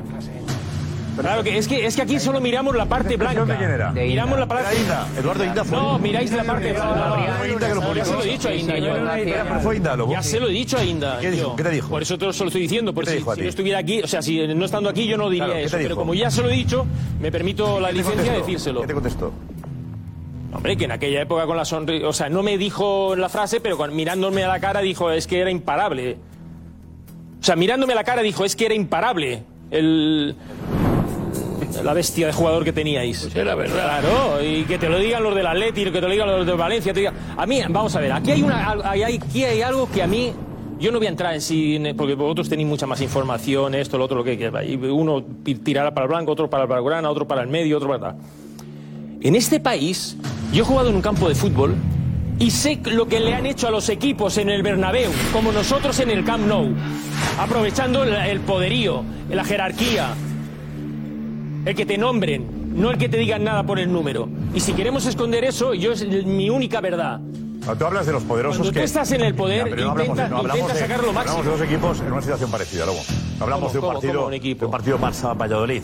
Speaker 8: Claro que es que es que aquí solo miramos la parte blanca.
Speaker 12: ¿De quién era?
Speaker 8: Miramos la parte
Speaker 12: Era Inda, Eduardo Inda fue.
Speaker 8: No, miráis la parte blanca.
Speaker 12: Fue Inda que lo
Speaker 8: Ya se lo he dicho a Inda yo.
Speaker 12: Pero fue Inda, Lobo.
Speaker 8: Ya se lo he dicho a Inda.
Speaker 12: ¿Qué dijo?
Speaker 8: yo.
Speaker 12: ¿Qué te dijo?
Speaker 8: Por eso te lo solo estoy diciendo. Por
Speaker 12: ¿Qué te
Speaker 8: si,
Speaker 12: dijo a
Speaker 8: si
Speaker 12: ti?
Speaker 8: no estuviera aquí, o sea, si no estando aquí, yo no diría
Speaker 12: Claro, ¿qué te
Speaker 8: eso. Pero
Speaker 12: dijo?
Speaker 8: como ya se lo he dicho, me permito la
Speaker 12: ¿Qué te
Speaker 8: licencia de
Speaker 12: contestó?
Speaker 8: decírselo.
Speaker 12: ¿Qué te contestó?
Speaker 8: Hombre, que en aquella época con la sonrisa. O sea, no me dijo la frase, pero con- mirándome a la cara dijo, es que era imparable. O sea, mirándome a la cara dijo, es que era imparable. El. La bestia de jugador que teníais. Pues era verdad. Claro, y que te lo digan los del Atleti, que te lo digan los de Valencia. Te digan... A mí, vamos a ver, aquí hay, una, al- hay- hay- aquí hay algo que a mí. Yo no voy a entrar en sí, en- porque vosotros tenéis mucha más información, esto, lo otro, lo que quiera. Y uno pi- tirará para el blanco, otro para el blaugrana, otro para el medio, otro para tal. En este país, yo he jugado en un campo de fútbol y sé lo que le han hecho a los equipos en el Bernabéu, como nosotros en el Camp Nou, aprovechando el- el poderío, la jerarquía, el que te nombren, no el que te digan nada por el número. Y si queremos esconder eso, yo es mi única verdad.
Speaker 12: No, Ah, tú hablas de los poderosos
Speaker 8: Cuando
Speaker 12: que...
Speaker 8: tú estás en el poder,
Speaker 12: Ya, pero no hablamos, de-
Speaker 8: intenta-
Speaker 12: no hablamos
Speaker 8: intenta
Speaker 12: de-
Speaker 8: sacar lo
Speaker 12: hablamos de
Speaker 8: máximo.
Speaker 12: dos equipos en una situación parecida, Lobo. No hablamos
Speaker 8: ¿Cómo,
Speaker 12: de un
Speaker 8: cómo,
Speaker 12: partido,
Speaker 8: cómo un equipo?
Speaker 12: de un partido Barça-Valladolid.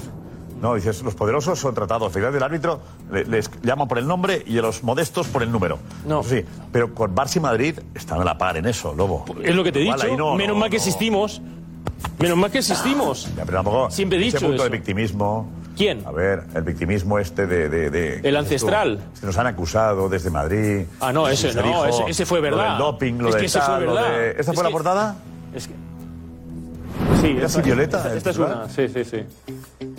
Speaker 12: No, dices, los poderosos son tratados. Final del árbitro le- les llama por el nombre y a los modestos por el número. No. sí, pero con Barça y Madrid están a la par en eso, Lobo.
Speaker 8: Es lo que te he
Speaker 12: Igual
Speaker 8: dicho.
Speaker 12: ahí no,
Speaker 8: Menos
Speaker 12: no,
Speaker 8: mal que
Speaker 12: no.
Speaker 8: existimos. Menos mal que existimos.
Speaker 12: Ya, pero tampoco.
Speaker 8: Siempre he
Speaker 12: ese
Speaker 8: dicho eso.
Speaker 12: punto de victimismo.
Speaker 8: ¿Quién?
Speaker 12: A ver, el victimismo este de. de- de- ¿qué dices
Speaker 8: ancestral.
Speaker 12: tú? Se nos han acusado desde Madrid.
Speaker 8: Ah, no, ese
Speaker 12: Se
Speaker 8: no,
Speaker 12: dijo
Speaker 8: ese- ese fue verdad.
Speaker 12: Lo del doping, lo
Speaker 8: Es
Speaker 12: del
Speaker 8: que ese fue
Speaker 12: tal, lo
Speaker 8: verdad.
Speaker 12: de- ¿Esa
Speaker 8: Es
Speaker 12: fue la
Speaker 8: que-
Speaker 12: portada?
Speaker 8: Es que. Sí,
Speaker 12: ¿Era así violeta?
Speaker 8: Esta, esta es
Speaker 12: ¿verdad?
Speaker 8: una. Sí, sí, sí.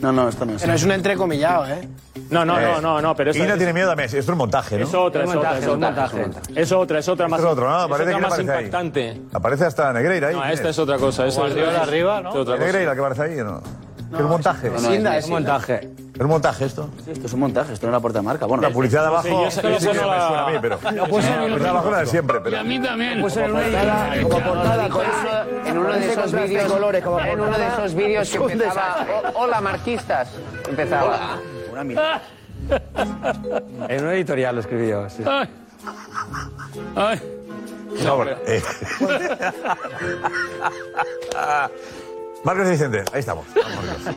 Speaker 9: No, no, esto no es.
Speaker 1: Pero es un entrecomillado, ¿eh?
Speaker 8: No, no,
Speaker 12: Eh,
Speaker 8: no, no, no, pero esa-
Speaker 12: Ina tiene miedo a Messi. Esto es un montaje, ¿no?
Speaker 8: Es otra, es otra, es otra. Es otra, es otra más,
Speaker 12: es otro, ¿no?
Speaker 8: es
Speaker 12: Parece
Speaker 8: otra
Speaker 12: que no
Speaker 8: más
Speaker 12: aparece ahí.
Speaker 8: impactante.
Speaker 12: Aparece hasta Negreira ahí.
Speaker 8: No,
Speaker 12: ¿quién
Speaker 8: esta es otra cosa. esta es-
Speaker 12: Guardiola
Speaker 8: es-
Speaker 12: arriba,
Speaker 8: es otra cosa.
Speaker 12: Negreira que aparece ahí, ¿o ¿no? es un montaje.
Speaker 9: no, no, es- es un montaje.
Speaker 12: Es un montaje esto.
Speaker 9: Esto es un montaje, esto no es la puerta de marca. Bueno,
Speaker 12: La publicidad de abajo.
Speaker 9: Sí, yo- yo-
Speaker 12: sí,
Speaker 9: yo-
Speaker 12: me suena a mí, pero.
Speaker 9: Lo puse en el-
Speaker 12: La publicidad de abajo era de siempre, pero.
Speaker 20: también.
Speaker 16: Como portada, con
Speaker 20: en uno de
Speaker 16: ese
Speaker 20: esos
Speaker 16: contraste
Speaker 20: vídeos
Speaker 16: de colores, como
Speaker 20: en uno de
Speaker 16: portada,
Speaker 20: esos vídeos que
Speaker 16: es un
Speaker 20: empezaba
Speaker 16: desastre.
Speaker 20: "Oh, hola marquistas empezaba
Speaker 9: una mierda.
Speaker 27: En un editorial lo escribí yo. sí.
Speaker 21: Ay. Ay.
Speaker 12: No, bueno, eh. Ah, Marcos y Vicente, ahí estamos. Vamos, Marcos.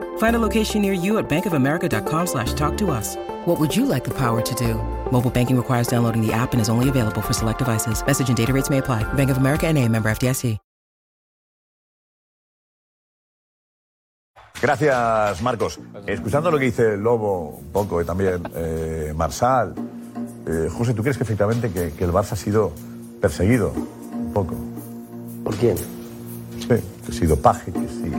Speaker 32: Find a location near you at bankofamerica.com slash talk to us. What would you like the power to do? Mobile banking requires downloading the app and is only available for select devices. Message and data rates may apply. Bank of America and a member FDIC.
Speaker 12: Gracias, Marcos. Escuchando lo que dice Lobo un poco y también eh, Marsal, eh, José, ¿tú crees que efectivamente que, que el Barça ha sido perseguido un poco?
Speaker 25: ¿Por quién?
Speaker 12: Sí, que ha sido Paje, que sí,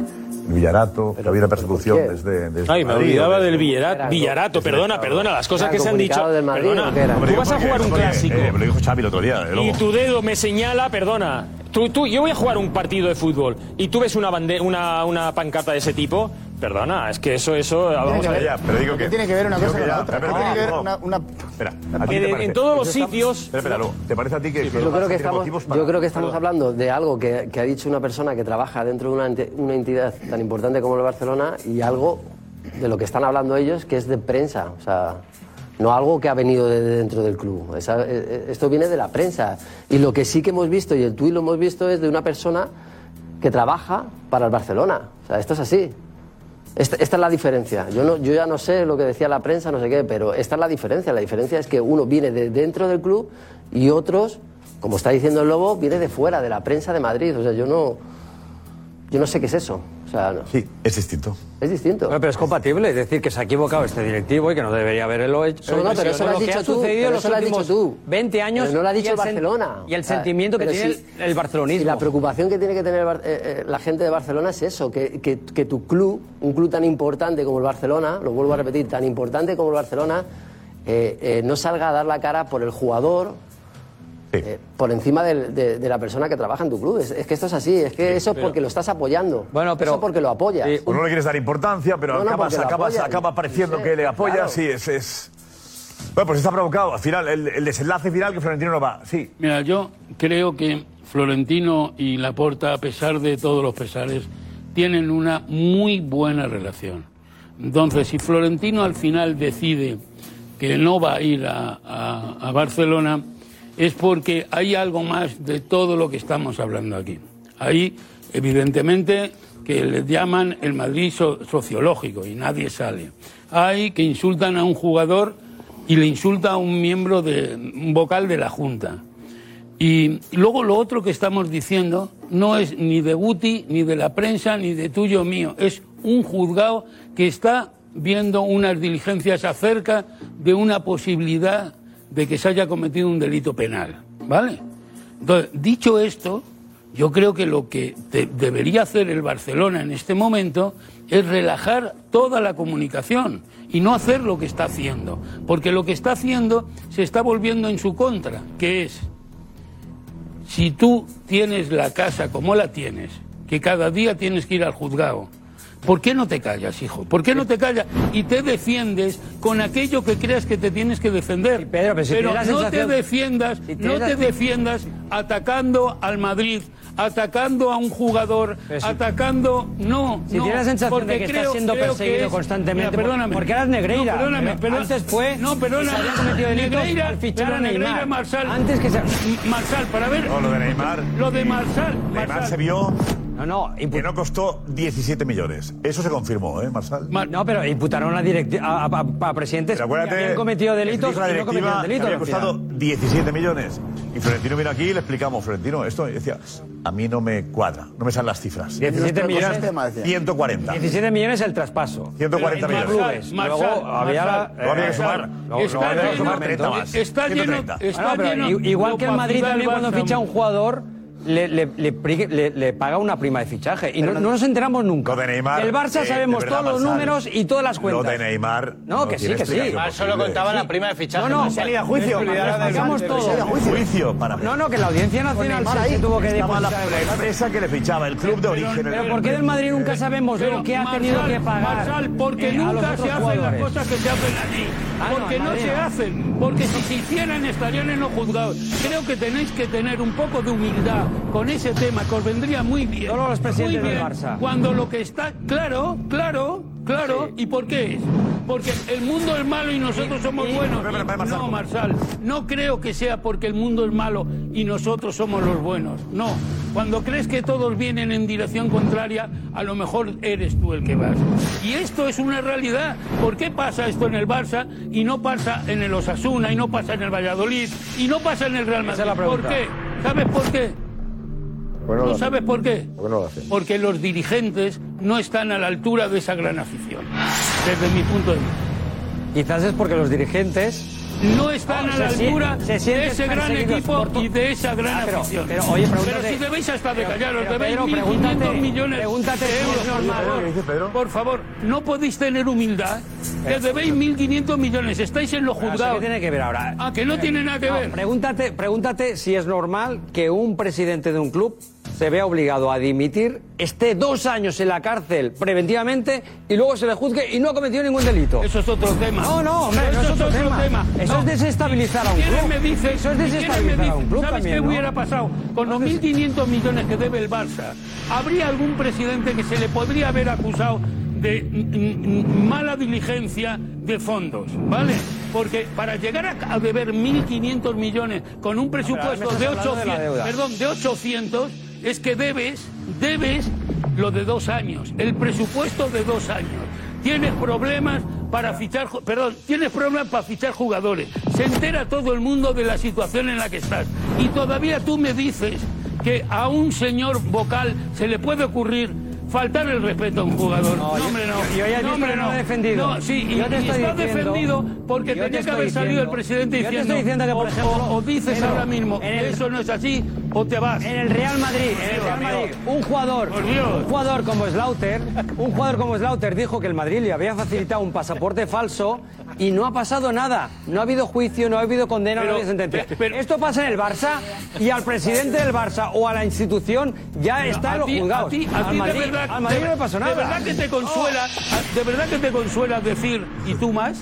Speaker 12: Villarato, que ha habido persecución desde, desde
Speaker 8: Ay, me
Speaker 12: Madrid,
Speaker 8: olvidaba
Speaker 12: desde-
Speaker 8: del Villarato. Villarato, perdona, perdona, las
Speaker 12: Ah,
Speaker 8: cosas que se han dicho. Perdona,
Speaker 12: Hombre,
Speaker 8: tú vas a
Speaker 12: porque-
Speaker 8: jugar un
Speaker 12: porque,
Speaker 8: clásico.
Speaker 12: eh, me lo dijo Xavi el otro día. el
Speaker 8: Y
Speaker 12: Lobo.
Speaker 8: tu dedo me señala, perdona. Tú, tú, yo voy a jugar un partido de fútbol y tú ves una, bande- una, una pancarta de ese tipo. Perdona, es que eso, eso. Vamos
Speaker 9: que
Speaker 8: a ver.
Speaker 9: ver- Ya, pero digo que-
Speaker 12: tiene que ver una cosa con la otra?
Speaker 9: Tiene que ver una- una-
Speaker 12: Espera,
Speaker 9: En-
Speaker 8: Eh,
Speaker 9: en todos los sitios-
Speaker 12: Espera, espera, Lobo, ¿te parece a ti que.? que
Speaker 25: Yo
Speaker 12: el
Speaker 25: creo
Speaker 12: Barça
Speaker 25: que
Speaker 12: tiene
Speaker 25: estamos,
Speaker 12: motivos para-
Speaker 25: yo creo que estamos hablando de algo que, que ha dicho una persona que trabaja dentro de una, ente- una entidad tan importante como el Barcelona y algo de lo que están hablando ellos que es de prensa. O sea, no algo que ha venido de de dentro del club. Esa- eh, eh, esto viene de la prensa. Y lo que sí que hemos visto, y el tuit lo hemos visto, es de una persona que trabaja para el Barcelona. O sea, esto es así. Esta, esta es la diferencia. Yo, no, yo ya no sé lo que decía la prensa, no sé qué, pero esta es la diferencia. La diferencia es que uno viene de dentro del club y otros, como está diciendo el Lobo, viene de fuera, de la prensa de Madrid. O sea, yo no, yo no sé qué es eso. O sea, no.
Speaker 12: Sí, es distinto.
Speaker 25: Es distinto.
Speaker 27: Bueno, pero es compatible, es decir, que se ha equivocado este directivo y que no debería haberlo hecho.
Speaker 25: No, no, pero eso lo has
Speaker 27: que
Speaker 25: dicho
Speaker 27: ha
Speaker 25: tú,
Speaker 27: sucedido
Speaker 25: pero
Speaker 27: en los
Speaker 25: eso lo has dicho
Speaker 27: últimos
Speaker 25: tú.
Speaker 27: 20 años
Speaker 25: Pero no lo ha
Speaker 27: y
Speaker 25: dicho
Speaker 27: el sen-
Speaker 25: Barcelona.
Speaker 27: y el
Speaker 25: O sea,
Speaker 27: sentimiento que
Speaker 25: pero
Speaker 27: tiene
Speaker 25: si-
Speaker 27: el- el barcelonismo.
Speaker 25: si la preocupación que tiene que tener el Bar- eh, eh, la gente de Barcelona es eso, que, que- que tu club, un club tan importante como el Barcelona, lo vuelvo a repetir, tan importante como el Barcelona, eh, eh, no salga a dar la cara por el jugador. eh, por encima del- de, de la persona que trabaja en tu club. Es, es que esto es así, es que eso es
Speaker 12: pero-
Speaker 25: porque lo estás apoyando. Bueno,
Speaker 12: pero-
Speaker 25: Eso porque lo apoyas.
Speaker 12: O no le quieres dar importancia, pero
Speaker 25: No, no,
Speaker 12: acabas,
Speaker 25: porque lo
Speaker 12: acabas-
Speaker 25: apoya,
Speaker 12: acaba
Speaker 25: yo
Speaker 12: pareciendo
Speaker 25: sé,
Speaker 12: que le apoyas.
Speaker 25: claro.
Speaker 12: Sí, es, es. Bueno, pues está provocado. Al final, el, el desenlace final que Florentino no va. Sí.
Speaker 21: Mira, yo creo que Florentino y Laporta, a pesar de todos los pesares, tienen una muy buena relación. Entonces, si Florentino al final decide que no va a ir a, a- a Barcelona, es porque hay algo más de todo lo que estamos hablando aquí. Ahí, evidentemente, que le llaman el Madrid so- sociológico y nadie sale. Hay que insultan a un jugador y le insulta a un miembro de un vocal de la Junta. Y luego lo otro que estamos diciendo no es ni de Guti, ni de la prensa, ni de tuyo mío. Es un juzgado que está viendo unas diligencias acerca de una posibilidad de que se haya cometido un delito penal. ¿Vale? Entonces, dicho esto, yo creo que lo que de- debería hacer el Barcelona en este momento es relajar toda la comunicación y no hacer lo que está haciendo. Porque lo que está haciendo se está volviendo en su contra, que es si tú tienes la casa como la tienes, que cada día tienes que ir al juzgado, ¿por qué no te callas, hijo? ¿Por qué no te callas y te defiendes con aquello que creas que te tienes que defender? Pero,
Speaker 27: si tienes la
Speaker 21: no
Speaker 27: sensación-
Speaker 21: te defiendas, no
Speaker 27: tienes la-
Speaker 21: te defiendas atacando al Madrid, atacando a un jugador, atacando no,
Speaker 27: Si
Speaker 21: no,
Speaker 27: tienes la sensación
Speaker 21: porque
Speaker 27: de que estás
Speaker 21: creo-
Speaker 27: siendo
Speaker 21: creo que
Speaker 27: perseguido
Speaker 21: es-
Speaker 27: constantemente
Speaker 21: Mira, perdóname.
Speaker 27: por- porque eras Negreira,
Speaker 21: No, perdóname,
Speaker 27: pero
Speaker 21: perdón-
Speaker 27: antes fue
Speaker 21: No,
Speaker 27: y
Speaker 21: perdóname.
Speaker 27: se habían cometido delitos
Speaker 21: Negreira,
Speaker 27: al fichar
Speaker 21: claro,
Speaker 27: a Neymar.
Speaker 21: Negreira, Marsal.
Speaker 27: Antes que se-
Speaker 21: M- Marsal, para ver.
Speaker 12: No, lo de Neymar.
Speaker 21: Lo de Marsal.
Speaker 12: Neymar
Speaker 21: Marsal.
Speaker 12: se vio. No, no. Que no costó 17 millones. Eso se confirmó, ¿eh, Marsal?
Speaker 27: No, pero imputaron
Speaker 25: Mm.
Speaker 27: a, directi- a, a- a presidentes que habían cometido delitos
Speaker 12: dijo
Speaker 27: y
Speaker 12: la
Speaker 27: no
Speaker 12: directiva
Speaker 27: cometieron
Speaker 12: que
Speaker 27: delitos.
Speaker 12: Había
Speaker 27: al final.
Speaker 12: costado 17 millones. Y Florentino vino aquí y le explicamos, Florentino, esto. Y decía, a mí no me cuadra, no me salen las cifras.
Speaker 27: 17 millones.
Speaker 12: 140.
Speaker 27: 17 millones el traspaso.
Speaker 12: 140
Speaker 27: Pero en
Speaker 12: millones.
Speaker 27: Marsal, Marsal,
Speaker 12: Luego había la-
Speaker 27: Marsal,
Speaker 12: luego había que
Speaker 27: Marsal.
Speaker 12: sumar. Luego-
Speaker 27: Está
Speaker 12: luego había que
Speaker 27: lleno-
Speaker 12: sumar 30 más.
Speaker 27: está lleno-
Speaker 12: 130.
Speaker 27: está Ah, no, pero
Speaker 21: lleno-
Speaker 27: i- Igual que el
Speaker 21: lo
Speaker 27: Madrid
Speaker 21: partida
Speaker 27: también
Speaker 21: del
Speaker 27: cuando
Speaker 21: Barça.
Speaker 27: ficha a un jugador. Le, le- le pri- le- le paga una prima de fichaje y no,
Speaker 12: Pero no-
Speaker 27: no nos enteramos nunca.
Speaker 12: Lo de Neymar,
Speaker 27: Del Barça
Speaker 12: eh,
Speaker 27: sabemos
Speaker 12: de verdad,
Speaker 27: todos los
Speaker 12: Marsal.
Speaker 27: números y todas las cuentas.
Speaker 12: Lo de Neymar.
Speaker 27: No, que sí,
Speaker 12: tiene
Speaker 27: que sí.
Speaker 12: explicación
Speaker 21: Ah,
Speaker 27: Neymar
Speaker 12: posible.
Speaker 27: solo contaba la prima
Speaker 15: de
Speaker 27: No, no, pagamos todo.
Speaker 12: Juicio para
Speaker 27: No, no, que la Audiencia Nacional
Speaker 12: Neymar
Speaker 27: sí
Speaker 12: ahí
Speaker 27: se tuvo que
Speaker 12: estaba la,
Speaker 27: depositar.
Speaker 12: la empresa que le fichaba, el club de origen.
Speaker 27: Pero ¿por qué del Madrid nunca sabemos lo que ha tenido que pagar?
Speaker 21: Marsal, porque
Speaker 27: eh, a los
Speaker 21: nunca
Speaker 27: otros
Speaker 21: se hacen
Speaker 27: jugadores?
Speaker 21: las cosas que se hacen allí.
Speaker 27: Ah, no,
Speaker 21: porque
Speaker 27: en
Speaker 21: no,
Speaker 27: Madrid
Speaker 21: se
Speaker 27: no.
Speaker 21: hacen. Porque si se hicieran estarían en los juzgados. Creo que tenéis que tener un poco de humildad con ese tema, que os vendría muy bien. Solo los
Speaker 11: presidentes
Speaker 21: muy
Speaker 11: del
Speaker 21: bien,
Speaker 11: Barça.
Speaker 21: Cuando lo que está claro, claro, claro, ¿y por qué es? Porque el mundo es malo y nosotros somos buenos. no, Marsal, no creo que sea porque el mundo es malo y nosotros somos los buenos. No, cuando crees que todos vienen en dirección contraria, a lo mejor eres tú el que vas. Y esto es una realidad. ¿Por qué pasa esto en el Barça y no pasa en el Osasuna y no pasa en el Valladolid y no pasa en el Real Madrid? ¿Por qué? ¿Sabes por qué?
Speaker 28: Bueno,
Speaker 21: ¿No
Speaker 28: lo-
Speaker 21: sabes por qué?
Speaker 28: bueno, lo hacen.
Speaker 21: Porque los dirigentes no están a la altura de esa gran afición, desde mi punto de vista.
Speaker 27: Quizás es porque los dirigentes
Speaker 21: No están
Speaker 27: No,
Speaker 21: a
Speaker 27: se
Speaker 21: la
Speaker 27: sien-
Speaker 21: altura
Speaker 27: se
Speaker 21: de
Speaker 27: sienten
Speaker 21: ese gran
Speaker 27: perseguidos
Speaker 21: equipo
Speaker 27: por to-
Speaker 21: y de esa gran
Speaker 27: Ah, pero-
Speaker 21: afición.
Speaker 27: pero, oye, pregúntate-
Speaker 21: si debéis hasta de
Speaker 27: pero-
Speaker 21: callar, os
Speaker 27: pero,
Speaker 21: debéis
Speaker 27: Pedro,
Speaker 21: 1.500
Speaker 27: pregúntate-
Speaker 21: millones
Speaker 27: pregúntate
Speaker 21: de
Speaker 27: si
Speaker 21: euros.
Speaker 27: es
Speaker 21: por
Speaker 27: normal.
Speaker 21: favor.
Speaker 27: ¿Qué dice Pedro?
Speaker 21: Por favor, no podéis tener humildad. Que
Speaker 27: Pero-
Speaker 21: debéis 1.500 millones, estáis en los
Speaker 27: Pero eso
Speaker 21: juzgados.
Speaker 27: ¿Qué tiene que ver ahora? Eh,
Speaker 21: Ah, que no tiene nada que
Speaker 27: No,
Speaker 21: ver.
Speaker 27: Pregúntate, pregúntate si es normal que un presidente de un club se vea obligado a dimitir, esté dos años en la cárcel preventivamente y luego se le juzgue y no ha cometido ningún delito. Eso
Speaker 21: es otro tema.
Speaker 27: No, no, hombre,
Speaker 21: Pero
Speaker 27: no es
Speaker 21: eso
Speaker 27: otro,
Speaker 21: es otro
Speaker 27: tema.
Speaker 21: tema.
Speaker 27: Eso
Speaker 21: No.
Speaker 27: es desestabilizar a un
Speaker 21: Si quieres
Speaker 27: club.
Speaker 21: me dices,
Speaker 27: eso es
Speaker 21: si quieres me
Speaker 27: desestabilizar a un
Speaker 21: dices,
Speaker 27: club
Speaker 21: ¿Sabes
Speaker 27: también,
Speaker 21: qué
Speaker 27: ¿no?
Speaker 21: hubiera pasado? Con los 1.500 millones que debe el Barça, ¿habría algún presidente que se le podría haber acusado de mm, mm, mala diligencia de fondos? ¿Vale? Porque para llegar a, a deber 1.500 millones con un presupuesto
Speaker 27: estás
Speaker 21: de
Speaker 27: hablando de la
Speaker 21: 800,
Speaker 27: deuda.
Speaker 21: perdón, de 800, es que debes, debes lo de dos años, el presupuesto de dos años. Tienes problemas para fichar, ju- perdón, tienes problemas para fichar jugadores. Se entera todo el mundo de la situación en la que estás. Y todavía tú me dices que a un señor vocal se le puede ocurrir faltar el respeto a un jugador. No, hombre, no.
Speaker 27: yo ya he
Speaker 21: No,
Speaker 27: visto
Speaker 21: hombre,
Speaker 27: que no
Speaker 21: no.
Speaker 27: ha defendido.
Speaker 21: No, sí, y,
Speaker 27: Yo te
Speaker 21: y
Speaker 27: estoy
Speaker 21: está
Speaker 27: diciendo-
Speaker 21: defendido porque
Speaker 27: yo te
Speaker 21: tenía que
Speaker 27: estoy
Speaker 21: haber salido
Speaker 27: diciendo-
Speaker 21: el presidente
Speaker 27: yo te
Speaker 21: diciendo,
Speaker 27: estoy diciendo que, por
Speaker 21: o-
Speaker 27: ejemplo,
Speaker 21: o, o dices
Speaker 27: Pedro,
Speaker 21: ahora mismo,
Speaker 27: en el-
Speaker 21: eso no es así, o te vas.
Speaker 27: En el Real Madrid, en el Real Madrid, un jugador, un jugador como Slaughter, un jugador como Slaughter dijo que el Madrid le había facilitado un pasaporte falso y no ha pasado nada, no ha habido juicio, no ha habido condena, no ha habido sentencia. Esto pasa en el Barça y al presidente del Barça o a la institución ya está
Speaker 21: A
Speaker 27: en los
Speaker 21: ti-
Speaker 27: juzgados.
Speaker 21: A ti, a
Speaker 27: al
Speaker 21: ti
Speaker 27: Madrid,
Speaker 21: de verdad,
Speaker 27: al Madrid
Speaker 21: de-
Speaker 27: no le pasó nada. Oh.
Speaker 21: De verdad que te consuela, a- de verdad que te consuela decir ¿y tú más?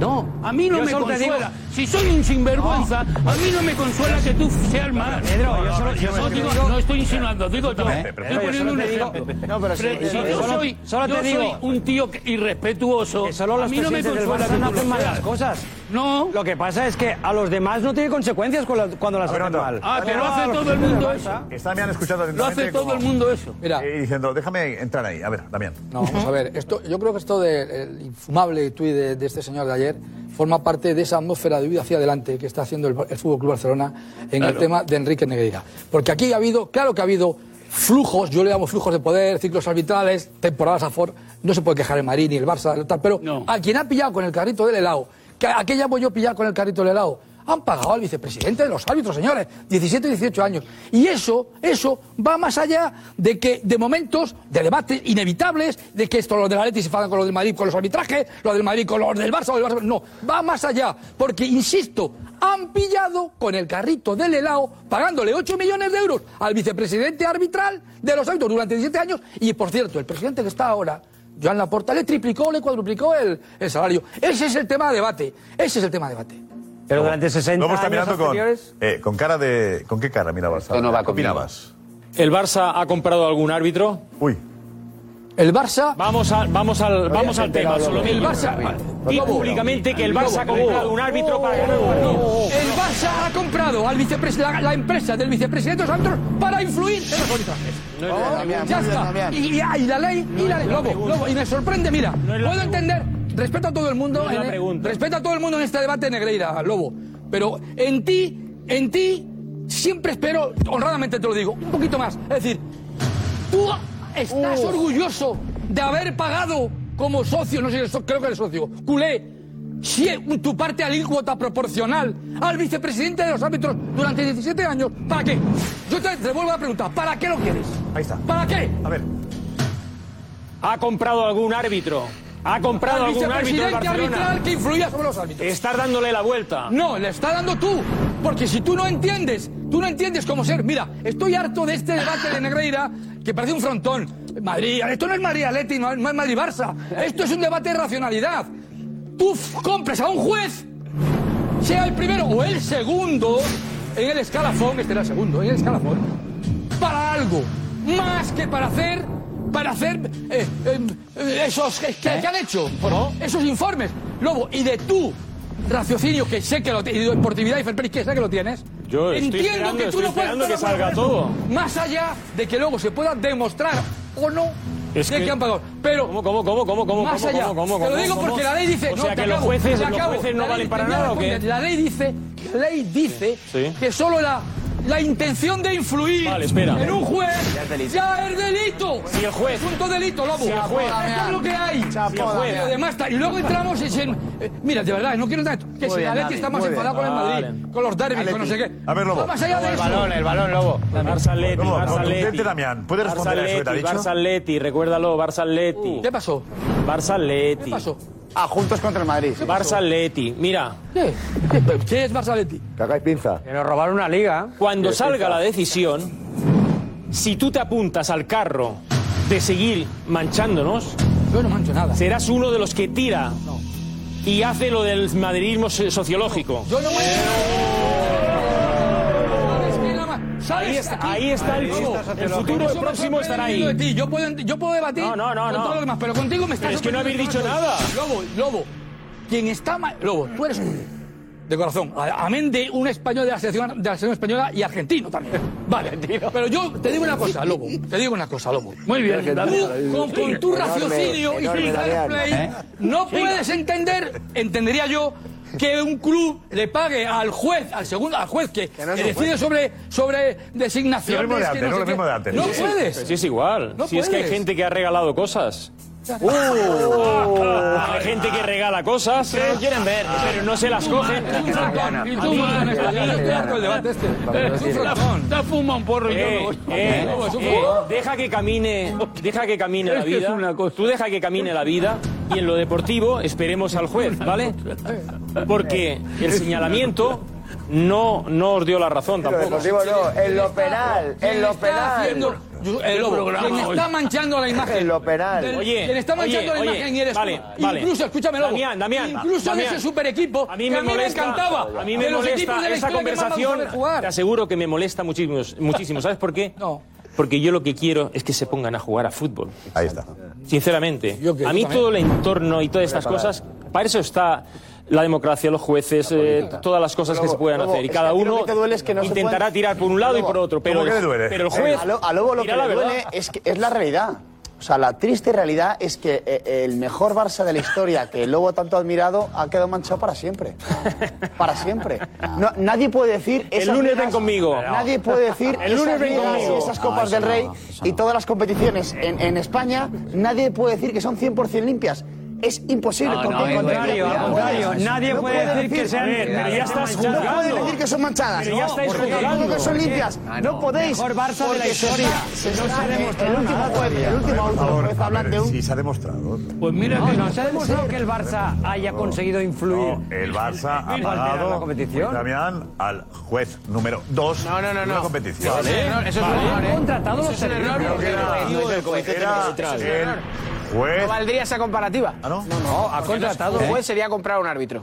Speaker 27: No,
Speaker 21: a mí no
Speaker 27: yo
Speaker 21: me
Speaker 27: solo te
Speaker 21: consuela.
Speaker 27: digo-
Speaker 21: Si soy un sinvergüenza, a mí no me consuela que tú seas más.
Speaker 27: Pedro, yo solo- yo
Speaker 21: no,
Speaker 27: solo te
Speaker 21: digo-
Speaker 27: digo-
Speaker 21: no estoy insinuando, digo yo.
Speaker 27: Pedro, yo
Speaker 21: estoy
Speaker 27: solo
Speaker 21: poniendo un
Speaker 27: te digo-
Speaker 21: ejemplo.
Speaker 27: No, pero sí,
Speaker 21: Fre-
Speaker 27: sí,
Speaker 21: yo
Speaker 27: solo-
Speaker 21: soy,
Speaker 27: solo te
Speaker 21: yo soy
Speaker 27: digo-
Speaker 21: un tío que- irrespetuoso.
Speaker 27: Solo
Speaker 21: a
Speaker 27: los
Speaker 21: mí no me
Speaker 27: presidentes del
Speaker 21: consuela
Speaker 27: Barça
Speaker 21: que
Speaker 27: no
Speaker 21: tú lo
Speaker 27: hacen mal
Speaker 21: seas.
Speaker 27: las cosas.
Speaker 21: No.
Speaker 27: Lo que pasa es que a los demás no tiene consecuencias con la- cuando las hacen mal.
Speaker 21: Ah, que lo
Speaker 27: Ah,
Speaker 21: hace
Speaker 27: los
Speaker 21: todo el
Speaker 27: presidentes
Speaker 21: mundo
Speaker 27: del Barça.
Speaker 21: eso.
Speaker 12: Está, me han escuchado
Speaker 21: Lo hace
Speaker 12: atentamente
Speaker 21: todo
Speaker 12: como-
Speaker 21: el mundo eso.
Speaker 12: Eh, diciendo, déjame entrar ahí. A ver, Damián.
Speaker 18: No, vamos a ver, esto, yo creo que esto del infumable tuit de, de este señor de ayer forma parte de esa atmósfera de huida hacia adelante que está haciendo el, el Fútbol Club Barcelona en el
Speaker 19: Claro.
Speaker 18: tema de Enrique Negreira. Porque aquí ha habido, claro que ha habido flujos, yo le llamo flujos de poder, ciclos arbitrales, temporadas a Ford, no se puede quejar el Marín ni el Barça, tal, pero a quien ha pillado con el carrito del helado, que ¿a qué llamo yo pillar con el carrito del helado? Han pagado al vicepresidente de los árbitros, señores, 17 y 18 años. Y eso, eso va más allá de que de momentos de debates inevitables, de que esto los del Atleti se fagan con los del Madrid con los arbitrajes, los del Madrid con los del Barça, los del Barça. No, va más allá, porque insisto, han pillado con el carrito del helado, pagándole 8 millones de euros al vicepresidente arbitral de los árbitros durante 17 años. Y por cierto, el presidente que está ahora, Joan Laporta, le triplicó, le cuadruplicó el, el salario. Ese es el tema de debate. Ese es el tema de debate.
Speaker 27: Pero durante 60
Speaker 12: Lobo está
Speaker 27: años
Speaker 12: mirando con,
Speaker 27: anteriores-
Speaker 12: eh, con cara de... ¿Con qué cara mirabas? ¿Qué opinabas?
Speaker 8: ¿El Barça ha comprado algún árbitro?
Speaker 12: Uy.
Speaker 18: El Barça.
Speaker 8: Vamos, a- vamos al, vamos al tema. solo
Speaker 18: El
Speaker 8: digo.
Speaker 18: Barça.
Speaker 8: Digo públicamente que el Barça ha comprado un árbitro para ganar un
Speaker 18: No,
Speaker 8: partido.
Speaker 18: el Barça ha comprado al vicepres- la, la empresa del vicepresidente de los árbitros para influir en los arbitrajes.
Speaker 1: No, no,
Speaker 18: Oh,
Speaker 1: Damián,
Speaker 18: ya
Speaker 1: muy bien,
Speaker 18: está.
Speaker 1: Damián.
Speaker 18: Y, y- y la ley, y la
Speaker 1: es
Speaker 18: ley.
Speaker 1: la
Speaker 18: Lobo,
Speaker 1: pregunta.
Speaker 18: Lobo, y me sorprende, mira, puedo entender, respeta a todo el mundo,
Speaker 1: es la
Speaker 18: en el-
Speaker 1: pregunta.
Speaker 18: respeta a todo el mundo en este debate, Negreira, Lobo, pero en ti, en ti, siempre espero, honradamente te lo digo, un poquito más. Es decir, tú estás orgulloso de haber pagado como socio, no sé, so- creo que eres socio, culé, si- tu parte alícuota proporcional al vicepresidente de los árbitros durante 17 años, ¿para qué? Yo te, te vuelvo a preguntar, ¿para qué lo quieres? Ahí está. ¿Para qué?
Speaker 12: A ver.
Speaker 8: ¿Ha comprado algún árbitro? ¿Ha comprado
Speaker 18: Al
Speaker 8: algún árbitro el
Speaker 18: vicepresidente arbitral
Speaker 8: Barcelona?
Speaker 18: que influía sobre los árbitros.
Speaker 8: Estás dándole la vuelta.
Speaker 18: No, le está dando tú. Porque si tú no entiendes, tú no entiendes cómo ser. Mira, estoy harto de este debate de Negreira que parece un frontón. Madrid, esto no es Madrid Atleti, no es no es Madrid Barça. Esto es un debate de racionalidad. Tú f- compres a un juez, sea el primero o el segundo en el escalafón, este era el segundo, en el escalafón, para algo, más que para hacer para hacer eh, eh, eh, esos que, que- que han hecho, esos informes, Lobo, y de tu raciocinio que sé que lo tienes, y de deportividad y fair play, que sé que lo tienes.
Speaker 8: Yo estoy
Speaker 18: entiendo
Speaker 8: esperando,
Speaker 18: que tú
Speaker 8: estoy
Speaker 18: no puedes
Speaker 8: esperando que
Speaker 18: hacer nada
Speaker 8: salga
Speaker 18: con eso.
Speaker 8: todo.
Speaker 18: Más allá de que luego se pueda demostrar o no
Speaker 8: Es
Speaker 18: de que,
Speaker 8: que-
Speaker 18: han pagado. Pero
Speaker 8: ¿Cómo, cómo, cómo, cómo?
Speaker 18: más
Speaker 8: cómo,
Speaker 18: allá.
Speaker 8: cómo, cómo,
Speaker 18: te lo
Speaker 8: cómo,
Speaker 18: digo
Speaker 8: cómo?
Speaker 18: porque la ley dice.
Speaker 8: O
Speaker 18: no,
Speaker 8: sea,
Speaker 18: te
Speaker 8: que los
Speaker 18: acabo,
Speaker 8: jueces,
Speaker 18: te
Speaker 8: los
Speaker 18: acabo.
Speaker 8: jueces
Speaker 18: La
Speaker 8: no
Speaker 18: ley-
Speaker 8: valen para
Speaker 18: termina
Speaker 8: nada, ¿o
Speaker 18: responder.
Speaker 8: qué?
Speaker 18: La ley dice, la ley dice
Speaker 8: Sí.
Speaker 18: que solo la, la intención de influir
Speaker 8: Vale, espera.
Speaker 18: en un juez
Speaker 8: Ya es delito.
Speaker 18: ya es delito.
Speaker 8: Si el juez-
Speaker 18: Asunto delito, lobo.
Speaker 8: Si el juez-
Speaker 18: Esto es lo que hay.
Speaker 8: Si el juez-
Speaker 18: Y además está- y luego entramos en. eh, mira, de verdad, no quiero entrar. en esto, Que
Speaker 15: Muy
Speaker 18: si
Speaker 15: bien,
Speaker 18: la Leti
Speaker 15: David,
Speaker 18: está más
Speaker 15: muy bien.
Speaker 18: enfadada con el Madrid,
Speaker 15: Vale.
Speaker 18: con los derbis, con no sé qué.
Speaker 12: A ver, Lobo.
Speaker 18: No, más allá de
Speaker 12: El
Speaker 18: eso.
Speaker 12: balón, el balón, Lobo.
Speaker 8: Barça Leti,
Speaker 12: Lobo,
Speaker 8: Barça Leti.
Speaker 12: contundente, Damián. ¿Puedes responder
Speaker 8: Barça
Speaker 12: a eso que te ha
Speaker 8: Leti,
Speaker 12: dicho?
Speaker 8: Barça Leti, recuérdalo, Barça Leti.
Speaker 18: Uh, ¿Qué pasó?
Speaker 8: Barça Leti. ¿Qué pasó?
Speaker 9: Ah, juntos contra el Madrid.
Speaker 8: Barça Leti, mira.
Speaker 18: ¿Qué? ¿Qué es Barça Leti?
Speaker 16: Que hagáis pinza.
Speaker 33: Que nos robaron una liga.
Speaker 8: Cuando
Speaker 33: Que
Speaker 8: salga
Speaker 33: pinza.
Speaker 8: la decisión, si tú te apuntas al carro de seguir manchándonos,
Speaker 18: yo no mancho nada.
Speaker 8: Serás uno de los que tira y hace lo del madridismo so- sociológico.
Speaker 18: Yo no Ahí está,
Speaker 8: ahí está el juego. El futuro, el próximo estará ahí.
Speaker 18: De ti. Yo, puedo, ent- yo puedo debatir
Speaker 8: No, no, no,
Speaker 18: con
Speaker 8: no.
Speaker 18: todo lo demás, pero contigo me estás...
Speaker 8: Pero es que no habéis dicho
Speaker 18: sorprendiendo
Speaker 8: nada.
Speaker 18: Lobo, Lobo, quien está mal... Lobo, tú eres un- De corazón. a- Amén de un español de la selección, de la selección española y argentino también. Vale. Pero yo te digo una cosa, Lobo. Te digo una cosa, Lobo. Muy bien. Tú, con, con tu
Speaker 16: Enorme,
Speaker 18: raciocinio y tu
Speaker 16: enorme,
Speaker 18: fair
Speaker 16: Damián.
Speaker 18: play,
Speaker 16: ¿Eh?
Speaker 18: no puedes entender, entendería yo, que un club le pague al juez, al segundo, al juez que,
Speaker 8: no
Speaker 18: que
Speaker 8: es un
Speaker 18: decide
Speaker 8: juez.
Speaker 18: sobre, sobre designaciones.
Speaker 8: Lo mismo de
Speaker 18: que
Speaker 8: antes,
Speaker 18: no
Speaker 8: ¿no?
Speaker 18: sé
Speaker 8: Lo
Speaker 18: qué.
Speaker 8: mismo de antes.
Speaker 18: No
Speaker 8: Sí, sí.
Speaker 18: puedes.
Speaker 8: Sí, es igual.
Speaker 18: No
Speaker 8: si es que hay
Speaker 18: puedes.
Speaker 8: gente que ha regalado cosas. Hay gente que regala cosas.
Speaker 18: Pero quieren ver.
Speaker 8: Pero no se las cogen.
Speaker 21: Y tú, y tú, Juan, está-
Speaker 18: Yo estoy harto del debate este. Es un frontón.
Speaker 21: Está fuma un porro y yo
Speaker 8: Eh,
Speaker 21: no voy.
Speaker 8: eh,
Speaker 21: No, es un
Speaker 8: eh,
Speaker 21: frontón.
Speaker 8: deja que camine, deja que camine la
Speaker 21: Es que es
Speaker 8: vida. Tú deja que camine la vida y en lo deportivo esperemos al juez, ¿vale? Porque el señalamiento no, no os dio la razón
Speaker 16: Lo
Speaker 8: tampoco.
Speaker 16: deportivo no, en lo penal, en lo
Speaker 18: haciendo-
Speaker 16: penal.
Speaker 18: Yo- el lobo,
Speaker 8: programa
Speaker 18: quien
Speaker 8: hoy.
Speaker 18: está manchando la imagen.
Speaker 16: En lo penal.
Speaker 18: del-
Speaker 8: Oye,
Speaker 18: quien está manchando
Speaker 8: oye,
Speaker 18: la
Speaker 8: oye,
Speaker 18: imagen y eres
Speaker 8: vale,
Speaker 18: tú.
Speaker 8: vale.
Speaker 18: Incluso, escúchame, lobo.
Speaker 8: Damián, Damián,
Speaker 18: Incluso
Speaker 8: Damién.
Speaker 18: de ese super equipo.
Speaker 8: A mí me, molesta,
Speaker 18: encantaba.
Speaker 8: A mí
Speaker 18: de
Speaker 8: me
Speaker 18: los
Speaker 8: molesta
Speaker 18: equipos de la historia que
Speaker 8: esa
Speaker 18: más vamos a
Speaker 8: conversación.
Speaker 18: ver jugar.
Speaker 8: Te aseguro que me molesta muchísimo, muchísimo. ¿Sabes por qué?
Speaker 18: No.
Speaker 8: Porque yo lo que quiero es que se pongan a jugar a fútbol.
Speaker 12: Ahí está.
Speaker 8: Sinceramente,
Speaker 18: que-
Speaker 8: a mí
Speaker 18: yo también.
Speaker 8: todo el entorno y todas estas
Speaker 12: Voy a parar.
Speaker 8: cosas, para eso está la democracia, los jueces, eh, todas las cosas que
Speaker 9: Lobo,
Speaker 8: se puedan
Speaker 9: Lobo,
Speaker 8: hacer. Y
Speaker 9: es
Speaker 8: cada
Speaker 9: que a ti lo
Speaker 8: uno
Speaker 9: que te duele es que no se
Speaker 8: intentará
Speaker 9: pueden-
Speaker 8: tirar por un lado y
Speaker 9: Lobo,
Speaker 8: por otro. Pero,
Speaker 9: ¿cómo que
Speaker 8: el-
Speaker 9: le duele?
Speaker 8: pero el juez.
Speaker 9: a, Lo- a Lobo lo que
Speaker 8: dirá
Speaker 9: le
Speaker 8: la verdad.
Speaker 9: duele es, que es la realidad. O sea, la triste realidad es que eh, el mejor Barça de la historia que el Lobo tanto ha admirado ha quedado manchado para siempre. Para siempre. No, nadie puede decir.
Speaker 8: El
Speaker 9: esas
Speaker 8: lunes
Speaker 9: ligas-
Speaker 8: ven conmigo.
Speaker 9: Nadie puede decir.
Speaker 8: El lunes
Speaker 9: esas
Speaker 8: ven
Speaker 9: ligas
Speaker 8: conmigo.
Speaker 9: y Esas
Speaker 8: No,
Speaker 9: Copas
Speaker 8: eso
Speaker 9: del
Speaker 8: no,
Speaker 9: Rey y todas las competiciones en, en España, nadie puede decir que son 100% limpias. Es imposible.
Speaker 27: Ah, No,
Speaker 9: con-
Speaker 27: no,
Speaker 9: con-
Speaker 27: al
Speaker 9: con-
Speaker 27: contrario, al
Speaker 9: no
Speaker 27: contrario.
Speaker 9: puedes-
Speaker 27: Nadie
Speaker 9: no
Speaker 27: puede
Speaker 9: puedes
Speaker 27: decir que sean-
Speaker 9: A ver,
Speaker 27: pero ya estás
Speaker 9: No
Speaker 27: juzgando.
Speaker 9: pueden decir que son manchadas.
Speaker 27: Pero ya
Speaker 9: no,
Speaker 27: estáis
Speaker 9: porque
Speaker 27: juzgando.
Speaker 9: tampoco son limpias.
Speaker 27: Ah,
Speaker 9: no.
Speaker 27: no.
Speaker 9: podéis.
Speaker 27: Mejor Barça de
Speaker 9: porque
Speaker 27: la
Speaker 9: se
Speaker 27: historia.
Speaker 9: está- se
Speaker 27: No
Speaker 9: está-
Speaker 27: se ha
Speaker 9: El
Speaker 27: demostrado
Speaker 9: último
Speaker 27: nada
Speaker 9: juez, el
Speaker 27: todavía.
Speaker 9: último
Speaker 12: Por
Speaker 9: auto,
Speaker 12: favor,
Speaker 9: juez,
Speaker 12: a
Speaker 9: hablan
Speaker 12: ver,
Speaker 9: de un
Speaker 12: sí, se ha demostrado.
Speaker 21: Pues mira
Speaker 27: No,
Speaker 21: que
Speaker 27: no se ha demostrado que el Barça haya conseguido influir.
Speaker 12: No, el Barça ha
Speaker 27: Mira,
Speaker 12: pagado
Speaker 27: la competición.
Speaker 12: Damián al juez número 2
Speaker 27: No, no, no,
Speaker 12: de
Speaker 27: no.
Speaker 12: la competición.
Speaker 27: Eso es un error, eso es un error, ¿eh? Contratado los servicios.
Speaker 12: Creo que era-
Speaker 27: No es el comité
Speaker 12: era
Speaker 27: técnico
Speaker 12: el
Speaker 27: central.
Speaker 12: juez. Ah,
Speaker 1: No valdría esa comparativa.
Speaker 12: no?
Speaker 1: No, ha contratado. juez sería comprar un árbitro.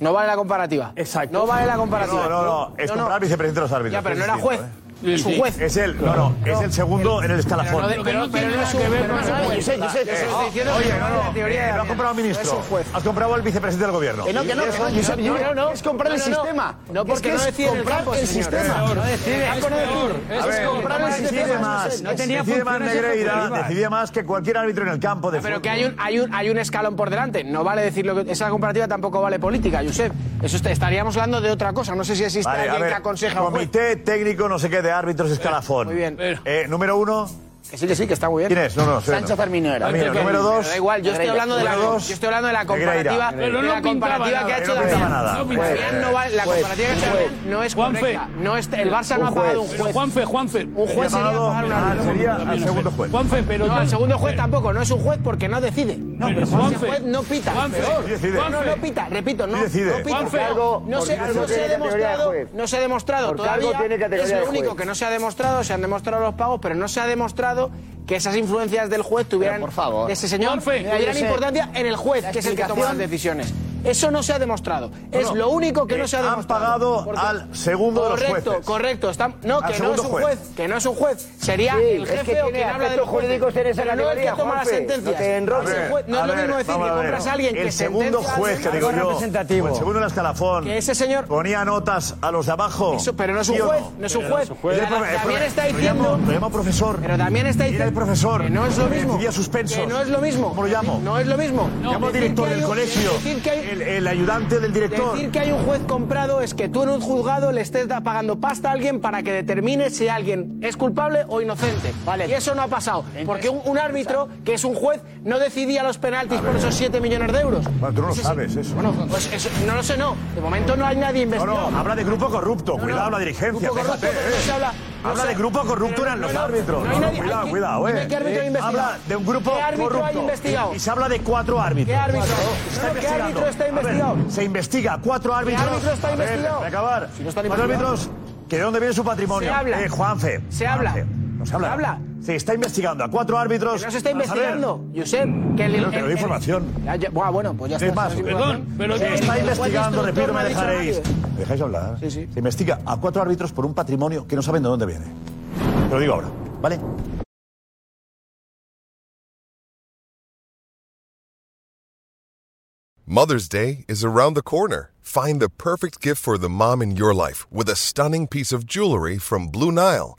Speaker 1: No vale la comparativa. Exacto. No vale la comparativa.
Speaker 12: No, no, no, es comprar al vicepresidente de los árbitros.
Speaker 1: Ya, pero
Speaker 12: es
Speaker 1: no era
Speaker 12: distinto,
Speaker 1: juez.
Speaker 12: ¿eh?
Speaker 1: Es un juez.
Speaker 12: Es el, no, no, es el segundo en el
Speaker 1: Pero
Speaker 12: escalafón.
Speaker 1: no de- pero- pero no es un- pero no es un juez.
Speaker 12: Yo sé, yo sé, yo sé.
Speaker 1: Estoy diciendo
Speaker 12: Oye,
Speaker 1: que
Speaker 12: no,
Speaker 1: no,
Speaker 12: no,
Speaker 1: la teoría
Speaker 12: eh,
Speaker 1: de
Speaker 12: lo ha comprado
Speaker 1: Damián.
Speaker 12: el ministro.
Speaker 1: No es un juez.
Speaker 12: Has comprado al vicepresidente del gobierno.
Speaker 1: Que no, que no, que no,
Speaker 9: Josep,
Speaker 1: no, no, no.
Speaker 9: Es comprar el
Speaker 1: No, no, no.
Speaker 9: sistema.
Speaker 1: No,
Speaker 9: Es
Speaker 1: porque
Speaker 9: que
Speaker 1: no
Speaker 9: es
Speaker 1: decide en el
Speaker 9: comprar
Speaker 1: campo,
Speaker 9: el
Speaker 1: señor.
Speaker 9: sistema.
Speaker 1: No decide,
Speaker 9: El campo
Speaker 1: es
Speaker 9: no decide.
Speaker 1: peor, es
Speaker 9: A ver,
Speaker 1: peor.
Speaker 9: comprar el
Speaker 1: Decide
Speaker 9: sistema.
Speaker 1: más, no tenía
Speaker 12: Decide más
Speaker 1: funciones
Speaker 12: Negreira,
Speaker 1: efectivas.
Speaker 12: decidía más que cualquier árbitro en el campo de
Speaker 1: Ah, Pero
Speaker 12: fútbol.
Speaker 1: que hay un, hay, un, hay un escalón por delante. No vale decir lo que. Esa comparativa tampoco vale política, Josep. Eso está- estaríamos hablando de otra cosa. No sé si existe
Speaker 12: Vale, a
Speaker 1: alguien
Speaker 12: ver,
Speaker 1: que aconseja a un juez.
Speaker 12: comité técnico no sé qué de árbitros escalafón. Muy bien. número uno.
Speaker 1: Que sí, que sí, que está muy bien.
Speaker 12: ¿Quién es? No, no, sé,
Speaker 1: Sánchez
Speaker 12: no.
Speaker 1: Arminio era.
Speaker 12: Arminio,
Speaker 1: Sánchez
Speaker 12: número
Speaker 1: Arminio.
Speaker 12: dos.
Speaker 1: Da igual, yo estoy hablando de la,
Speaker 12: Negreira.
Speaker 1: yo estoy hablando de la
Speaker 12: Negreira.
Speaker 1: comparativa,
Speaker 12: Pero
Speaker 1: de
Speaker 12: no
Speaker 1: la
Speaker 12: pintaba
Speaker 1: comparativa
Speaker 12: nada.
Speaker 1: que ha hecho
Speaker 12: No pintaba
Speaker 1: Damián.
Speaker 12: nada.
Speaker 1: No pintaba. Damián no va- la
Speaker 12: Juez,
Speaker 1: comparativa que ha hecho
Speaker 12: juez,
Speaker 1: Damián no es correcta. No es,
Speaker 8: este,
Speaker 1: el Barça no ha pagado un juez.
Speaker 21: Juanfe, Juanfe.
Speaker 1: Un juez eh, sería pagar un
Speaker 8: Ah,
Speaker 1: árbitro.
Speaker 12: Sería al segundo juez.
Speaker 21: Juanfe, pero. Eh,
Speaker 1: No,
Speaker 21: tú-
Speaker 1: el segundo juez tampoco, no es un juez porque no decide. No, pero Juanfe,
Speaker 21: Juanfe,
Speaker 1: juez no pita.
Speaker 21: Juanfe,
Speaker 1: peor.
Speaker 21: sí decide.
Speaker 1: No, no, no pita, repito, no, Sí decide. no pita. Juanfe, Porque algo- no, se, porque no algo se tiene ha categoría de demostrado, juez. no se ha demostrado Porque algo todavía. tiene categoría es de lo juez. único que no se ha demostrado, se han demostrado los pagos, pero no se ha demostrado que esas influencias del juez tuvieran,
Speaker 9: Pero, por favor.
Speaker 1: de ese señor, Juanfe, tuvieran
Speaker 9: Josep,
Speaker 1: importancia en el juez,
Speaker 9: la
Speaker 1: que es el que toma las
Speaker 9: explicación-
Speaker 1: decisiones. Eso no se ha demostrado. es lo único que no se ha demostrado. Han pagado
Speaker 12: al segundo de los
Speaker 1: Correcto,
Speaker 12: jueces.
Speaker 1: correcto. Están- no,
Speaker 12: Al
Speaker 1: que no
Speaker 12: segundo
Speaker 1: es un juez.
Speaker 12: juez.
Speaker 1: Que no es un juez. Sería
Speaker 16: Sí,
Speaker 1: el
Speaker 16: es
Speaker 1: jefe
Speaker 16: que
Speaker 1: o
Speaker 16: tiene
Speaker 1: quien habla de los
Speaker 16: aspectos jurídicos en esa
Speaker 1: Pero no el que
Speaker 16: categoría,
Speaker 1: toma las
Speaker 16: Juanfe.
Speaker 1: sentencias.
Speaker 16: No te enrolles.
Speaker 1: Es el juez. No
Speaker 12: A
Speaker 1: es lo
Speaker 12: ver,
Speaker 1: mismo decir
Speaker 12: vamos
Speaker 1: que
Speaker 12: a ver.
Speaker 1: compras a alguien que
Speaker 12: El segundo
Speaker 1: sentencia a
Speaker 12: juez, que
Speaker 1: alguien-
Speaker 12: digo yo, o el segundo en el escalafón,
Speaker 1: Que ese señor-
Speaker 12: ponía notas a los de abajo.
Speaker 1: Eso, pero no es un
Speaker 12: ¿sí o
Speaker 1: juez, no es un
Speaker 12: Pero
Speaker 1: juez.
Speaker 12: Es
Speaker 1: Pero
Speaker 12: el profe- el
Speaker 1: también
Speaker 12: profe-
Speaker 1: está
Speaker 12: lo llamo-
Speaker 1: diciendo-
Speaker 12: Lo llamo profesor.
Speaker 1: Pero también está
Speaker 12: Mira
Speaker 1: diciendo
Speaker 12: el profesor.
Speaker 1: que no es lo
Speaker 12: que
Speaker 1: mismo.
Speaker 12: Recibía suspensos.
Speaker 1: Que no es lo mismo.
Speaker 12: ¿Cómo lo llamo?
Speaker 1: No es lo mismo.
Speaker 12: llamo
Speaker 1: Decir
Speaker 12: al director
Speaker 1: que hay
Speaker 12: del
Speaker 1: un-
Speaker 12: colegio.
Speaker 1: decir que hay-
Speaker 12: El, el ayudante del director.
Speaker 1: Decir que hay un juez comprado es que tú en un juzgado le estés da- pagando pasta a alguien para que determine si alguien es culpable o inocente. Y eso no ha pasado. Porque un, un árbitro, que es un juez, no decidía los penaltis por esos 7 millones de euros.
Speaker 12: Bueno, tú no lo
Speaker 1: Ese sí.
Speaker 12: sabes eso.
Speaker 1: Bueno, pues eso- no lo sé, no. De momento no hay nadie investigado.
Speaker 12: No, no, habla de grupo corrupto. cuidado la dirigencia.
Speaker 1: Grupo corrupto,
Speaker 12: fíjate,
Speaker 1: pero no
Speaker 12: eh.
Speaker 1: se habla- no
Speaker 12: habla
Speaker 1: se-
Speaker 12: de grupo corrupto
Speaker 1: pero
Speaker 12: eran
Speaker 1: no,
Speaker 12: los
Speaker 1: no,
Speaker 12: árbitros.
Speaker 1: no hay
Speaker 12: No,
Speaker 1: nadie-
Speaker 12: cuidado,
Speaker 1: hay-
Speaker 12: cuidado, eh.
Speaker 1: dime qué árbitro ha investigado.
Speaker 12: Habla de un grupo
Speaker 1: ¿Qué árbitro ha
Speaker 12: corrupto.
Speaker 1: investigado?
Speaker 12: Y se habla de cuatro árbitros.
Speaker 1: ¿Qué árbitro?
Speaker 12: Está
Speaker 1: No, no, ¿qué
Speaker 12: investigando.
Speaker 1: árbitro está
Speaker 12: A ver,
Speaker 1: investigado?
Speaker 12: se investiga. Cuatro árbitros.
Speaker 1: árbitro está
Speaker 12: A ver,
Speaker 1: investigado?
Speaker 12: Para acabar.
Speaker 1: Si no está
Speaker 12: cuatro
Speaker 1: investigado.
Speaker 12: árbitros que de dónde viene su patrimonio.
Speaker 1: Se habla.
Speaker 12: Eh, Juanfe.
Speaker 1: Se habla.
Speaker 12: Juanfe, No se habla.
Speaker 1: Se habla.
Speaker 12: Se está investigando a cuatro árbitros.
Speaker 1: Que no se está
Speaker 12: Vamos a ver.
Speaker 1: investigando, Josep. Que el-
Speaker 12: Pero te
Speaker 1: el-
Speaker 12: doy
Speaker 1: el-
Speaker 12: información.
Speaker 1: Ya, ya- buah, bueno, pues ya
Speaker 12: Es
Speaker 1: está.
Speaker 12: más,
Speaker 1: eso es
Speaker 12: perdón,
Speaker 1: información.
Speaker 12: pero
Speaker 1: El-
Speaker 12: se
Speaker 1: el
Speaker 12: está
Speaker 1: juez
Speaker 12: investigando,
Speaker 1: instructor
Speaker 12: repito,
Speaker 1: no
Speaker 12: me
Speaker 1: ha dicho
Speaker 12: dejaréis.
Speaker 1: nadie.
Speaker 12: ¿Me dejáis hablar? ¿eh? Se investiga a cuatro árbitros por un patrimonio que no saben de dónde viene. Te lo digo ahora, ¿vale?
Speaker 2: Mother's Day is around the corner. Find the perfect gift for the mom in your life with a stunning piece of jewelry from Blue Nile.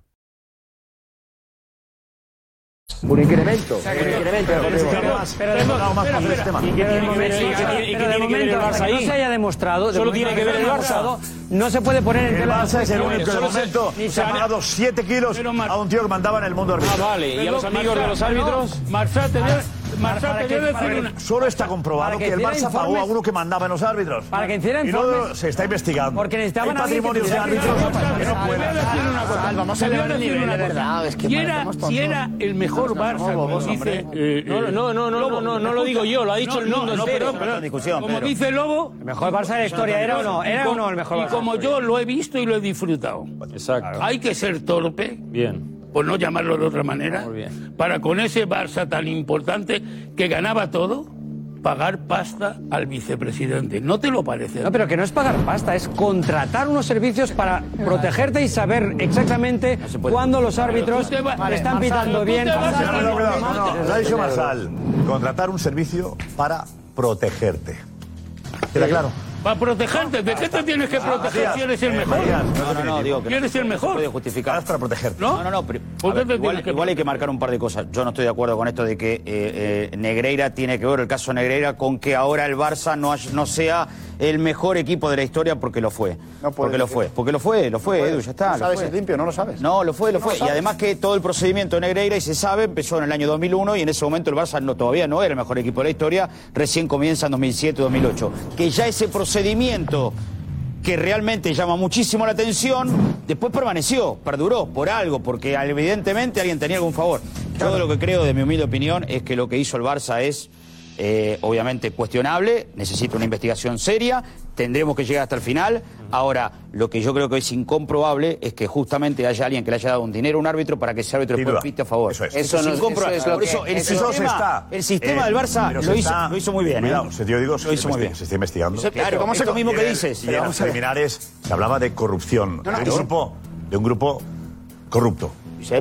Speaker 16: Un incremento. un incremento deportivo.
Speaker 27: Pero de momento, hasta que no se haya demostrado, de
Speaker 12: Solo
Speaker 27: momento
Speaker 12: tiene
Speaker 27: no
Speaker 12: que
Speaker 27: se
Speaker 12: ver
Speaker 27: haya
Speaker 12: el Barça.
Speaker 27: demostrado, No se puede poner en
Speaker 12: El
Speaker 27: tela.
Speaker 12: Barça es el único que de
Speaker 27: Solo se-
Speaker 12: momento
Speaker 27: ni
Speaker 12: se ha
Speaker 27: se-
Speaker 12: pagado 7 kilos a un tío que mandaba en el mundo arbitral.
Speaker 21: Ah, vale, ¿y a los amigos de los árbitros?
Speaker 12: Marfra
Speaker 21: te debe- Marfra, te debe decir una-
Speaker 12: Solo está comprobado
Speaker 21: Para
Speaker 12: que,
Speaker 21: que
Speaker 12: el
Speaker 21: hiciera
Speaker 12: Barça pagó a
Speaker 21: informes-
Speaker 12: uno que mandaba en los árbitros.
Speaker 21: Para que hiciera
Speaker 12: Y no
Speaker 21: informes-
Speaker 12: se está investigando. Porque
Speaker 21: necesitaban
Speaker 12: Hay
Speaker 21: a alguien que
Speaker 12: patrimonios de
Speaker 21: tuviera que
Speaker 12: árbitros
Speaker 21: investigar.
Speaker 12: que no pueden.
Speaker 21: Vamos a elevar el nivel, de verdad.
Speaker 16: es que
Speaker 21: y
Speaker 16: mal,
Speaker 21: era,
Speaker 16: estamos
Speaker 21: si
Speaker 16: tontos.
Speaker 21: era el mejor Barça, como dice... eh,
Speaker 8: No,
Speaker 21: eh,
Speaker 8: no, no, no,
Speaker 21: Lobo,
Speaker 8: no, no,
Speaker 21: ¿me
Speaker 8: no lo
Speaker 21: escucha?
Speaker 8: digo yo, lo ha dicho el
Speaker 21: no,
Speaker 8: mundo
Speaker 21: no,
Speaker 8: entero.
Speaker 21: perdón, perdón.
Speaker 8: Otra discusión,
Speaker 21: Como
Speaker 8: Pedro.
Speaker 21: dice Lobo...
Speaker 8: El mejor Barça de la historia, ¿era o no? ¿era o no el mejor
Speaker 21: Y
Speaker 8: Barça
Speaker 21: como
Speaker 8: de la historia?
Speaker 21: yo lo he visto y lo he disfrutado.
Speaker 8: Exacto.
Speaker 21: Hay que ser torpe,
Speaker 8: Bien.
Speaker 21: por no llamarlo de otra manera, para con ese Barça tan importante que ganaba todo, pagar pasta al vicepresidente. ¿No te lo parece?
Speaker 27: No, pero que no es pagar pasta, es contratar unos servicios para protegerte y saber exactamente cuándo los árbitros
Speaker 21: Tú te vas- Vale,
Speaker 27: están
Speaker 21: Marsal,
Speaker 27: pitando
Speaker 21: tú
Speaker 27: bien.
Speaker 21: te vas
Speaker 12: No, no, cuidado, no, no.
Speaker 21: Te-
Speaker 12: Lo ha dicho Marsal. Contratar un servicio para protegerte. ¿Queda claro?
Speaker 21: Para protegerte, ¿de qué te tienes que proteger si eres el mejor?
Speaker 12: No,
Speaker 21: eh, no, no, digo que
Speaker 12: ¿Quieres
Speaker 21: el mejor?
Speaker 12: puede justificar. para protegerte.
Speaker 21: ¿No?
Speaker 12: no, no.
Speaker 21: ¿Por qué
Speaker 12: A ver,
Speaker 21: te
Speaker 12: igual-
Speaker 21: tienes que
Speaker 12: igual
Speaker 21: proteger?
Speaker 12: hay
Speaker 21: hay
Speaker 12: que
Speaker 21: que
Speaker 12: marcar
Speaker 21: marcar
Speaker 12: un
Speaker 21: par de
Speaker 12: cosas.
Speaker 6: Yo no estoy de acuerdo con esto de que eh, eh, Negreira tiene que ver, el caso Negreira, con que ahora el Barça no, hay- no sea el mejor equipo de la historia porque lo fue. porque lo fue. Porque lo fue, lo fue, Edu, ya está.
Speaker 9: No
Speaker 6: lo
Speaker 9: sabes
Speaker 6: fue.
Speaker 9: si es limpio, no lo sabes.
Speaker 6: No, lo fue, lo
Speaker 9: No
Speaker 6: fue.
Speaker 9: lo
Speaker 6: y
Speaker 9: sabes.
Speaker 6: además que todo el procedimiento de Negreira, y se sabe, empezó en el año 2001 y en ese momento el Barça no, todavía no era el mejor equipo de la historia, recién comienza en 2007-2008. Que ya ese procedimiento que realmente llama muchísimo la atención, después permaneció, perduró por algo, porque evidentemente alguien tenía algún favor. Yo lo que creo, de mi humilde opinión, es que lo que hizo el Barça es eh, obviamente cuestionable, necesita una investigación seria, tendremos que llegar hasta el final. Ahora, lo que yo creo que es incomprobable es que justamente haya alguien que le haya dado un dinero a un árbitro para que ese árbitro
Speaker 12: Sin
Speaker 6: después
Speaker 12: duda.
Speaker 6: pite a favor.
Speaker 12: Eso es.
Speaker 6: es
Speaker 12: Eso no-
Speaker 6: incomprobable.
Speaker 12: eso es lo
Speaker 6: Por eso
Speaker 12: que-
Speaker 6: el
Speaker 12: eso se
Speaker 6: sistema,
Speaker 12: está-
Speaker 6: el sistema
Speaker 12: eh,
Speaker 6: del Barça
Speaker 12: pero
Speaker 6: lo
Speaker 12: se
Speaker 6: hizo,
Speaker 12: está-
Speaker 6: lo hizo muy bien.
Speaker 12: Cuidado,
Speaker 6: ¿eh?
Speaker 12: se- yo digo,
Speaker 6: lo hizo muy bien.
Speaker 12: Se está investigando.
Speaker 6: Claro, ¿cómo se-
Speaker 12: esto
Speaker 6: mismo que
Speaker 12: y en-
Speaker 6: dices.
Speaker 12: Y en los
Speaker 6: Vamos a ver.
Speaker 12: preliminares se hablaba de corrupción.
Speaker 6: No, no,
Speaker 12: de, un
Speaker 6: eso-
Speaker 12: grupo, de un grupo corrupto.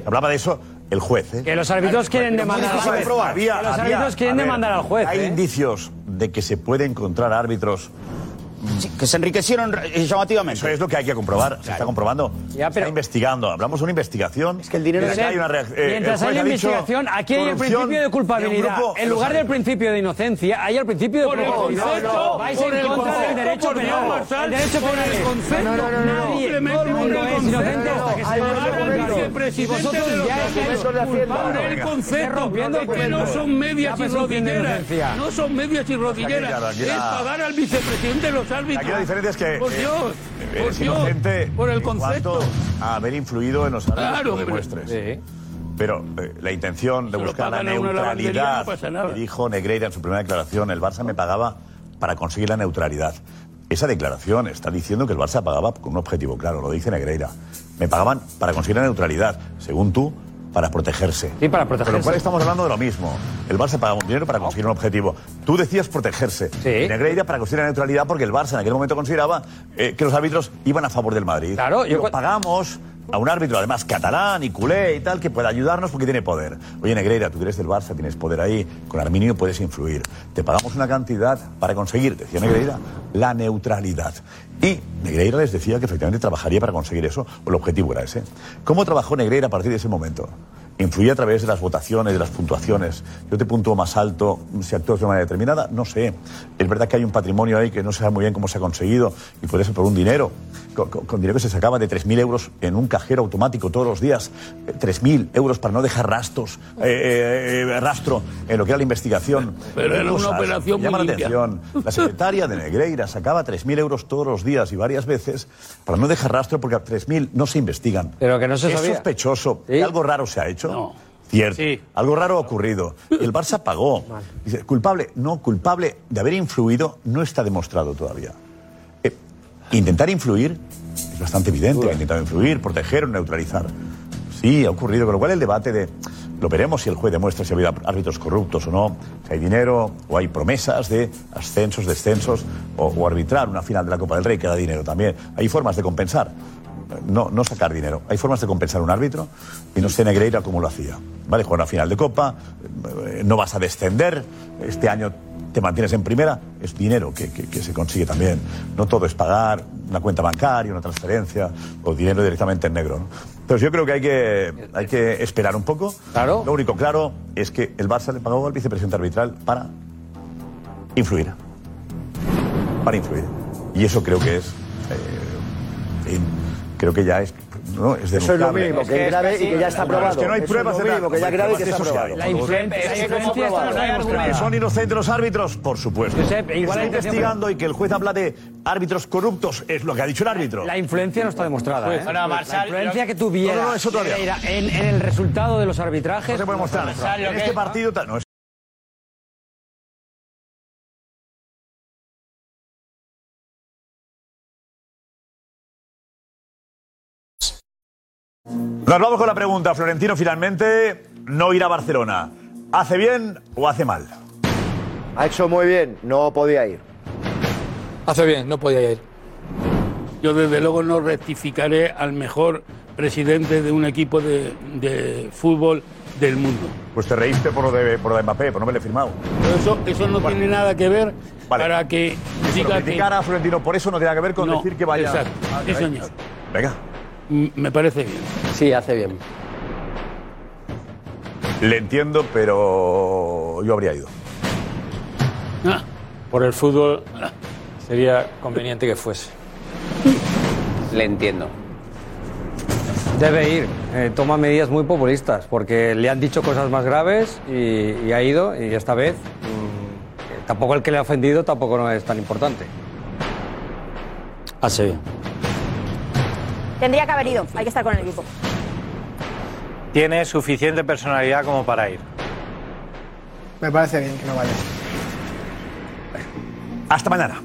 Speaker 12: Hablaba de eso el juez. ¿eh?
Speaker 27: Que los árbitros quieren
Speaker 12: Pero muy
Speaker 27: demandar al
Speaker 12: difícil de
Speaker 27: juez.
Speaker 12: probar.
Speaker 27: Que los
Speaker 12: Había- había-
Speaker 27: árbitros quieren
Speaker 12: a ver,
Speaker 27: demandar al juez,
Speaker 12: Hay
Speaker 27: ¿eh?
Speaker 12: indicios de que se puede encontrar árbitros
Speaker 6: que se enriquecieron
Speaker 12: eh,
Speaker 6: llamativamente.
Speaker 12: Eso es lo que hay que comprobar. Se está comprobando. se está investigando. Hablamos de una investigación. Es que el dinero
Speaker 27: Josep,
Speaker 12: hay una reac- eh,
Speaker 27: mientras
Speaker 12: el
Speaker 27: haya
Speaker 12: juez ha dicho
Speaker 27: investigación, aquí hay el
Speaker 12: corrupción
Speaker 27: principio
Speaker 12: de
Speaker 27: de
Speaker 12: un
Speaker 27: culpabilidad.
Speaker 12: grupo
Speaker 27: en lugar del principio de inocencia, hay el principio de
Speaker 21: Por el
Speaker 27: culpabilidad.
Speaker 21: concepto,
Speaker 27: Vais
Speaker 21: por
Speaker 27: en
Speaker 21: el
Speaker 27: contra del
Speaker 21: concepto,
Speaker 27: derecho
Speaker 21: por Dios,
Speaker 27: penal.
Speaker 21: Marsal,
Speaker 27: el derecho
Speaker 21: por
Speaker 27: penal.
Speaker 21: el concepto.
Speaker 27: No, no, no, no, no.
Speaker 21: Simplemente
Speaker 27: Todo el
Speaker 21: por el
Speaker 27: mundo es
Speaker 21: concepto.
Speaker 27: inocente hasta que se
Speaker 21: Al
Speaker 27: demuestre
Speaker 21: documento
Speaker 27: culpable.
Speaker 21: del presidente
Speaker 27: Y vosotros
Speaker 21: de los
Speaker 27: ya estáis
Speaker 21: documentos de Hacienda.
Speaker 27: culpables.
Speaker 21: Por el
Speaker 27: Estáis
Speaker 21: concepto,
Speaker 27: rompiendo
Speaker 21: es que no
Speaker 27: documentos.
Speaker 21: son medias
Speaker 27: Ya
Speaker 21: y
Speaker 27: presunción de
Speaker 21: rodilleras.
Speaker 27: inocencia.
Speaker 21: No son medias y rodilleras.
Speaker 27: Tranquila,
Speaker 21: Es
Speaker 27: tranquila.
Speaker 21: pagar al vicepresidente de los los árbitros.
Speaker 12: Aquí la diferencia es que.
Speaker 21: Por
Speaker 12: eh,
Speaker 21: Dios,
Speaker 12: eres
Speaker 21: por Dios,
Speaker 12: inocente
Speaker 21: por el
Speaker 12: en cuanto
Speaker 21: concepto.
Speaker 12: A haber influido en los árbitros
Speaker 21: Claro,
Speaker 12: que lo
Speaker 21: hombre.
Speaker 12: demuestres. Pero eh, la intención de
Speaker 21: lo
Speaker 12: buscar la
Speaker 21: pagan a uno la banderilla, no
Speaker 12: neutralidad,
Speaker 21: pasa nada.
Speaker 12: que dijo Negreira en su primera declaración, el Barça me pagaba para conseguir la neutralidad. Esa declaración está diciendo que el Barça pagaba con un objetivo claro, lo dice Negreira. Me pagaban para conseguir la neutralidad, según tú, para protegerse. Sí, para
Speaker 15: protegerse.
Speaker 12: Con lo cual estamos hablando de lo mismo. El Barça pagaba un dinero para conseguir un objetivo. Tú decías protegerse. Y Negreira para conseguir la neutralidad porque el Barça en aquel momento consideraba eh, que los árbitros iban a favor del Madrid. Claro,
Speaker 20: yo
Speaker 12: Lo
Speaker 20: cua-
Speaker 12: pagamos a un árbitro, además catalán y culé y tal, que pueda ayudarnos porque tiene poder. Oye, Negreira, tú eres del Barça, tienes poder ahí, con Arminio puedes influir. Te pagamos una cantidad para conseguir, decía Negreira, la neutralidad. Y Negreira les decía que efectivamente trabajaría para conseguir eso, o el objetivo era ese. ¿Cómo trabajó Negreira a partir de ese momento? Influía a través de las votaciones, de las puntuaciones. Yo te puntúo más alto si actúas de una manera determinada, no sé. Es verdad que hay un patrimonio ahí que no se sabe muy bien cómo se ha conseguido y puede ser por un dinero, con, con- con dinero que se sacaba de 3.000 euros en un cajero automático todos los días. Eh, 3.000 euros para no dejar rastros, eh, eh, eh, rastro en lo que era la investigación.
Speaker 21: Pero era una
Speaker 12: Cosas que
Speaker 21: operación
Speaker 12: llaman
Speaker 21: muy
Speaker 12: la
Speaker 21: limpia.
Speaker 12: atención. La secretaria de Negreira sacaba 3.000 euros todos los días y varias veces para no dejar rastro porque a 3.000 no se investigan. Pero que
Speaker 27: no se
Speaker 12: Es
Speaker 27: sabía.
Speaker 12: sospechoso. que Algo raro se ha hecho. Cierto. Algo raro ha ocurrido. El Barça pagó. Dice, culpable, no, culpable de haber influido no está demostrado todavía. Eh, intentar influir es bastante evidente. Ha intentado influir, proteger o neutralizar. Sí, ha ocurrido. Con lo cual el debate de lo veremos si el juez demuestra si ha habido árbitros corruptos o no, si hay dinero o hay promesas de ascensos, descensos o, o arbitrar una final de la Copa del Rey que da dinero también. Hay formas de compensar. No, no sacar dinero. Hay formas de compensar a un árbitro y no sé Negreira cómo lo hacía. ¿Vale? Juega una final de Copa, eh, no vas a descender, este año te mantienes en primera, es dinero que, que- que se consigue también. No todo es pagar una cuenta bancaria, una transferencia o dinero directamente en negro. ¿no? Entonces yo creo que hay, que hay que esperar un poco. Claro. Lo único claro es que el Barça le pagó al vicepresidente arbitral para influir. Para influir. Y eso creo que es... eh, en- creo que ya es... No, es
Speaker 16: Eso es lo
Speaker 12: denunciable.
Speaker 16: mínimo, que es grave y que ya está
Speaker 12: Claro,
Speaker 16: probado.
Speaker 12: Es que no hay
Speaker 16: Eso es
Speaker 12: pruebas
Speaker 16: lo
Speaker 12: de nada.
Speaker 16: mínimo, que ya es grave y que
Speaker 12: Eso
Speaker 16: está
Speaker 12: sí hay.
Speaker 16: probado. La influencia- la
Speaker 12: Eso está
Speaker 16: influencia esto no se
Speaker 12: probado.
Speaker 16: argumenta.
Speaker 12: Que son inocentes los árbitros, por supuesto.
Speaker 16: Josep,
Speaker 12: Que
Speaker 16: igual
Speaker 12: se
Speaker 16: hay
Speaker 12: está
Speaker 16: intención,
Speaker 12: investigando y que el juez habla de árbitros corruptos, es lo que ha dicho el árbitro.
Speaker 27: La influencia no está
Speaker 21: Pues,
Speaker 27: demostrada. ¿eh?
Speaker 12: Bueno,
Speaker 27: la
Speaker 12: Marsal,
Speaker 27: influencia
Speaker 12: yo-
Speaker 27: que tuviera
Speaker 12: No, no, no, eso todavía.
Speaker 27: Negreira en, en el resultado de los arbitrajes.
Speaker 12: No se puede mostrar. En este partido ta- no es- Nos vamos con la pregunta. Florentino finalmente no irá a Barcelona. ¿Hace bien o hace mal?
Speaker 16: Ha hecho muy bien, no podía ir.
Speaker 21: Hace bien, no podía ir. Yo desde luego no rectificaré al mejor presidente de un equipo de, de fútbol del mundo.
Speaker 12: Pues te reíste por lo de, por lo de Mbappé, por no haberle firmado.
Speaker 21: Pero eso, eso no tiene nada que ver para que
Speaker 12: Pero
Speaker 21: diga que...
Speaker 12: criticar a Florentino por eso no tiene nada que ver con
Speaker 21: No,
Speaker 12: decir que vaya...
Speaker 21: Exacto,
Speaker 12: Ah,
Speaker 21: sí,
Speaker 12: caray.
Speaker 21: señor.
Speaker 12: Venga.
Speaker 21: Mm, Me parece bien.
Speaker 25: Sí, hace bien.
Speaker 12: Le entiendo, pero yo habría ido.
Speaker 8: Por el fútbol sería conveniente que fuese.
Speaker 20: Le entiendo.
Speaker 27: Debe ir. Eh, toma medidas muy populistas porque le han dicho cosas más graves y, y ha ido y esta vez mm, tampoco el que le ha ofendido tampoco no es tan importante.
Speaker 21: Hace bien.
Speaker 7: Tendría que haber ido, hay que estar con el equipo.
Speaker 15: Tiene suficiente personalidad como para ir.
Speaker 1: Me parece bien que no vaya.
Speaker 12: Hasta mañana.